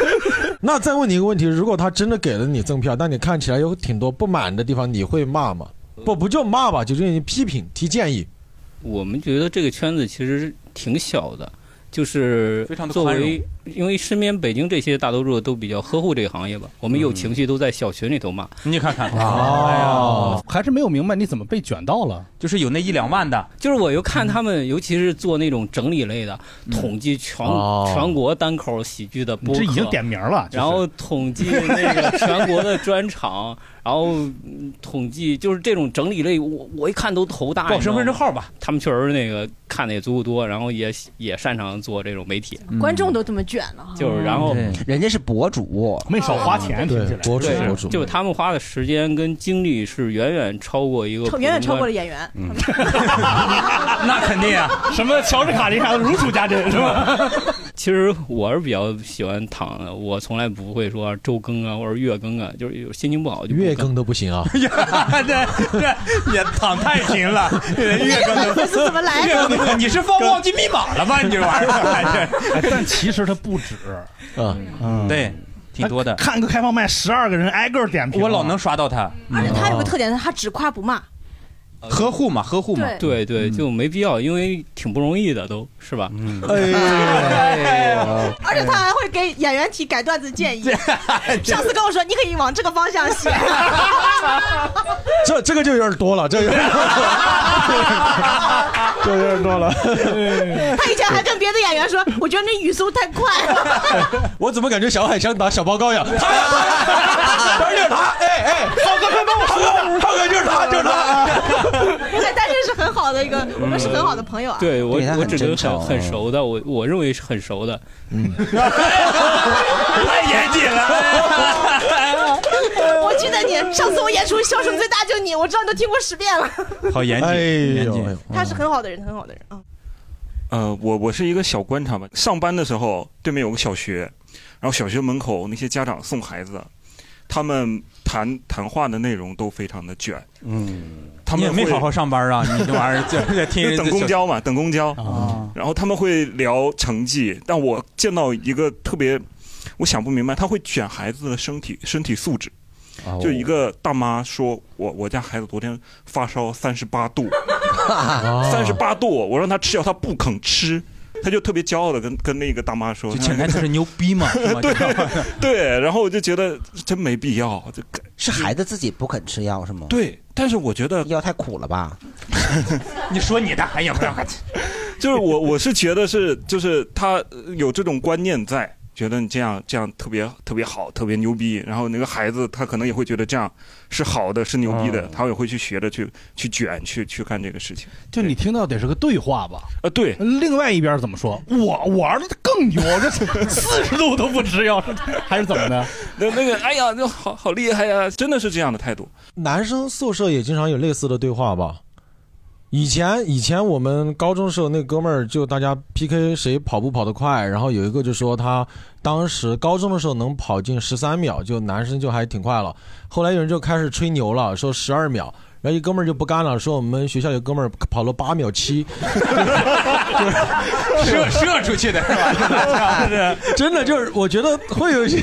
[SPEAKER 1] [laughs] 那再问你一个问题：如果他真的给了你赠票，但你看起来有挺多不满的地方，你会骂吗？不，不叫骂吧，就是你批评、提建议。
[SPEAKER 10] 我们觉得这个圈子其实挺小的，就是
[SPEAKER 5] 非常地
[SPEAKER 10] 作
[SPEAKER 5] 宽容
[SPEAKER 10] 为，因为身边北京这些大多数都比较呵护这个行业吧，我们有情绪都在小群里头骂。
[SPEAKER 5] 嗯你看看，
[SPEAKER 3] 哎
[SPEAKER 10] 哦
[SPEAKER 7] 还是没有明白你怎么被卷
[SPEAKER 3] [laughs]
[SPEAKER 7] 到了。
[SPEAKER 5] 就是有那一两万的，
[SPEAKER 10] 就是我又看他们，尤其是做那种整理类的，
[SPEAKER 5] 嗯
[SPEAKER 10] 统计全、
[SPEAKER 7] 哦
[SPEAKER 10] 全国单口喜剧的播客，
[SPEAKER 7] 你这已经点名了就是
[SPEAKER 10] 然后统计那个全国的专场， [laughs] 然后嗯统计就是这种整理类，我我一看都头大。
[SPEAKER 5] 报身份证
[SPEAKER 10] 号吧，他们确实那个看的也足够多，然后也也擅长做这种媒体。
[SPEAKER 4] 观
[SPEAKER 5] 嗯
[SPEAKER 4] 众都这么卷了哈。
[SPEAKER 10] 就是，
[SPEAKER 3] 哦
[SPEAKER 10] 然后
[SPEAKER 6] 人家是博主，
[SPEAKER 7] 没少花钱
[SPEAKER 6] 对，
[SPEAKER 10] 博主博主，就是他们花的时间跟精力是远远超过一个
[SPEAKER 4] 超远远超过了
[SPEAKER 10] 演。
[SPEAKER 4] 演员。
[SPEAKER 10] 那肯定啊，
[SPEAKER 3] 什么乔治卡林啥的如数家珍是吧？
[SPEAKER 10] 其实我是比较喜欢躺的，我从来不会说周更啊或者月更啊，就是有心情不好就
[SPEAKER 1] 月更都不行啊。
[SPEAKER 5] [laughs] 对对，也躺太平了，月更的
[SPEAKER 4] 粉丝怎么来的
[SPEAKER 5] 月更 [laughs] 的你是放忘记密码了吧？你这玩意儿，
[SPEAKER 3] 哎但其实它不止，
[SPEAKER 5] 嗯
[SPEAKER 3] 嗯，
[SPEAKER 5] 对，挺多的。
[SPEAKER 3] 看个开放麦，十二个人挨个点评，
[SPEAKER 5] 我老能刷到他，嗯
[SPEAKER 4] 而且他
[SPEAKER 1] 哦
[SPEAKER 4] 有个特点，他只夸不骂。
[SPEAKER 5] 呵护嘛，嗯呵护
[SPEAKER 4] 嘛
[SPEAKER 10] 对对，就没必要，因为挺不容易的，都是吧？
[SPEAKER 5] 嗯
[SPEAKER 4] 哎 [laughs] 而且他还会给演员提改段子建议。上次跟我说，你可以往这个方向写。
[SPEAKER 1] 这这个就有点多了，这
[SPEAKER 20] [laughs]
[SPEAKER 1] 有点
[SPEAKER 3] 这有点多了。
[SPEAKER 4] 他以前还跟别的演员说，我觉得你语速太快了。
[SPEAKER 1] [laughs] 我怎么感觉小海像打小报告一样？他，他就是他，哎哎，浩哥快帮我说，浩哥就是他，就是他。 [laughs]
[SPEAKER 4] 对，但是是很好的一个，我们是很好的朋友啊。
[SPEAKER 10] 对我
[SPEAKER 1] 对他，
[SPEAKER 10] 我
[SPEAKER 1] 很
[SPEAKER 10] 只跟
[SPEAKER 1] 真诚
[SPEAKER 10] 很
[SPEAKER 5] 嗯
[SPEAKER 10] 很熟的，我我认为是很熟的。
[SPEAKER 5] 太严谨了。
[SPEAKER 4] 我记得你上次我演出笑声最大就你，我知道你都听过十遍了。
[SPEAKER 5] 好严
[SPEAKER 4] 哎
[SPEAKER 5] 谨，
[SPEAKER 1] 严谨。
[SPEAKER 4] 他
[SPEAKER 5] 嗯
[SPEAKER 4] 是很好的人，很好的人啊。
[SPEAKER 20] 呃，我我是一个小观察吧。上班的时候，对面有个小学，然后小学门口那些家长送孩子，他们谈谈话的内容都非常的卷。
[SPEAKER 5] 嗯，
[SPEAKER 20] 他们
[SPEAKER 5] 你也没
[SPEAKER 20] 会
[SPEAKER 5] 好好上班啊，你这玩意
[SPEAKER 20] [laughs]
[SPEAKER 5] 儿就就听人家啊
[SPEAKER 20] 等公交嘛，等公交。然后他们会聊成绩，但我见到一个特别，我想不明白，他会卷孩子的身体身体素质。哦就一个大妈说，我我家孩子昨天发烧三十八度，三十八度，我让他吃药，他不肯吃，他就特别骄傲的跟跟那个大妈说，
[SPEAKER 5] 就前台
[SPEAKER 20] [laughs]
[SPEAKER 5] 就是牛逼嘛，是吗
[SPEAKER 20] 对对，然后我就觉得真没必要，
[SPEAKER 6] 是
[SPEAKER 20] 这
[SPEAKER 6] 孩子自己不肯吃药是吗？
[SPEAKER 20] 对，但是我觉得
[SPEAKER 6] 药太苦了
[SPEAKER 20] [laughs]
[SPEAKER 6] 吧？
[SPEAKER 5] 你说你的，哎呀，不要
[SPEAKER 6] [laughs]
[SPEAKER 20] 就是我我是觉得是就是他呃有这种观念在，觉得你这样这样特别特别好，特别牛逼。然后那个孩子他可能也会觉得这样是好的，是牛逼
[SPEAKER 7] 嗯
[SPEAKER 20] 的，他也会去学着去去卷去去干这个事情。
[SPEAKER 7] 就你听到得是个对话吧？嗯
[SPEAKER 20] 啊，对。
[SPEAKER 7] 另外一边怎么说？我我儿子更牛，这四十度都不吃药，还是怎么的？
[SPEAKER 20] [laughs] 那那个哎呀，那好好厉害呀，真的是这样的态度。
[SPEAKER 1] 男生宿舍也经常有类似的对话吧？以前以前我们高中时候那哥们儿就大家 PK 谁跑步跑得快，然后有一个就说他当时高中的时候能跑进十三秒，就男生就还挺快了。后来有人就开始吹牛了，说十二秒，然后一哥们儿就不干了，说我们学校有哥们儿跑了八秒七，
[SPEAKER 4] [laughs]
[SPEAKER 5] 射射出去的是吧？ [laughs]
[SPEAKER 1] [laughs] 真的就是，我觉得会有一
[SPEAKER 20] [laughs]
[SPEAKER 1] 些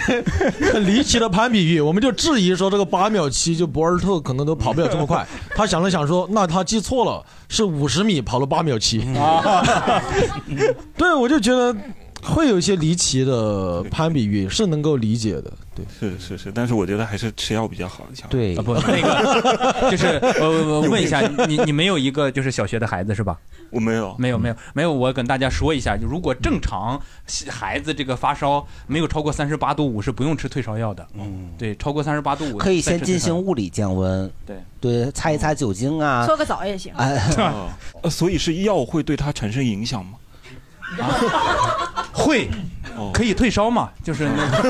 [SPEAKER 1] 很离奇的攀比欲，我们就质疑说这个八秒七，就博尔特可能都跑不了这么
[SPEAKER 20] [laughs]
[SPEAKER 1] 快。他想了想说，那他记错了，是五十米跑了八秒七。
[SPEAKER 20] 嗯
[SPEAKER 1] [laughs] 对，我就觉得会有一些离奇的攀比欲是能够理解的。对，
[SPEAKER 20] 是是是，但是我觉得还是吃药比较好一些。
[SPEAKER 6] 对，
[SPEAKER 20] 不
[SPEAKER 5] 啊那个就是我我我
[SPEAKER 20] 有
[SPEAKER 5] 问一下
[SPEAKER 20] 病
[SPEAKER 5] 你，你没有一个呃就是小学的孩子是吧？
[SPEAKER 20] 我没有，
[SPEAKER 5] 没有，没有，没有。我跟大家说一下，就如果正常孩子这个发烧没有超过三十八度五，是不用吃退烧药的。嗯，对，超过三十八度五
[SPEAKER 6] 可以先进行物理降温，
[SPEAKER 5] 对
[SPEAKER 6] 对，擦一擦酒精啊，
[SPEAKER 4] 搓个澡也行。
[SPEAKER 6] 哎， [laughs]
[SPEAKER 3] [laughs]
[SPEAKER 20] 呃所以是药会对他产生影响吗？哦
[SPEAKER 5] 会，可以退烧嘛？就是那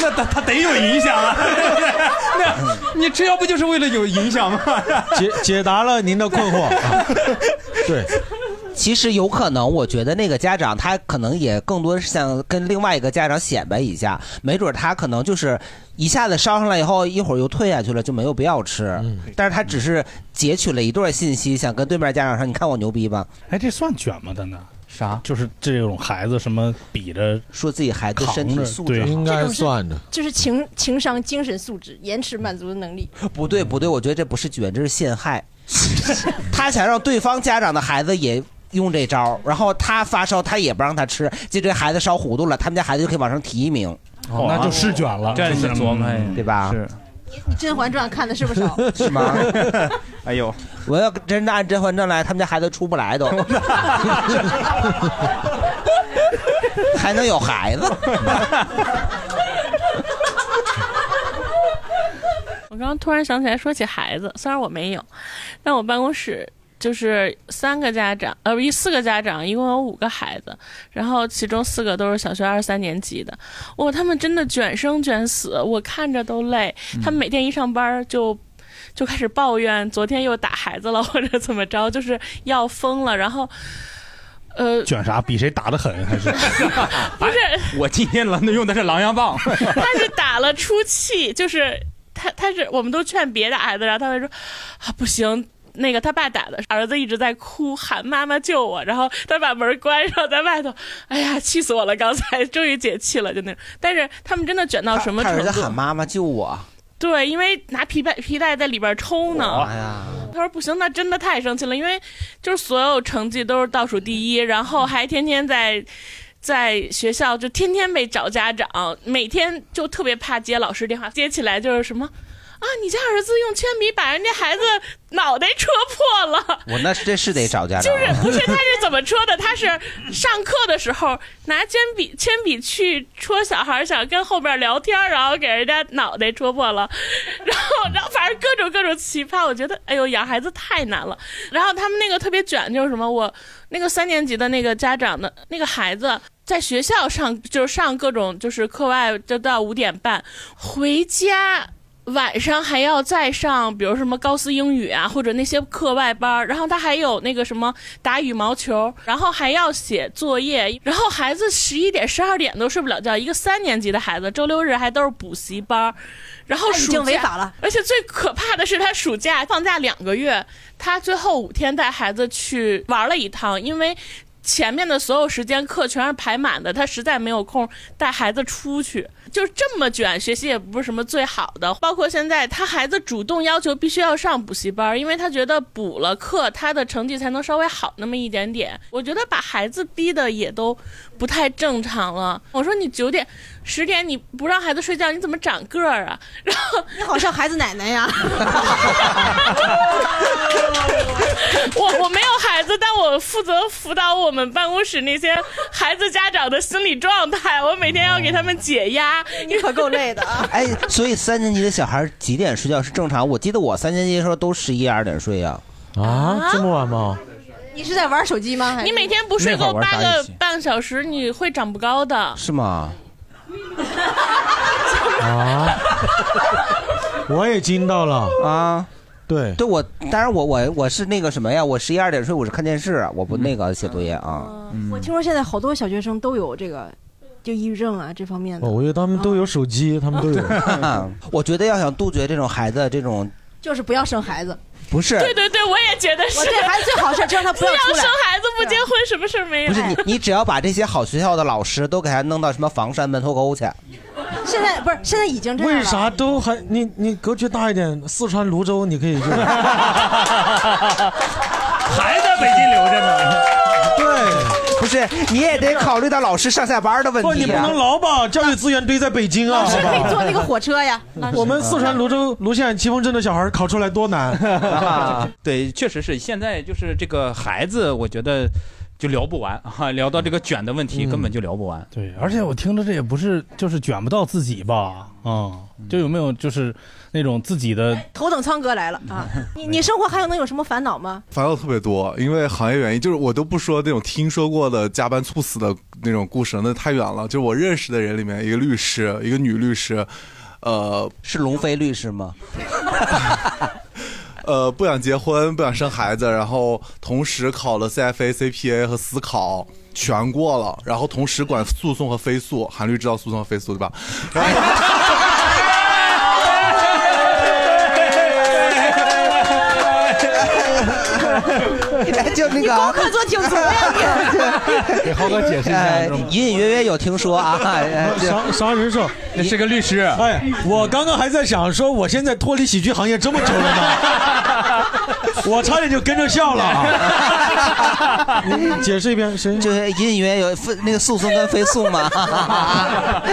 [SPEAKER 5] 那他他得有影响啊！ [laughs] 那你吃药不 [laughs] 就是为了有影响吗？
[SPEAKER 6] [laughs]
[SPEAKER 1] 解解答了您的困惑。对，
[SPEAKER 6] 其实有可能，我觉得那个家长他可能也更多是想跟另外一个家长显摆一下，没准他可能就是一下子烧上来以后，一会儿又退下去了，就没有必要吃。但是他只是截取了一段信息，想跟对面家长说：“你看我牛逼吧？”
[SPEAKER 3] 哎，这算卷吗？丹丹？
[SPEAKER 6] 啥？
[SPEAKER 3] 就是这种孩子什么比着
[SPEAKER 6] 说自己孩子身体素质
[SPEAKER 3] 对，
[SPEAKER 6] 好应该算
[SPEAKER 3] 的。
[SPEAKER 4] 就是情情商、精神素质、延迟满足的能力。
[SPEAKER 6] 不对不对，我觉得这不是卷，这是陷害。 [laughs] 他想让对方家长的孩子也用这招儿，然后他发烧，他也不让他吃，结果这孩子烧糊涂了，他们家孩子就可以往上提一名，
[SPEAKER 3] 哦那就是卷了这
[SPEAKER 6] 是嗯
[SPEAKER 3] 是琢磨呀
[SPEAKER 6] 对吧？
[SPEAKER 3] 是
[SPEAKER 4] 你《甄嬛传》看的是不少？
[SPEAKER 6] [laughs] 是吗？哎呦， [laughs] 我要真的按《甄嬛传》来，他们家孩子出不来都， [laughs] 还能有孩子？
[SPEAKER 29] 我刚刚突然想起来，说起孩子，虽然我没有，但我办公室就是三个家长，呃，不一四个家长，一共有五个孩子，然后其中四个都是小学二三年级的。哇，他们真的卷生卷死，我看着都累。他们每天一上班就。就开始抱怨，昨天又打孩子了，或者怎么着，就是要疯了。然后，呃，
[SPEAKER 3] 卷啥？比谁打得狠还是？
[SPEAKER 29] 不是，
[SPEAKER 5] [laughs] 我今天能用的是狼牙棒，
[SPEAKER 29] 他是打了出气，就是他他是我们都劝别打孩子，然后他会说啊不行。那个他爸打的儿子一直在哭，喊妈妈救我，然后他把门关上，在外头，哎呀，气死我了！刚才终于解气了，就那种。但是他们真的卷到什么
[SPEAKER 6] 他
[SPEAKER 29] 程
[SPEAKER 6] 儿子
[SPEAKER 29] 度？
[SPEAKER 6] 喊妈妈救我！
[SPEAKER 29] 对，因为拿皮带皮带在里边抽呢。
[SPEAKER 6] 哎呀，
[SPEAKER 29] 他说不行，那真的太生气了，因为就是所有成绩都是倒数第一，然后还天天在在学校就天天被找家长，每天就特别怕接老师电话，接起来就是什么。啊！你家儿子用铅笔把人家孩子脑袋戳破了，
[SPEAKER 6] 我那这是得找家长
[SPEAKER 29] 就
[SPEAKER 6] 了，
[SPEAKER 29] 是不是他是怎么戳的？他是上课的时候拿铅笔铅笔去戳小孩儿，想跟后边聊天儿，然后给人家脑袋戳破了，然后然后反正各种各种奇葩，我觉得哎呦养孩子太难了。然后他们那个特别卷，就是什么我那个三年级的那个家长的那个孩子。在学校上就是上各种就是课外，就到五点半，回家晚上还要再上，比如什么高斯英语啊，或者那些课外班儿，然后他还有那个什么打羽毛球，然后还要写作业，然后孩子十一点、十二点都睡不了觉。一个三年级的孩子，周六日还都是补习班儿，然后
[SPEAKER 4] 那已
[SPEAKER 29] 暑
[SPEAKER 4] 经
[SPEAKER 29] 假
[SPEAKER 4] 违法了。
[SPEAKER 29] 而且最可怕的是，他暑假放假两个月，他最后五天带孩子去玩了一趟，因为。前面的所有时间课全是排满的，他实在没有空带孩子出去，就是这么卷，学习也不是什么最好的。包括现在，他孩子主动要求必须要上补习班，因为他觉得补了课，他的成绩才能稍微好那么一点点。我觉得把孩子逼的也都不太正常了。我说你九点、十点你不让孩子睡觉，你怎么长个儿啊？然后
[SPEAKER 4] 你好像孩子奶奶呀。
[SPEAKER 29] [laughs] 我我没有孩子，但我负责辅导我们办公室那些孩子家长的心理状态，我每天要给他们解压。你
[SPEAKER 4] 可够累的啊！
[SPEAKER 6] [laughs] 哎，所以三年级的小孩几点睡觉是正常？我记得我三年级的时候都十一二点睡呀、
[SPEAKER 4] 啊这
[SPEAKER 6] 么晚吗？
[SPEAKER 4] 你是在玩手机吗？还是
[SPEAKER 29] 你每天不睡
[SPEAKER 6] 那会
[SPEAKER 29] 够
[SPEAKER 6] 儿玩
[SPEAKER 29] 八
[SPEAKER 6] 啥游
[SPEAKER 29] 个
[SPEAKER 6] 戏
[SPEAKER 29] 半小时，你会长不高的。
[SPEAKER 6] 是吗？
[SPEAKER 1] 啊，
[SPEAKER 6] 我也惊到了啊！
[SPEAKER 1] 对
[SPEAKER 6] 对，我当然我我我是那个什么呀，我十一二点睡，我是看电视，我不那个写作业啊。
[SPEAKER 4] 我听说现在好多小学生都有这个，就抑郁症啊这方面的。
[SPEAKER 6] 哦
[SPEAKER 21] 我觉得他们都有手机，他们都有。
[SPEAKER 6] [laughs] 我觉得要想杜绝这种孩子这种
[SPEAKER 4] 就是不要生孩子，
[SPEAKER 6] 不是
[SPEAKER 29] 对对对，我也觉得是。
[SPEAKER 4] 我对孩子最好的事儿就是他
[SPEAKER 29] [laughs]
[SPEAKER 4] 不要出来
[SPEAKER 29] 生孩子不结婚，什么事儿没有。
[SPEAKER 6] 不是你，你只要把这些好学校的老师都给他弄到什么房山门头沟去，
[SPEAKER 4] 哎现在不是现在已经这样了。啊
[SPEAKER 21] 为啥都还你你格局大一点？四川泸州你可以去，
[SPEAKER 6] 还在北京留着呢。
[SPEAKER 5] [laughs]
[SPEAKER 6] 对， [laughs] 不是你也得考虑到老师上下班的问题、啊。
[SPEAKER 21] 不你不能老把教育资源堆在北京啊！
[SPEAKER 4] 老师
[SPEAKER 21] 好不
[SPEAKER 4] 可
[SPEAKER 21] 好
[SPEAKER 4] 以坐那个火车呀？
[SPEAKER 6] 嗯
[SPEAKER 21] 我们四川泸州泸县奇峰镇的小孩考出来
[SPEAKER 6] [laughs]
[SPEAKER 21] 多难
[SPEAKER 5] 啊！ [laughs] 对，确实是现在就是这个孩子，我觉得就聊不完啊，聊到这个卷的问题根本就聊不完。
[SPEAKER 3] 嗯对，而且我听着这也不是就是卷不到自己吧？
[SPEAKER 7] 嗯
[SPEAKER 3] 啊、就有没有就是那种自己的
[SPEAKER 4] 头等舱哥来了啊！
[SPEAKER 6] 嗯
[SPEAKER 4] 你你生活还有能有什么烦恼吗？
[SPEAKER 12] 烦恼特别多，因为行业原因，就是我都不说那种听说过的加班猝死的那种故事，那太远了。就是我认识的人里面，一个律师，一个女律师，呃，
[SPEAKER 6] 是龙飞律师吗？
[SPEAKER 12] [laughs] 呃不想结婚，不想生孩子，然后同时考了 CFA、CPA 和司考。全过了，然后同时管诉讼和非诉，韩律知道诉讼和非诉对吧？然后
[SPEAKER 6] 哎就那个，啊
[SPEAKER 4] 你功课做挺足
[SPEAKER 6] [laughs]
[SPEAKER 4] 呀
[SPEAKER 1] [laughs]
[SPEAKER 4] 你。
[SPEAKER 6] 给豪哥解释一下，哎隐隐约约有听说啊。
[SPEAKER 1] [laughs] 啥啥人说？
[SPEAKER 15] 那是个律师。
[SPEAKER 1] 哎，我刚刚还在想说，我现在脱离喜剧行业这么久了
[SPEAKER 6] [laughs]
[SPEAKER 1] 呢，我差点就跟着笑了。啊
[SPEAKER 6] 解释一遍，谁？就是隐隐约约有非那个诉讼跟非诉
[SPEAKER 1] [laughs]
[SPEAKER 6] 嘛，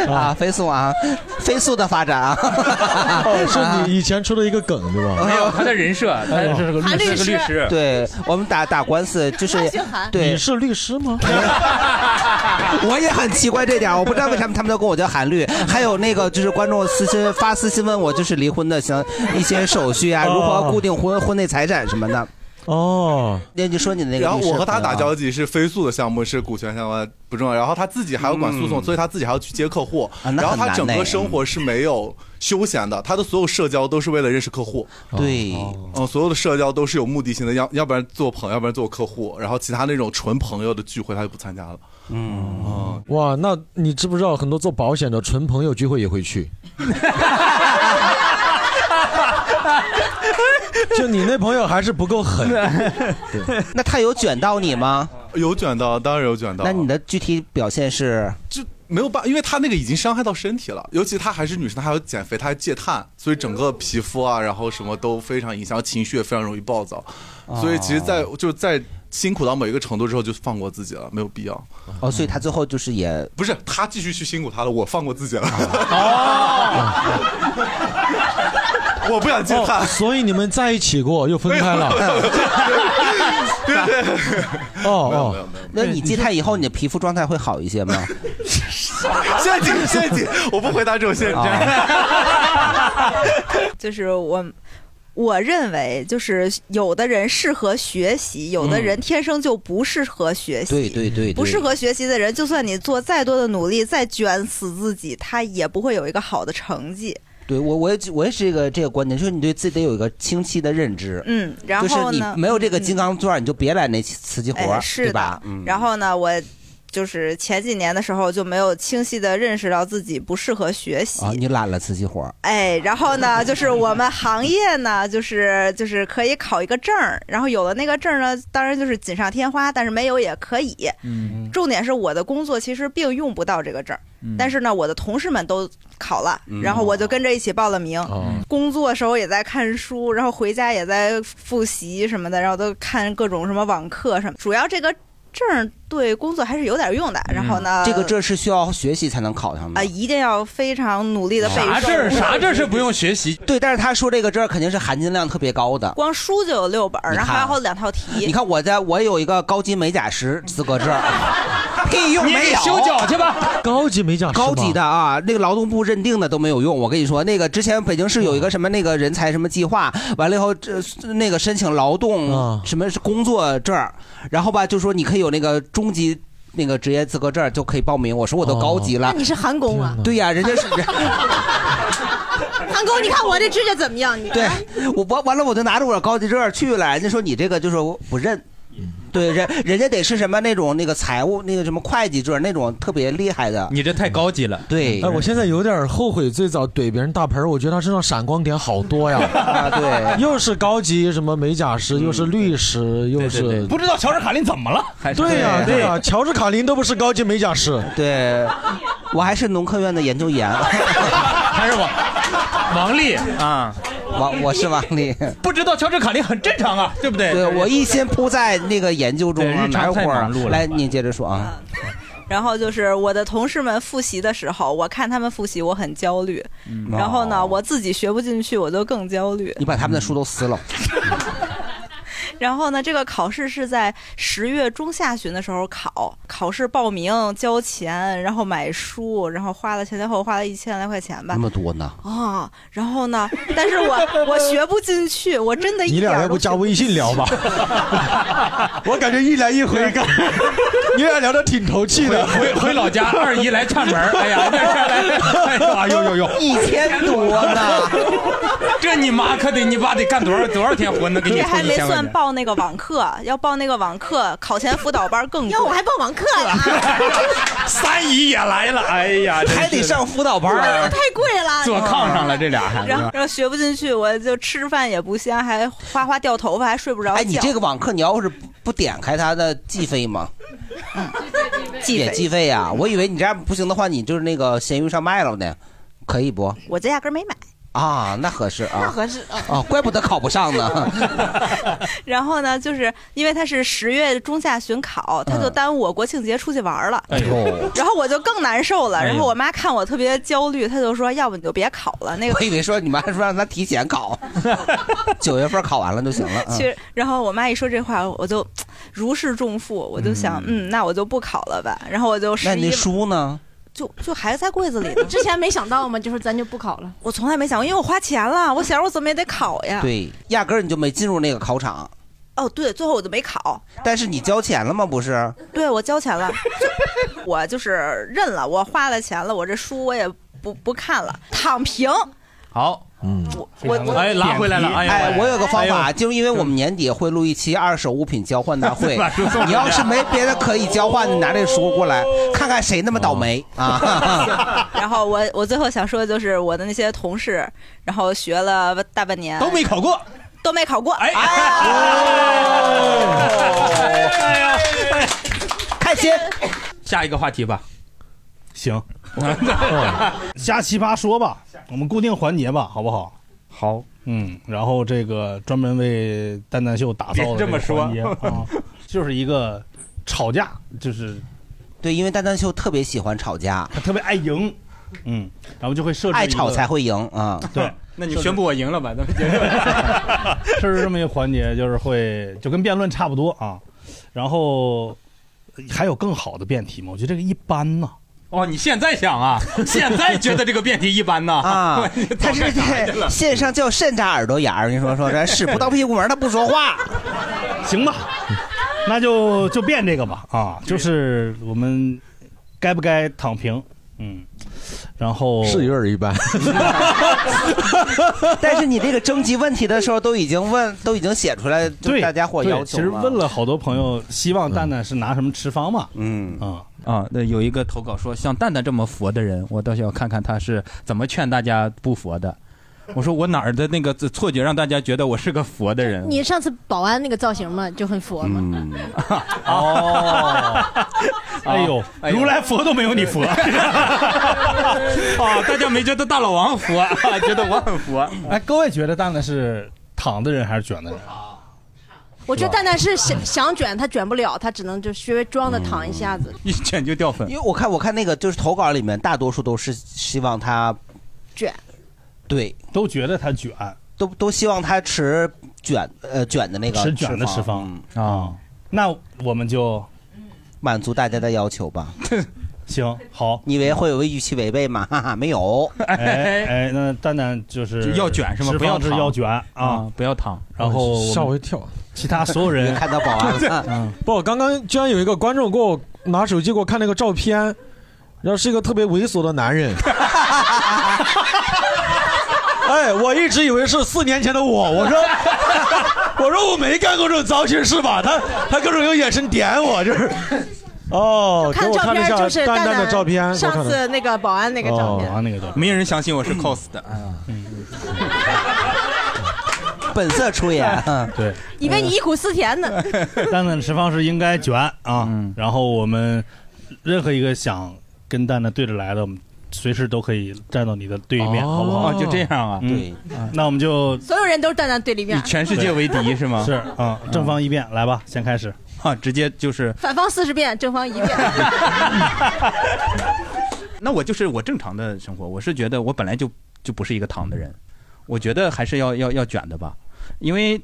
[SPEAKER 6] 啊，非诉啊，非诉的发展啊。哦
[SPEAKER 1] 哦，是你以前出的一个梗对吧？
[SPEAKER 15] 没有他的人设，他的人设是个律师，是个律师。
[SPEAKER 6] 哎对我们打打官司就是
[SPEAKER 15] 姓韩，
[SPEAKER 6] 对，
[SPEAKER 15] 你
[SPEAKER 6] 是律师吗？ [laughs] 我也很奇怪这点，我不知道为什么他们都管我叫韩律。还有那个就是观众私信发私信问我，就是离婚的相一些手续啊，如何固定婚婚内财产什么的。
[SPEAKER 1] 哦，
[SPEAKER 6] 那你说你那个，
[SPEAKER 12] 然后我和他打交
[SPEAKER 6] 集，
[SPEAKER 12] 集是非诉的项目，是股权相关不重要。然后他自己还要管诉讼，
[SPEAKER 6] 嗯
[SPEAKER 12] 所以他自己还要去接客户。
[SPEAKER 6] 啊那
[SPEAKER 12] 然后
[SPEAKER 6] 很
[SPEAKER 12] 他
[SPEAKER 6] 难
[SPEAKER 12] 整
[SPEAKER 6] 呢
[SPEAKER 12] 个生活是没有休闲的，他的所有社交都是为了认识客户。
[SPEAKER 6] 对，
[SPEAKER 12] 嗯，所有的社交都是有目的性的，要要不然做朋友，要不然做客户。然后其他那种纯朋友的聚会他就不参加了。嗯，
[SPEAKER 1] 哇，那你知不知道很多做保险的纯朋友聚会也会
[SPEAKER 6] [laughs]
[SPEAKER 1] 去？
[SPEAKER 6] 就你那朋友还是不够狠。 [laughs] 那他有卷到你吗？
[SPEAKER 12] 有卷到，当然有卷到。
[SPEAKER 6] 那你的具体表现是？
[SPEAKER 12] 就没有办，因为他那个已经伤害到身体了，尤其她还是女生，她还要减肥，她还戒碳，所以整个皮肤啊，然后什么都非常影响，情绪也非常容易暴躁。所以其实在，就在辛苦到某一个程度之后，就放过自己了，没有必要。
[SPEAKER 6] 哦，所以他最后就是也
[SPEAKER 12] 不是她继续去辛苦她了，我放过自己了。 [laughs]
[SPEAKER 5] 哦
[SPEAKER 6] [laughs]
[SPEAKER 12] 我不想
[SPEAKER 1] 见他、所以你们在一起过又分开了。
[SPEAKER 12] 对对。
[SPEAKER 6] [laughs]
[SPEAKER 1] 哦哦，
[SPEAKER 6] 那你戒碳以后，你的皮肤状态会好一
[SPEAKER 12] [laughs]
[SPEAKER 6] 些吗？
[SPEAKER 12] 陷阱陷阱，我不回答这种陷阱。
[SPEAKER 6] 哦
[SPEAKER 9] 就是我。我认为，就是有的人适合学习，有的人天生就不适合学习。
[SPEAKER 6] 对对嗯对，
[SPEAKER 9] 不适合学习的人，就算你做再多的努力，再卷死自己，他也不会有一个好的成绩。
[SPEAKER 6] 对我，我也我也是这个这个观点，就是你对自己得有一个清晰的认知。
[SPEAKER 9] 嗯然后
[SPEAKER 6] 就是你
[SPEAKER 9] 呢嗯
[SPEAKER 6] 没有这个金刚钻，你就别来那瓷器活
[SPEAKER 9] 哎
[SPEAKER 6] 儿，
[SPEAKER 9] 是
[SPEAKER 6] 对
[SPEAKER 9] 的
[SPEAKER 6] 吧？嗯
[SPEAKER 9] 然后呢，我就是前几年的时候就没有清晰的认识到自己不适合学习。
[SPEAKER 6] 啊，你揽了瓷器活儿，
[SPEAKER 9] 哎，然后呢，就是我们行业呢，就是就是可以考一个证儿，然后有了那个证儿呢，当然就是锦上添花，但是没有也可以。
[SPEAKER 14] 嗯
[SPEAKER 9] 重点是我的工作其实并用不到这个证儿
[SPEAKER 14] 嗯，
[SPEAKER 9] 但是呢，我的同事们都考了
[SPEAKER 14] 嗯，
[SPEAKER 9] 然后我就跟着一起报了名
[SPEAKER 14] 哦。
[SPEAKER 9] 工作时候也在看书，然后回家也在复习什么的，然后都看各种什么网课什么。主要这个证儿对工作还是有点用的。哎然后呢，
[SPEAKER 6] 嗯这个证是需要学习才能考上
[SPEAKER 9] 啊，
[SPEAKER 6] 的。
[SPEAKER 9] 一定要非常努力的背诵。
[SPEAKER 6] 证是不用学习？对，但是他说这个证儿肯定是含金量特别高的。
[SPEAKER 9] 光书就有六本儿，
[SPEAKER 6] 你
[SPEAKER 9] 然后还
[SPEAKER 6] 看啊
[SPEAKER 9] 有两套题。
[SPEAKER 6] 你看我在我有一个高级美甲师资格证儿，屁用
[SPEAKER 9] 你
[SPEAKER 6] 没
[SPEAKER 9] 给
[SPEAKER 6] 有。
[SPEAKER 9] 修脚去吧。
[SPEAKER 6] 高级美甲师，高级的啊，那个劳动部认定的都没有用。我跟你说，那个之前北京市有一个什么那个人才什么计划，完了以后这那个申请劳动什么是工作证儿，然后吧就说你可以有那个中级。那个职业资格证儿就可以报名，我说我都高级了
[SPEAKER 4] 那。你是韩工啊？
[SPEAKER 6] 对呀、人家是
[SPEAKER 4] 韩工，你看我这指甲怎么样？你
[SPEAKER 6] 对
[SPEAKER 9] [laughs]
[SPEAKER 6] 我完完了，我就拿着我的高级证儿去了，人家说你这个就是我不认。
[SPEAKER 15] 嗯
[SPEAKER 6] 对，人人家得是什么那种那个财务那个什么会计证儿那种特别厉害的。
[SPEAKER 15] 你这太高级了。
[SPEAKER 6] 对
[SPEAKER 1] 哎，我现在有点后悔最早怼别人大盆儿，我觉得他身上闪光点好多呀。
[SPEAKER 6] 啊对
[SPEAKER 1] [laughs] 又是高级什么美甲师，又是律师，又是
[SPEAKER 2] 不知道乔治卡林怎么了？
[SPEAKER 1] 对呀对呀，乔治卡林都不是高级美甲师。
[SPEAKER 6] 对，
[SPEAKER 9] 啊
[SPEAKER 6] 我还是农科院的研究员。还
[SPEAKER 15] 是我，
[SPEAKER 6] [laughs]
[SPEAKER 15] 王丽啊，
[SPEAKER 6] 王我是王丽。
[SPEAKER 15] 不知道乔治卡林很正常啊，对不对？
[SPEAKER 6] 对我一心扑在那个研究中啊，
[SPEAKER 15] 对日常
[SPEAKER 6] 哪有
[SPEAKER 15] 太
[SPEAKER 6] 会儿啊
[SPEAKER 15] 忙碌？了
[SPEAKER 6] 来，你接着说啊。
[SPEAKER 9] 然后就是我的同事们复习的时候，我看他们复习，我很焦虑。
[SPEAKER 6] 嗯
[SPEAKER 9] 然后呢，我自己学不进去，我就更焦虑。
[SPEAKER 6] 你把他们的书都撕了。
[SPEAKER 9] 然后呢，这个考试是在十月中下旬的时候考，考试报名、交钱，然后买书，然后花了前前后后花了一千来块钱吧
[SPEAKER 6] 那。么多呢？
[SPEAKER 9] 啊、然后呢？但是我 [laughs] 我学不进去，我真的一
[SPEAKER 1] 你
[SPEAKER 9] 点
[SPEAKER 1] 俩
[SPEAKER 9] 儿
[SPEAKER 1] 要
[SPEAKER 9] 都
[SPEAKER 1] 不加微信聊吧？ [laughs] 我感觉一来一回， [laughs] 干你俩聊的挺投气的。
[SPEAKER 15] 回回老家，二姨来串门
[SPEAKER 1] [laughs]
[SPEAKER 15] 儿，哎呀，来来，
[SPEAKER 1] 哎呦呦呦
[SPEAKER 6] 一千多呢，
[SPEAKER 15] 这你妈可得，你爸得干多少多少天活能给你
[SPEAKER 9] 这
[SPEAKER 15] 凑
[SPEAKER 9] 还
[SPEAKER 15] 一
[SPEAKER 9] 没
[SPEAKER 15] 千块
[SPEAKER 9] 算
[SPEAKER 15] 钱？
[SPEAKER 9] 报那个网课，
[SPEAKER 15] [laughs]
[SPEAKER 9] 要报那个网课，考前辅导班更啊要我还报网课呀、
[SPEAKER 15] 三姨也来了，哎呀，
[SPEAKER 6] 还得上辅导班
[SPEAKER 9] 那
[SPEAKER 15] 儿
[SPEAKER 9] 啊太贵了，
[SPEAKER 15] 坐炕上了，这俩孩
[SPEAKER 9] 嗯然后
[SPEAKER 15] 子。
[SPEAKER 9] 然后学不进去，我就吃饭也不香，还哗哗掉头发，还睡不着觉。
[SPEAKER 6] 哎，你这个网课你要是不不点开它的计费吗？
[SPEAKER 9] 计
[SPEAKER 6] 也
[SPEAKER 9] 费
[SPEAKER 6] 计费啊！我以为你这样不行的话，你就是那个闲鱼上卖了呢，可以不？
[SPEAKER 9] 我这压根儿没买，
[SPEAKER 6] 啊，那合适啊，
[SPEAKER 9] 那合适啊
[SPEAKER 6] 哦，怪不得考不上呢。 [laughs]
[SPEAKER 9] 然后呢，就是因为他是十月中下旬考，他就
[SPEAKER 6] 嗯
[SPEAKER 9] 耽误我国庆节出去玩了。
[SPEAKER 6] 哎呦
[SPEAKER 9] 然后我就更难受了。
[SPEAKER 6] 哎呦
[SPEAKER 9] 然后我妈看我特别焦虑，她就说：“要不你就别考了。”那个
[SPEAKER 6] 我以为说你妈说让他提
[SPEAKER 9] [laughs]
[SPEAKER 6] 前考，九月份考完了就行了。嗯
[SPEAKER 9] 其实，然后我妈一说这话，我就如释重负，我就想，嗯，那我就不考了吧。然后我就
[SPEAKER 6] 那
[SPEAKER 9] 十
[SPEAKER 6] 你
[SPEAKER 9] 一
[SPEAKER 6] 那书呢？
[SPEAKER 9] 就就还在柜子里呢。 [laughs] 之前没想到吗？就是咱就不考了。我从来没想过，因为我花钱了，我想我怎么也得考呀。，
[SPEAKER 6] 对，压根儿你就没进入那个考场，
[SPEAKER 9] 哦对，最后我就没考。
[SPEAKER 6] 但是你交钱了吗？不是，
[SPEAKER 9] 对我交钱了，就 [laughs] 我就是认了，我花了钱了，我这书我也不不看了，躺
[SPEAKER 6] [laughs]
[SPEAKER 9] 平。
[SPEAKER 6] 好，
[SPEAKER 1] 嗯，
[SPEAKER 6] 我
[SPEAKER 9] 我哎拉回来了哎呦
[SPEAKER 6] 哎，我有个方
[SPEAKER 9] 哎
[SPEAKER 6] 法，
[SPEAKER 9] 呦
[SPEAKER 6] 就是因为我们年底会录一期二手物品交换大
[SPEAKER 9] [laughs]
[SPEAKER 6] 会
[SPEAKER 15] 把书送人，家
[SPEAKER 6] 你要是没别的可以交换，你拿这书过
[SPEAKER 9] 哦
[SPEAKER 6] 来看看谁那么倒霉啊！
[SPEAKER 9] 然后我我最后想说的就是我的那些同事，然后学了大半年
[SPEAKER 6] 都没考过，哎
[SPEAKER 9] 都没考过。哎
[SPEAKER 6] 开心。
[SPEAKER 15] 下一个话题吧，
[SPEAKER 3] 行，瞎奇葩说吧，我们固定环节吧，好不好？
[SPEAKER 27] 好，
[SPEAKER 3] 嗯，然后这个专门为蛋蛋秀打造的
[SPEAKER 6] 别这么
[SPEAKER 3] 个环节
[SPEAKER 6] 说
[SPEAKER 3] 啊，就是一个吵架，就是
[SPEAKER 6] 对，因为蛋蛋秀特别喜欢吵架，
[SPEAKER 3] 他特别爱赢，嗯，然后就会设置一个
[SPEAKER 6] 爱吵才会赢啊。
[SPEAKER 3] 对，
[SPEAKER 15] 嗯那你宣布我赢了吧？咱们结束。
[SPEAKER 3] [laughs] 设置这么一个环节，就是会就跟辩论差不多啊。然后还有更好的辩题吗？我觉得这个一般呢。
[SPEAKER 15] 哦，你现在
[SPEAKER 6] [laughs]
[SPEAKER 15] 想啊？现在觉得这个辩题一般呢？
[SPEAKER 6] 啊
[SPEAKER 15] [laughs] 你，
[SPEAKER 6] 他
[SPEAKER 15] 早
[SPEAKER 6] 是
[SPEAKER 15] 干啥去了
[SPEAKER 6] 在线上叫慎扎耳朵眼儿，你说说这使不到屁股门儿，他不
[SPEAKER 3] [laughs]
[SPEAKER 6] 说话。
[SPEAKER 3] 行吧，那就就变这个吧啊，就是我们该不该躺平？嗯，然后
[SPEAKER 6] 是
[SPEAKER 3] 有
[SPEAKER 1] 点一般，
[SPEAKER 6] 但是你这个征集问题的时候都已经问，都已经写出来，就
[SPEAKER 3] 对
[SPEAKER 6] 大家伙
[SPEAKER 3] 对
[SPEAKER 6] 要求
[SPEAKER 3] 其实
[SPEAKER 6] 了
[SPEAKER 3] 问了好多朋友，希望蛋蛋是拿什么吃方嘛？
[SPEAKER 6] 嗯
[SPEAKER 3] 啊
[SPEAKER 5] 啊，那有一个投稿说，像蛋蛋这么佛的人，我倒是要看看他是怎么劝大家不佛的。我说我哪儿的那个错觉让大家觉得我是个佛的人？
[SPEAKER 4] 你上次保安那个造型嘛，就很佛嘛。
[SPEAKER 5] [laughs] 嗯，
[SPEAKER 3] 哎
[SPEAKER 6] 啊
[SPEAKER 3] 呦，如来佛都没有你佛。
[SPEAKER 5] 啊
[SPEAKER 15] 哦，大家没觉得大老
[SPEAKER 5] [laughs]
[SPEAKER 15] 王佛，觉得我很佛。
[SPEAKER 3] [laughs] 哎，各位觉得蛋蛋是躺的人还是卷的人？
[SPEAKER 4] 我觉得蛋蛋是想想卷，他卷不了，他只能就稍微装着躺一下
[SPEAKER 6] 嗯
[SPEAKER 4] 子。
[SPEAKER 15] [laughs] 一卷就掉粉
[SPEAKER 6] 因为我看我看那个就是投稿里面，大多数都是希望他
[SPEAKER 4] 卷，
[SPEAKER 6] 对，
[SPEAKER 3] 都觉得他卷，
[SPEAKER 6] 都都希望他持卷呃卷的那个嗯
[SPEAKER 3] 吃卷的吃方啊。那我们就
[SPEAKER 6] 满足大家的要求吧。
[SPEAKER 3] 行， [laughs] 好，
[SPEAKER 6] 你以为会有预期违背吗？ [laughs] 哈哈，没有。
[SPEAKER 3] 哎哎，那蛋蛋就是
[SPEAKER 6] 要卷是吗
[SPEAKER 3] 吃
[SPEAKER 6] 不要
[SPEAKER 3] 方是
[SPEAKER 6] 躺
[SPEAKER 3] 要卷啊
[SPEAKER 5] 啊，不要躺。
[SPEAKER 3] 然后我们
[SPEAKER 1] 吓我一跳，
[SPEAKER 3] 其他所有人
[SPEAKER 6] 看到保安
[SPEAKER 4] 啊
[SPEAKER 3] [laughs]
[SPEAKER 6] 了
[SPEAKER 1] 嗯不，刚刚居然有一个观众给我拿手机给我看那个照片，然后是一个特别猥琐的男人。哎，我一直以为是四年前的我，我说， [laughs] 我说我没干过这种糟心事吧？他他各种用眼神点我，就是，哦，给
[SPEAKER 4] 看
[SPEAKER 1] 我
[SPEAKER 4] 照
[SPEAKER 1] 看了一
[SPEAKER 4] 片
[SPEAKER 1] 下
[SPEAKER 4] 就是
[SPEAKER 1] 蛋
[SPEAKER 4] 蛋
[SPEAKER 1] 蛋的照片，给我
[SPEAKER 4] 上
[SPEAKER 1] 看了哦
[SPEAKER 4] 次那个保安那个照片。
[SPEAKER 3] 哦啊
[SPEAKER 4] 嗯
[SPEAKER 3] 那个照片，嗯
[SPEAKER 15] 没人相信我是 cos 的。
[SPEAKER 6] 本色出
[SPEAKER 4] [laughs]
[SPEAKER 6] 演，
[SPEAKER 3] 对，
[SPEAKER 4] 以为你忆苦思甜
[SPEAKER 1] [laughs]
[SPEAKER 4] 呢。
[SPEAKER 3] [laughs] 蛋嗯蛋的吃方式应该卷啊。
[SPEAKER 15] 嗯
[SPEAKER 3] 然后我们任何一个想跟蛋蛋对着来的，我们随时都可以站到你的对面，
[SPEAKER 15] 哦
[SPEAKER 3] 好不好？
[SPEAKER 15] 就这样啊
[SPEAKER 3] 嗯
[SPEAKER 15] 对啊
[SPEAKER 3] 那我们就
[SPEAKER 4] 所有人都是站在对立面，
[SPEAKER 15] 敌是吗
[SPEAKER 3] 是啊，正方一辩，来吧，先开始
[SPEAKER 15] 啊，直接就是
[SPEAKER 4] [laughs] 反方四十遍，正方一
[SPEAKER 5] [laughs]
[SPEAKER 4] 遍。
[SPEAKER 5] 那我就是我正常的生活，我是觉得我本来就就不是一个躺的人，我觉得还是要要要卷的吧，因为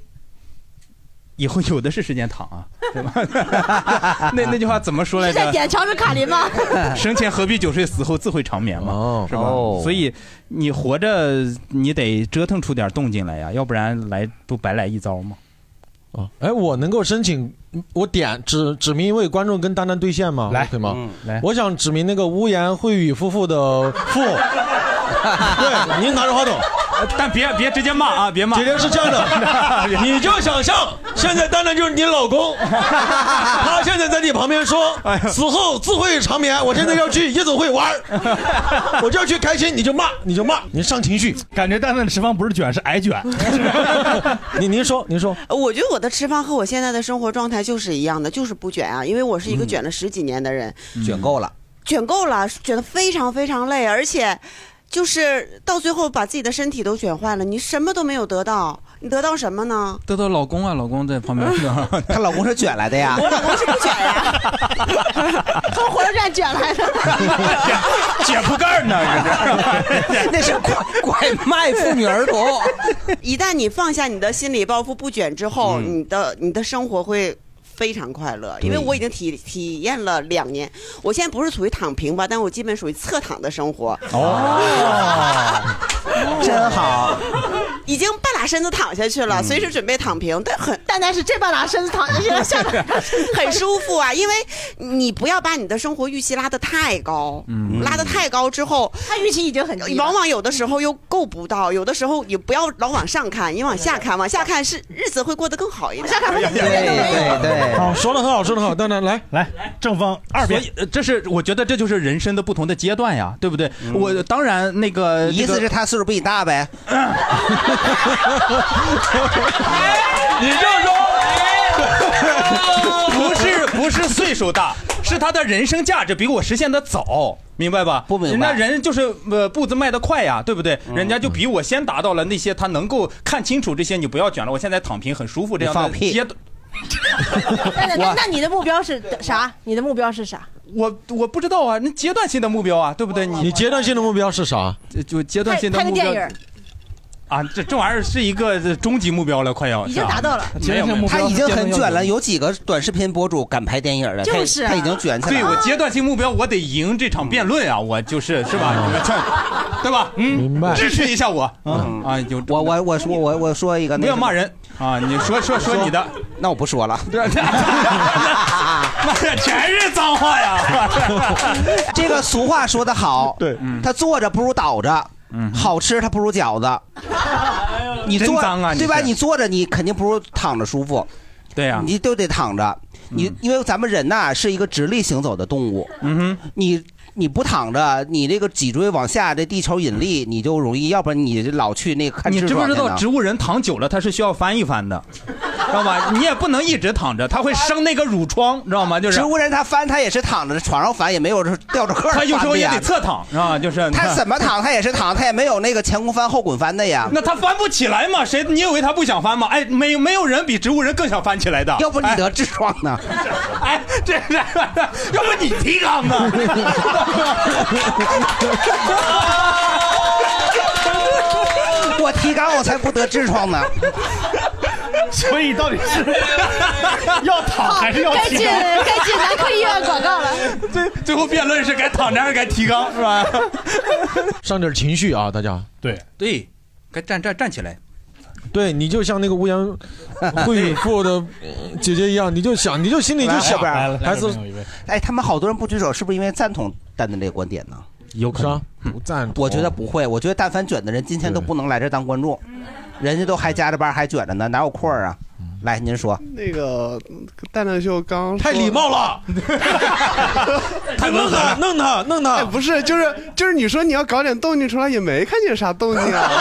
[SPEAKER 5] 以后有的是时间躺啊，对吧？ [laughs] 那那句话怎么说来
[SPEAKER 4] 是在
[SPEAKER 5] 着？
[SPEAKER 4] 点长春卡林
[SPEAKER 5] [laughs]
[SPEAKER 4] 吗？
[SPEAKER 5] 生前何必久睡，死后自会长眠嘛，是吧？
[SPEAKER 6] 哦
[SPEAKER 5] 所以你活着，你得折腾出点动静来呀，要不然来不白来一遭吗？
[SPEAKER 1] 哎，我能够申请，我点指指明一位观众跟丹丹对线吗？来，对吗？
[SPEAKER 5] 来，
[SPEAKER 1] 我想指明那个污言秽语夫妇的
[SPEAKER 5] [laughs]
[SPEAKER 1] 妇，对，您拿着话筒，
[SPEAKER 5] 哎但别别直接骂啊，别骂
[SPEAKER 1] 姐姐是这样
[SPEAKER 5] [laughs]
[SPEAKER 1] 的，你就想象现在丹丹就是你老公，他现在在你旁边说，
[SPEAKER 5] 哎
[SPEAKER 1] 死后自会长眠，我现在要去夜总会玩儿，
[SPEAKER 5] [laughs]
[SPEAKER 1] 我就要去开心，你就骂，你就骂，你上情绪，
[SPEAKER 2] 感觉蛋蛋吃饭不是卷，是
[SPEAKER 1] [laughs]
[SPEAKER 2] 挨卷。
[SPEAKER 1] 您您说，您说，
[SPEAKER 22] 呃我觉得我的吃饭和我现在的生活状态就是一样的，就是不卷啊，因为我是一
[SPEAKER 1] 嗯
[SPEAKER 22] 个卷了十几年的人，
[SPEAKER 6] 卷够了。
[SPEAKER 22] 卷够了，卷得非常非常累，而且就是到最后把自己的身体都卷坏了，你什么都没有得到，你得到什么呢？
[SPEAKER 5] 得到老公啊，老公在旁边，
[SPEAKER 6] [laughs] 她老公是卷来
[SPEAKER 5] [laughs]
[SPEAKER 6] 的呀，
[SPEAKER 22] 我老公是不卷呀， [laughs] 从火车站卷来的。
[SPEAKER 5] 解铺盖呢，
[SPEAKER 6] 那是拐拐卖妇女儿童。
[SPEAKER 22] 一旦你放下你的心理包袱不卷之后，你的
[SPEAKER 6] 嗯
[SPEAKER 22] 你的生活会。非常快乐，因为
[SPEAKER 27] 对
[SPEAKER 22] 我已经体体验了两年，我现在不是属于躺平吧，但我基本属于侧躺的生活。 [laughs]
[SPEAKER 6] 哦，真
[SPEAKER 4] [laughs]
[SPEAKER 6] 好。
[SPEAKER 22] 已经半拉身子躺下去了，随时准备躺平，但很但但是这半拉身子躺下去了， [laughs] 下半拉很舒服啊，因为你不要把你的生活预期拉得太高，
[SPEAKER 27] 嗯
[SPEAKER 22] 拉得太高之后，
[SPEAKER 4] 他预期已经很低了
[SPEAKER 22] 往往有的时候又够不到，有的时候也不要老往上看，你往下看，往下看是日子会过得更好一点，下看
[SPEAKER 6] 对对对，
[SPEAKER 1] 好，说的很好，说的很好，丹丹来
[SPEAKER 2] 来，正方二
[SPEAKER 5] 边，所以呃这是我觉得这就是人生的不同的阶段呀，对不对？
[SPEAKER 6] 嗯
[SPEAKER 5] 我当然那个
[SPEAKER 6] 你意思是他岁数比你大
[SPEAKER 5] [laughs]
[SPEAKER 6] 呗？
[SPEAKER 5] [laughs] 你就说， [laughs] 不是不是岁数大，是他的人生价值比我实现的早，明白吧？不
[SPEAKER 6] 明
[SPEAKER 5] 人
[SPEAKER 6] 白嗯
[SPEAKER 5] 家人就是呃步子迈得快呀，对不对？人家就比我先达到了那些，他能够看清楚这些，你不要卷了，我现在躺平很舒服，这样的
[SPEAKER 6] 你放屁
[SPEAKER 5] 阶段
[SPEAKER 4] 那那
[SPEAKER 5] 我
[SPEAKER 4] 那你的目标是啥？你的目标是啥？
[SPEAKER 5] 我我不知道啊，那阶段性的目标啊，对不对？你
[SPEAKER 1] 你阶段性的目标是啥？
[SPEAKER 5] 就阶段
[SPEAKER 4] 拍
[SPEAKER 5] 性的
[SPEAKER 4] 拍个
[SPEAKER 5] 目
[SPEAKER 4] 电
[SPEAKER 5] 标
[SPEAKER 4] 影
[SPEAKER 5] [laughs]
[SPEAKER 4] 儿，
[SPEAKER 5] 啊，这这玩意儿是一个呃终极目标了，快要
[SPEAKER 4] 已经达到了
[SPEAKER 5] 没有没有
[SPEAKER 6] 他已经很卷了，有几个短视频博主敢拍电影了？他
[SPEAKER 5] 就是啊
[SPEAKER 6] 他已经卷起来
[SPEAKER 5] 对我
[SPEAKER 6] 了。
[SPEAKER 5] 阶段性目标，我得赢这场辩论啊！我就是是吧？你们劝，对吧？嗯，明
[SPEAKER 6] 白
[SPEAKER 5] 支持一下我。
[SPEAKER 6] 嗯
[SPEAKER 5] 啊，有
[SPEAKER 6] 我我我说我我说一个，
[SPEAKER 5] 不要骂人啊！你说说说你的，
[SPEAKER 6] 那我不说了。
[SPEAKER 5] 妈呀，全是
[SPEAKER 4] [laughs]
[SPEAKER 5] 脏话呀！
[SPEAKER 6] [laughs] 这个俗话说得好，对，
[SPEAKER 5] 嗯
[SPEAKER 6] 他坐着不如倒着，好吃他不如饺子。哎你
[SPEAKER 5] 真
[SPEAKER 6] 坐
[SPEAKER 5] 脏啊你
[SPEAKER 6] 对吧？
[SPEAKER 5] 是
[SPEAKER 6] 你坐着你肯定不如躺着舒服，
[SPEAKER 5] 对呀，嗯
[SPEAKER 6] 你都得躺着。你因为咱们人呐是一个直立行走的动物，嗯哼，你你不躺着，你这个脊椎往下，这地球引力你就容易，要不然你老去那个看
[SPEAKER 5] 嗯你
[SPEAKER 6] 痔
[SPEAKER 5] 知不
[SPEAKER 6] 疮
[SPEAKER 5] 知
[SPEAKER 6] 去
[SPEAKER 5] 道
[SPEAKER 6] 呢
[SPEAKER 5] 植物人躺久了，它是需要翻一翻的，知道吧？你也不能一直躺着，它会生那个褥疮，知道吗？就是
[SPEAKER 6] 植物人他翻他也是躺着，床上翻也没
[SPEAKER 5] [laughs]
[SPEAKER 6] 有吊着个儿
[SPEAKER 5] 它有时候也
[SPEAKER 6] 翻
[SPEAKER 5] 得
[SPEAKER 6] 的
[SPEAKER 5] 侧
[SPEAKER 6] 呀
[SPEAKER 5] 躺啊，就是
[SPEAKER 6] 他怎么躺他也是躺，他也没有那个前空翻后滚翻的呀。
[SPEAKER 5] [laughs] 那他翻不起来嘛？谁？你以为他不想翻吗？哎，没没有人比植物人更想翻起来的。
[SPEAKER 6] 要不你得痔疮呢？
[SPEAKER 5] [laughs] 哎，这这，要不你提纲啊
[SPEAKER 4] [laughs]
[SPEAKER 5] 呢？
[SPEAKER 6] [laughs] 我提纲我才不得痔疮呢。
[SPEAKER 2] [laughs] 所以到底是要躺还
[SPEAKER 4] [laughs]
[SPEAKER 2] 是要
[SPEAKER 4] 该
[SPEAKER 2] 提
[SPEAKER 4] 进
[SPEAKER 2] 纲？
[SPEAKER 4] 该进男科医院广告了。
[SPEAKER 5] [laughs] 最最后辩论是该躺着还是该
[SPEAKER 1] [laughs]
[SPEAKER 5] 提纲是吧？
[SPEAKER 1] 上点情绪啊，大家。
[SPEAKER 2] 对
[SPEAKER 5] 对，该站站站起来。
[SPEAKER 1] 对，你就像那个无言会语妇
[SPEAKER 27] [laughs]
[SPEAKER 1] 的嗯姐姐一样，你就想，你就心里就想，孩子
[SPEAKER 6] 哎，他们好多人不举手，是不是因为赞同蛋蛋这个观点呢？
[SPEAKER 1] 有可能不赞
[SPEAKER 6] 我觉得不会，我觉得但凡卷的人，今天都不能来这儿当观众，人家都还加着班还卷着呢，哪有空儿啊？来，您说，
[SPEAKER 27] 那个蛋蛋秀刚
[SPEAKER 6] 太礼貌
[SPEAKER 27] [laughs] 了，太
[SPEAKER 1] 温和了，弄他弄他、
[SPEAKER 27] 哎不是，就是就是你说你要搞点动静出来，也没看见啥动静啊。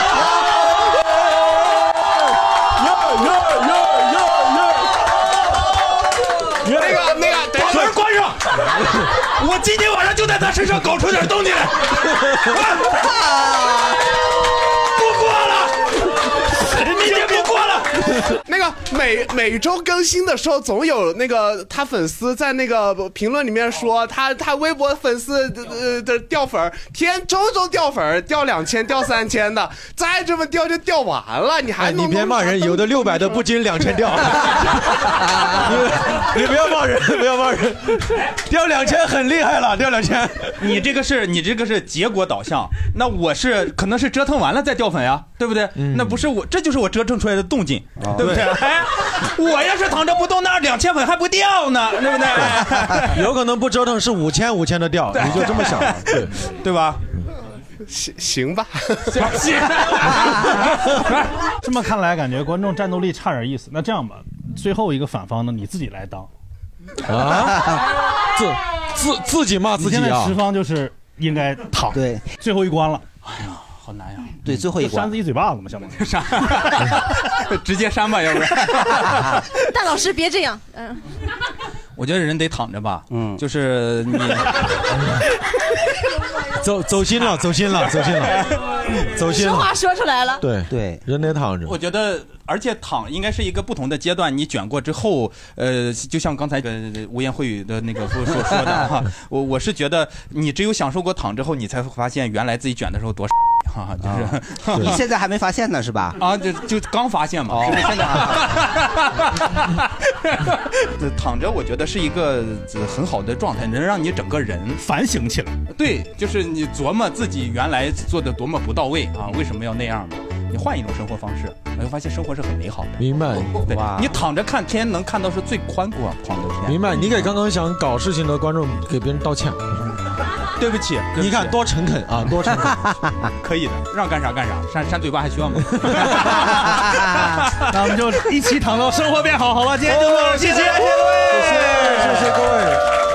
[SPEAKER 5] 那个那个，把门关上！ [laughs] 我今天晚上就在他身上搞出点动静来。不过了，你这不过了，
[SPEAKER 27] [laughs] 那个每每周更新的时候，总有那个他粉丝在那个评论里面
[SPEAKER 1] 哦
[SPEAKER 27] 说他他微博粉丝呃的掉粉儿，天周周掉粉儿，掉两千掉三千的，再这么掉就掉完了，你还
[SPEAKER 1] 哎，
[SPEAKER 27] 弄、
[SPEAKER 1] 你别骂人，有的六百的不仅两
[SPEAKER 27] [laughs]
[SPEAKER 1] 千掉。你 [laughs] 你不要
[SPEAKER 5] [laughs]
[SPEAKER 1] 骂人， [laughs] 不要骂人，掉两千很厉害了，掉两千。
[SPEAKER 5] 你这个是你这个是结果导向，那我是可能是折腾完了再掉粉呀，对不对？那不是我，这就是我折腾出来的动静，对不对？
[SPEAKER 1] 嗯啊对
[SPEAKER 5] 哎，我要是躺着不动，那两千粉还不掉呢，对不对？
[SPEAKER 1] [laughs] 有可能不折腾是五千五千的掉，你就这么想，对
[SPEAKER 5] 对吧？
[SPEAKER 27] [laughs] 行行吧，
[SPEAKER 3] [laughs] 这么看来，感觉观众战斗力差点意思。那这样吧，最后一个反方呢，你自己来当。
[SPEAKER 1] 啊，自自自己啊骂
[SPEAKER 3] 你现在十方就是应该躺，
[SPEAKER 6] 对，
[SPEAKER 3] 最后一关了。
[SPEAKER 5] 好难呀，
[SPEAKER 6] 对，最后一
[SPEAKER 3] 就扇
[SPEAKER 6] 关
[SPEAKER 3] 自己嘴巴子嘛，相当于。
[SPEAKER 5] 直接删吧，要不然。
[SPEAKER 1] [laughs]
[SPEAKER 4] 大老师别这样，嗯、
[SPEAKER 5] 我觉得人得躺着吧，嗯，就是你
[SPEAKER 1] [laughs] 走走心了，走心了，走心了，走心
[SPEAKER 4] 实
[SPEAKER 1] 了。
[SPEAKER 4] 话说出来了。
[SPEAKER 1] 对
[SPEAKER 6] 对，
[SPEAKER 1] 人得躺着。
[SPEAKER 5] 我觉得，而且躺应该是一个不同的阶段。你卷过之后，呃，就像刚才呃无言秽语的那个所所说的哈，我我是觉得，你只有享受过躺之后，你才会发现原来自己卷的时候多哈，就是
[SPEAKER 6] 你现在还没发现呢，是吧？
[SPEAKER 5] 啊，就就刚发现嘛，就是现在。这躺着，我觉得是一个呃很好的状态，能让你整个人
[SPEAKER 3] 反省起来。
[SPEAKER 5] 对，就是你琢磨自己原来做的多么不到位啊，为什么要那样嘛？你换一种生活方式，你会发现生活是很美好的。
[SPEAKER 1] 明白，
[SPEAKER 5] 对你躺着看天，能看到是最宽广广的天。
[SPEAKER 1] 明白。啊你给刚刚想搞事情的观众给别人道歉，
[SPEAKER 5] 对不起，
[SPEAKER 1] 你看多诚恳啊，多诚恳。
[SPEAKER 5] 可以的，让干啥干啥，扇扇嘴巴还需要吗？
[SPEAKER 3] 那我
[SPEAKER 5] [laughs]
[SPEAKER 3] 哦们就一起躺到生活变好，好吧？今天就到这儿，谢谢，谢谢各位，谢谢各位。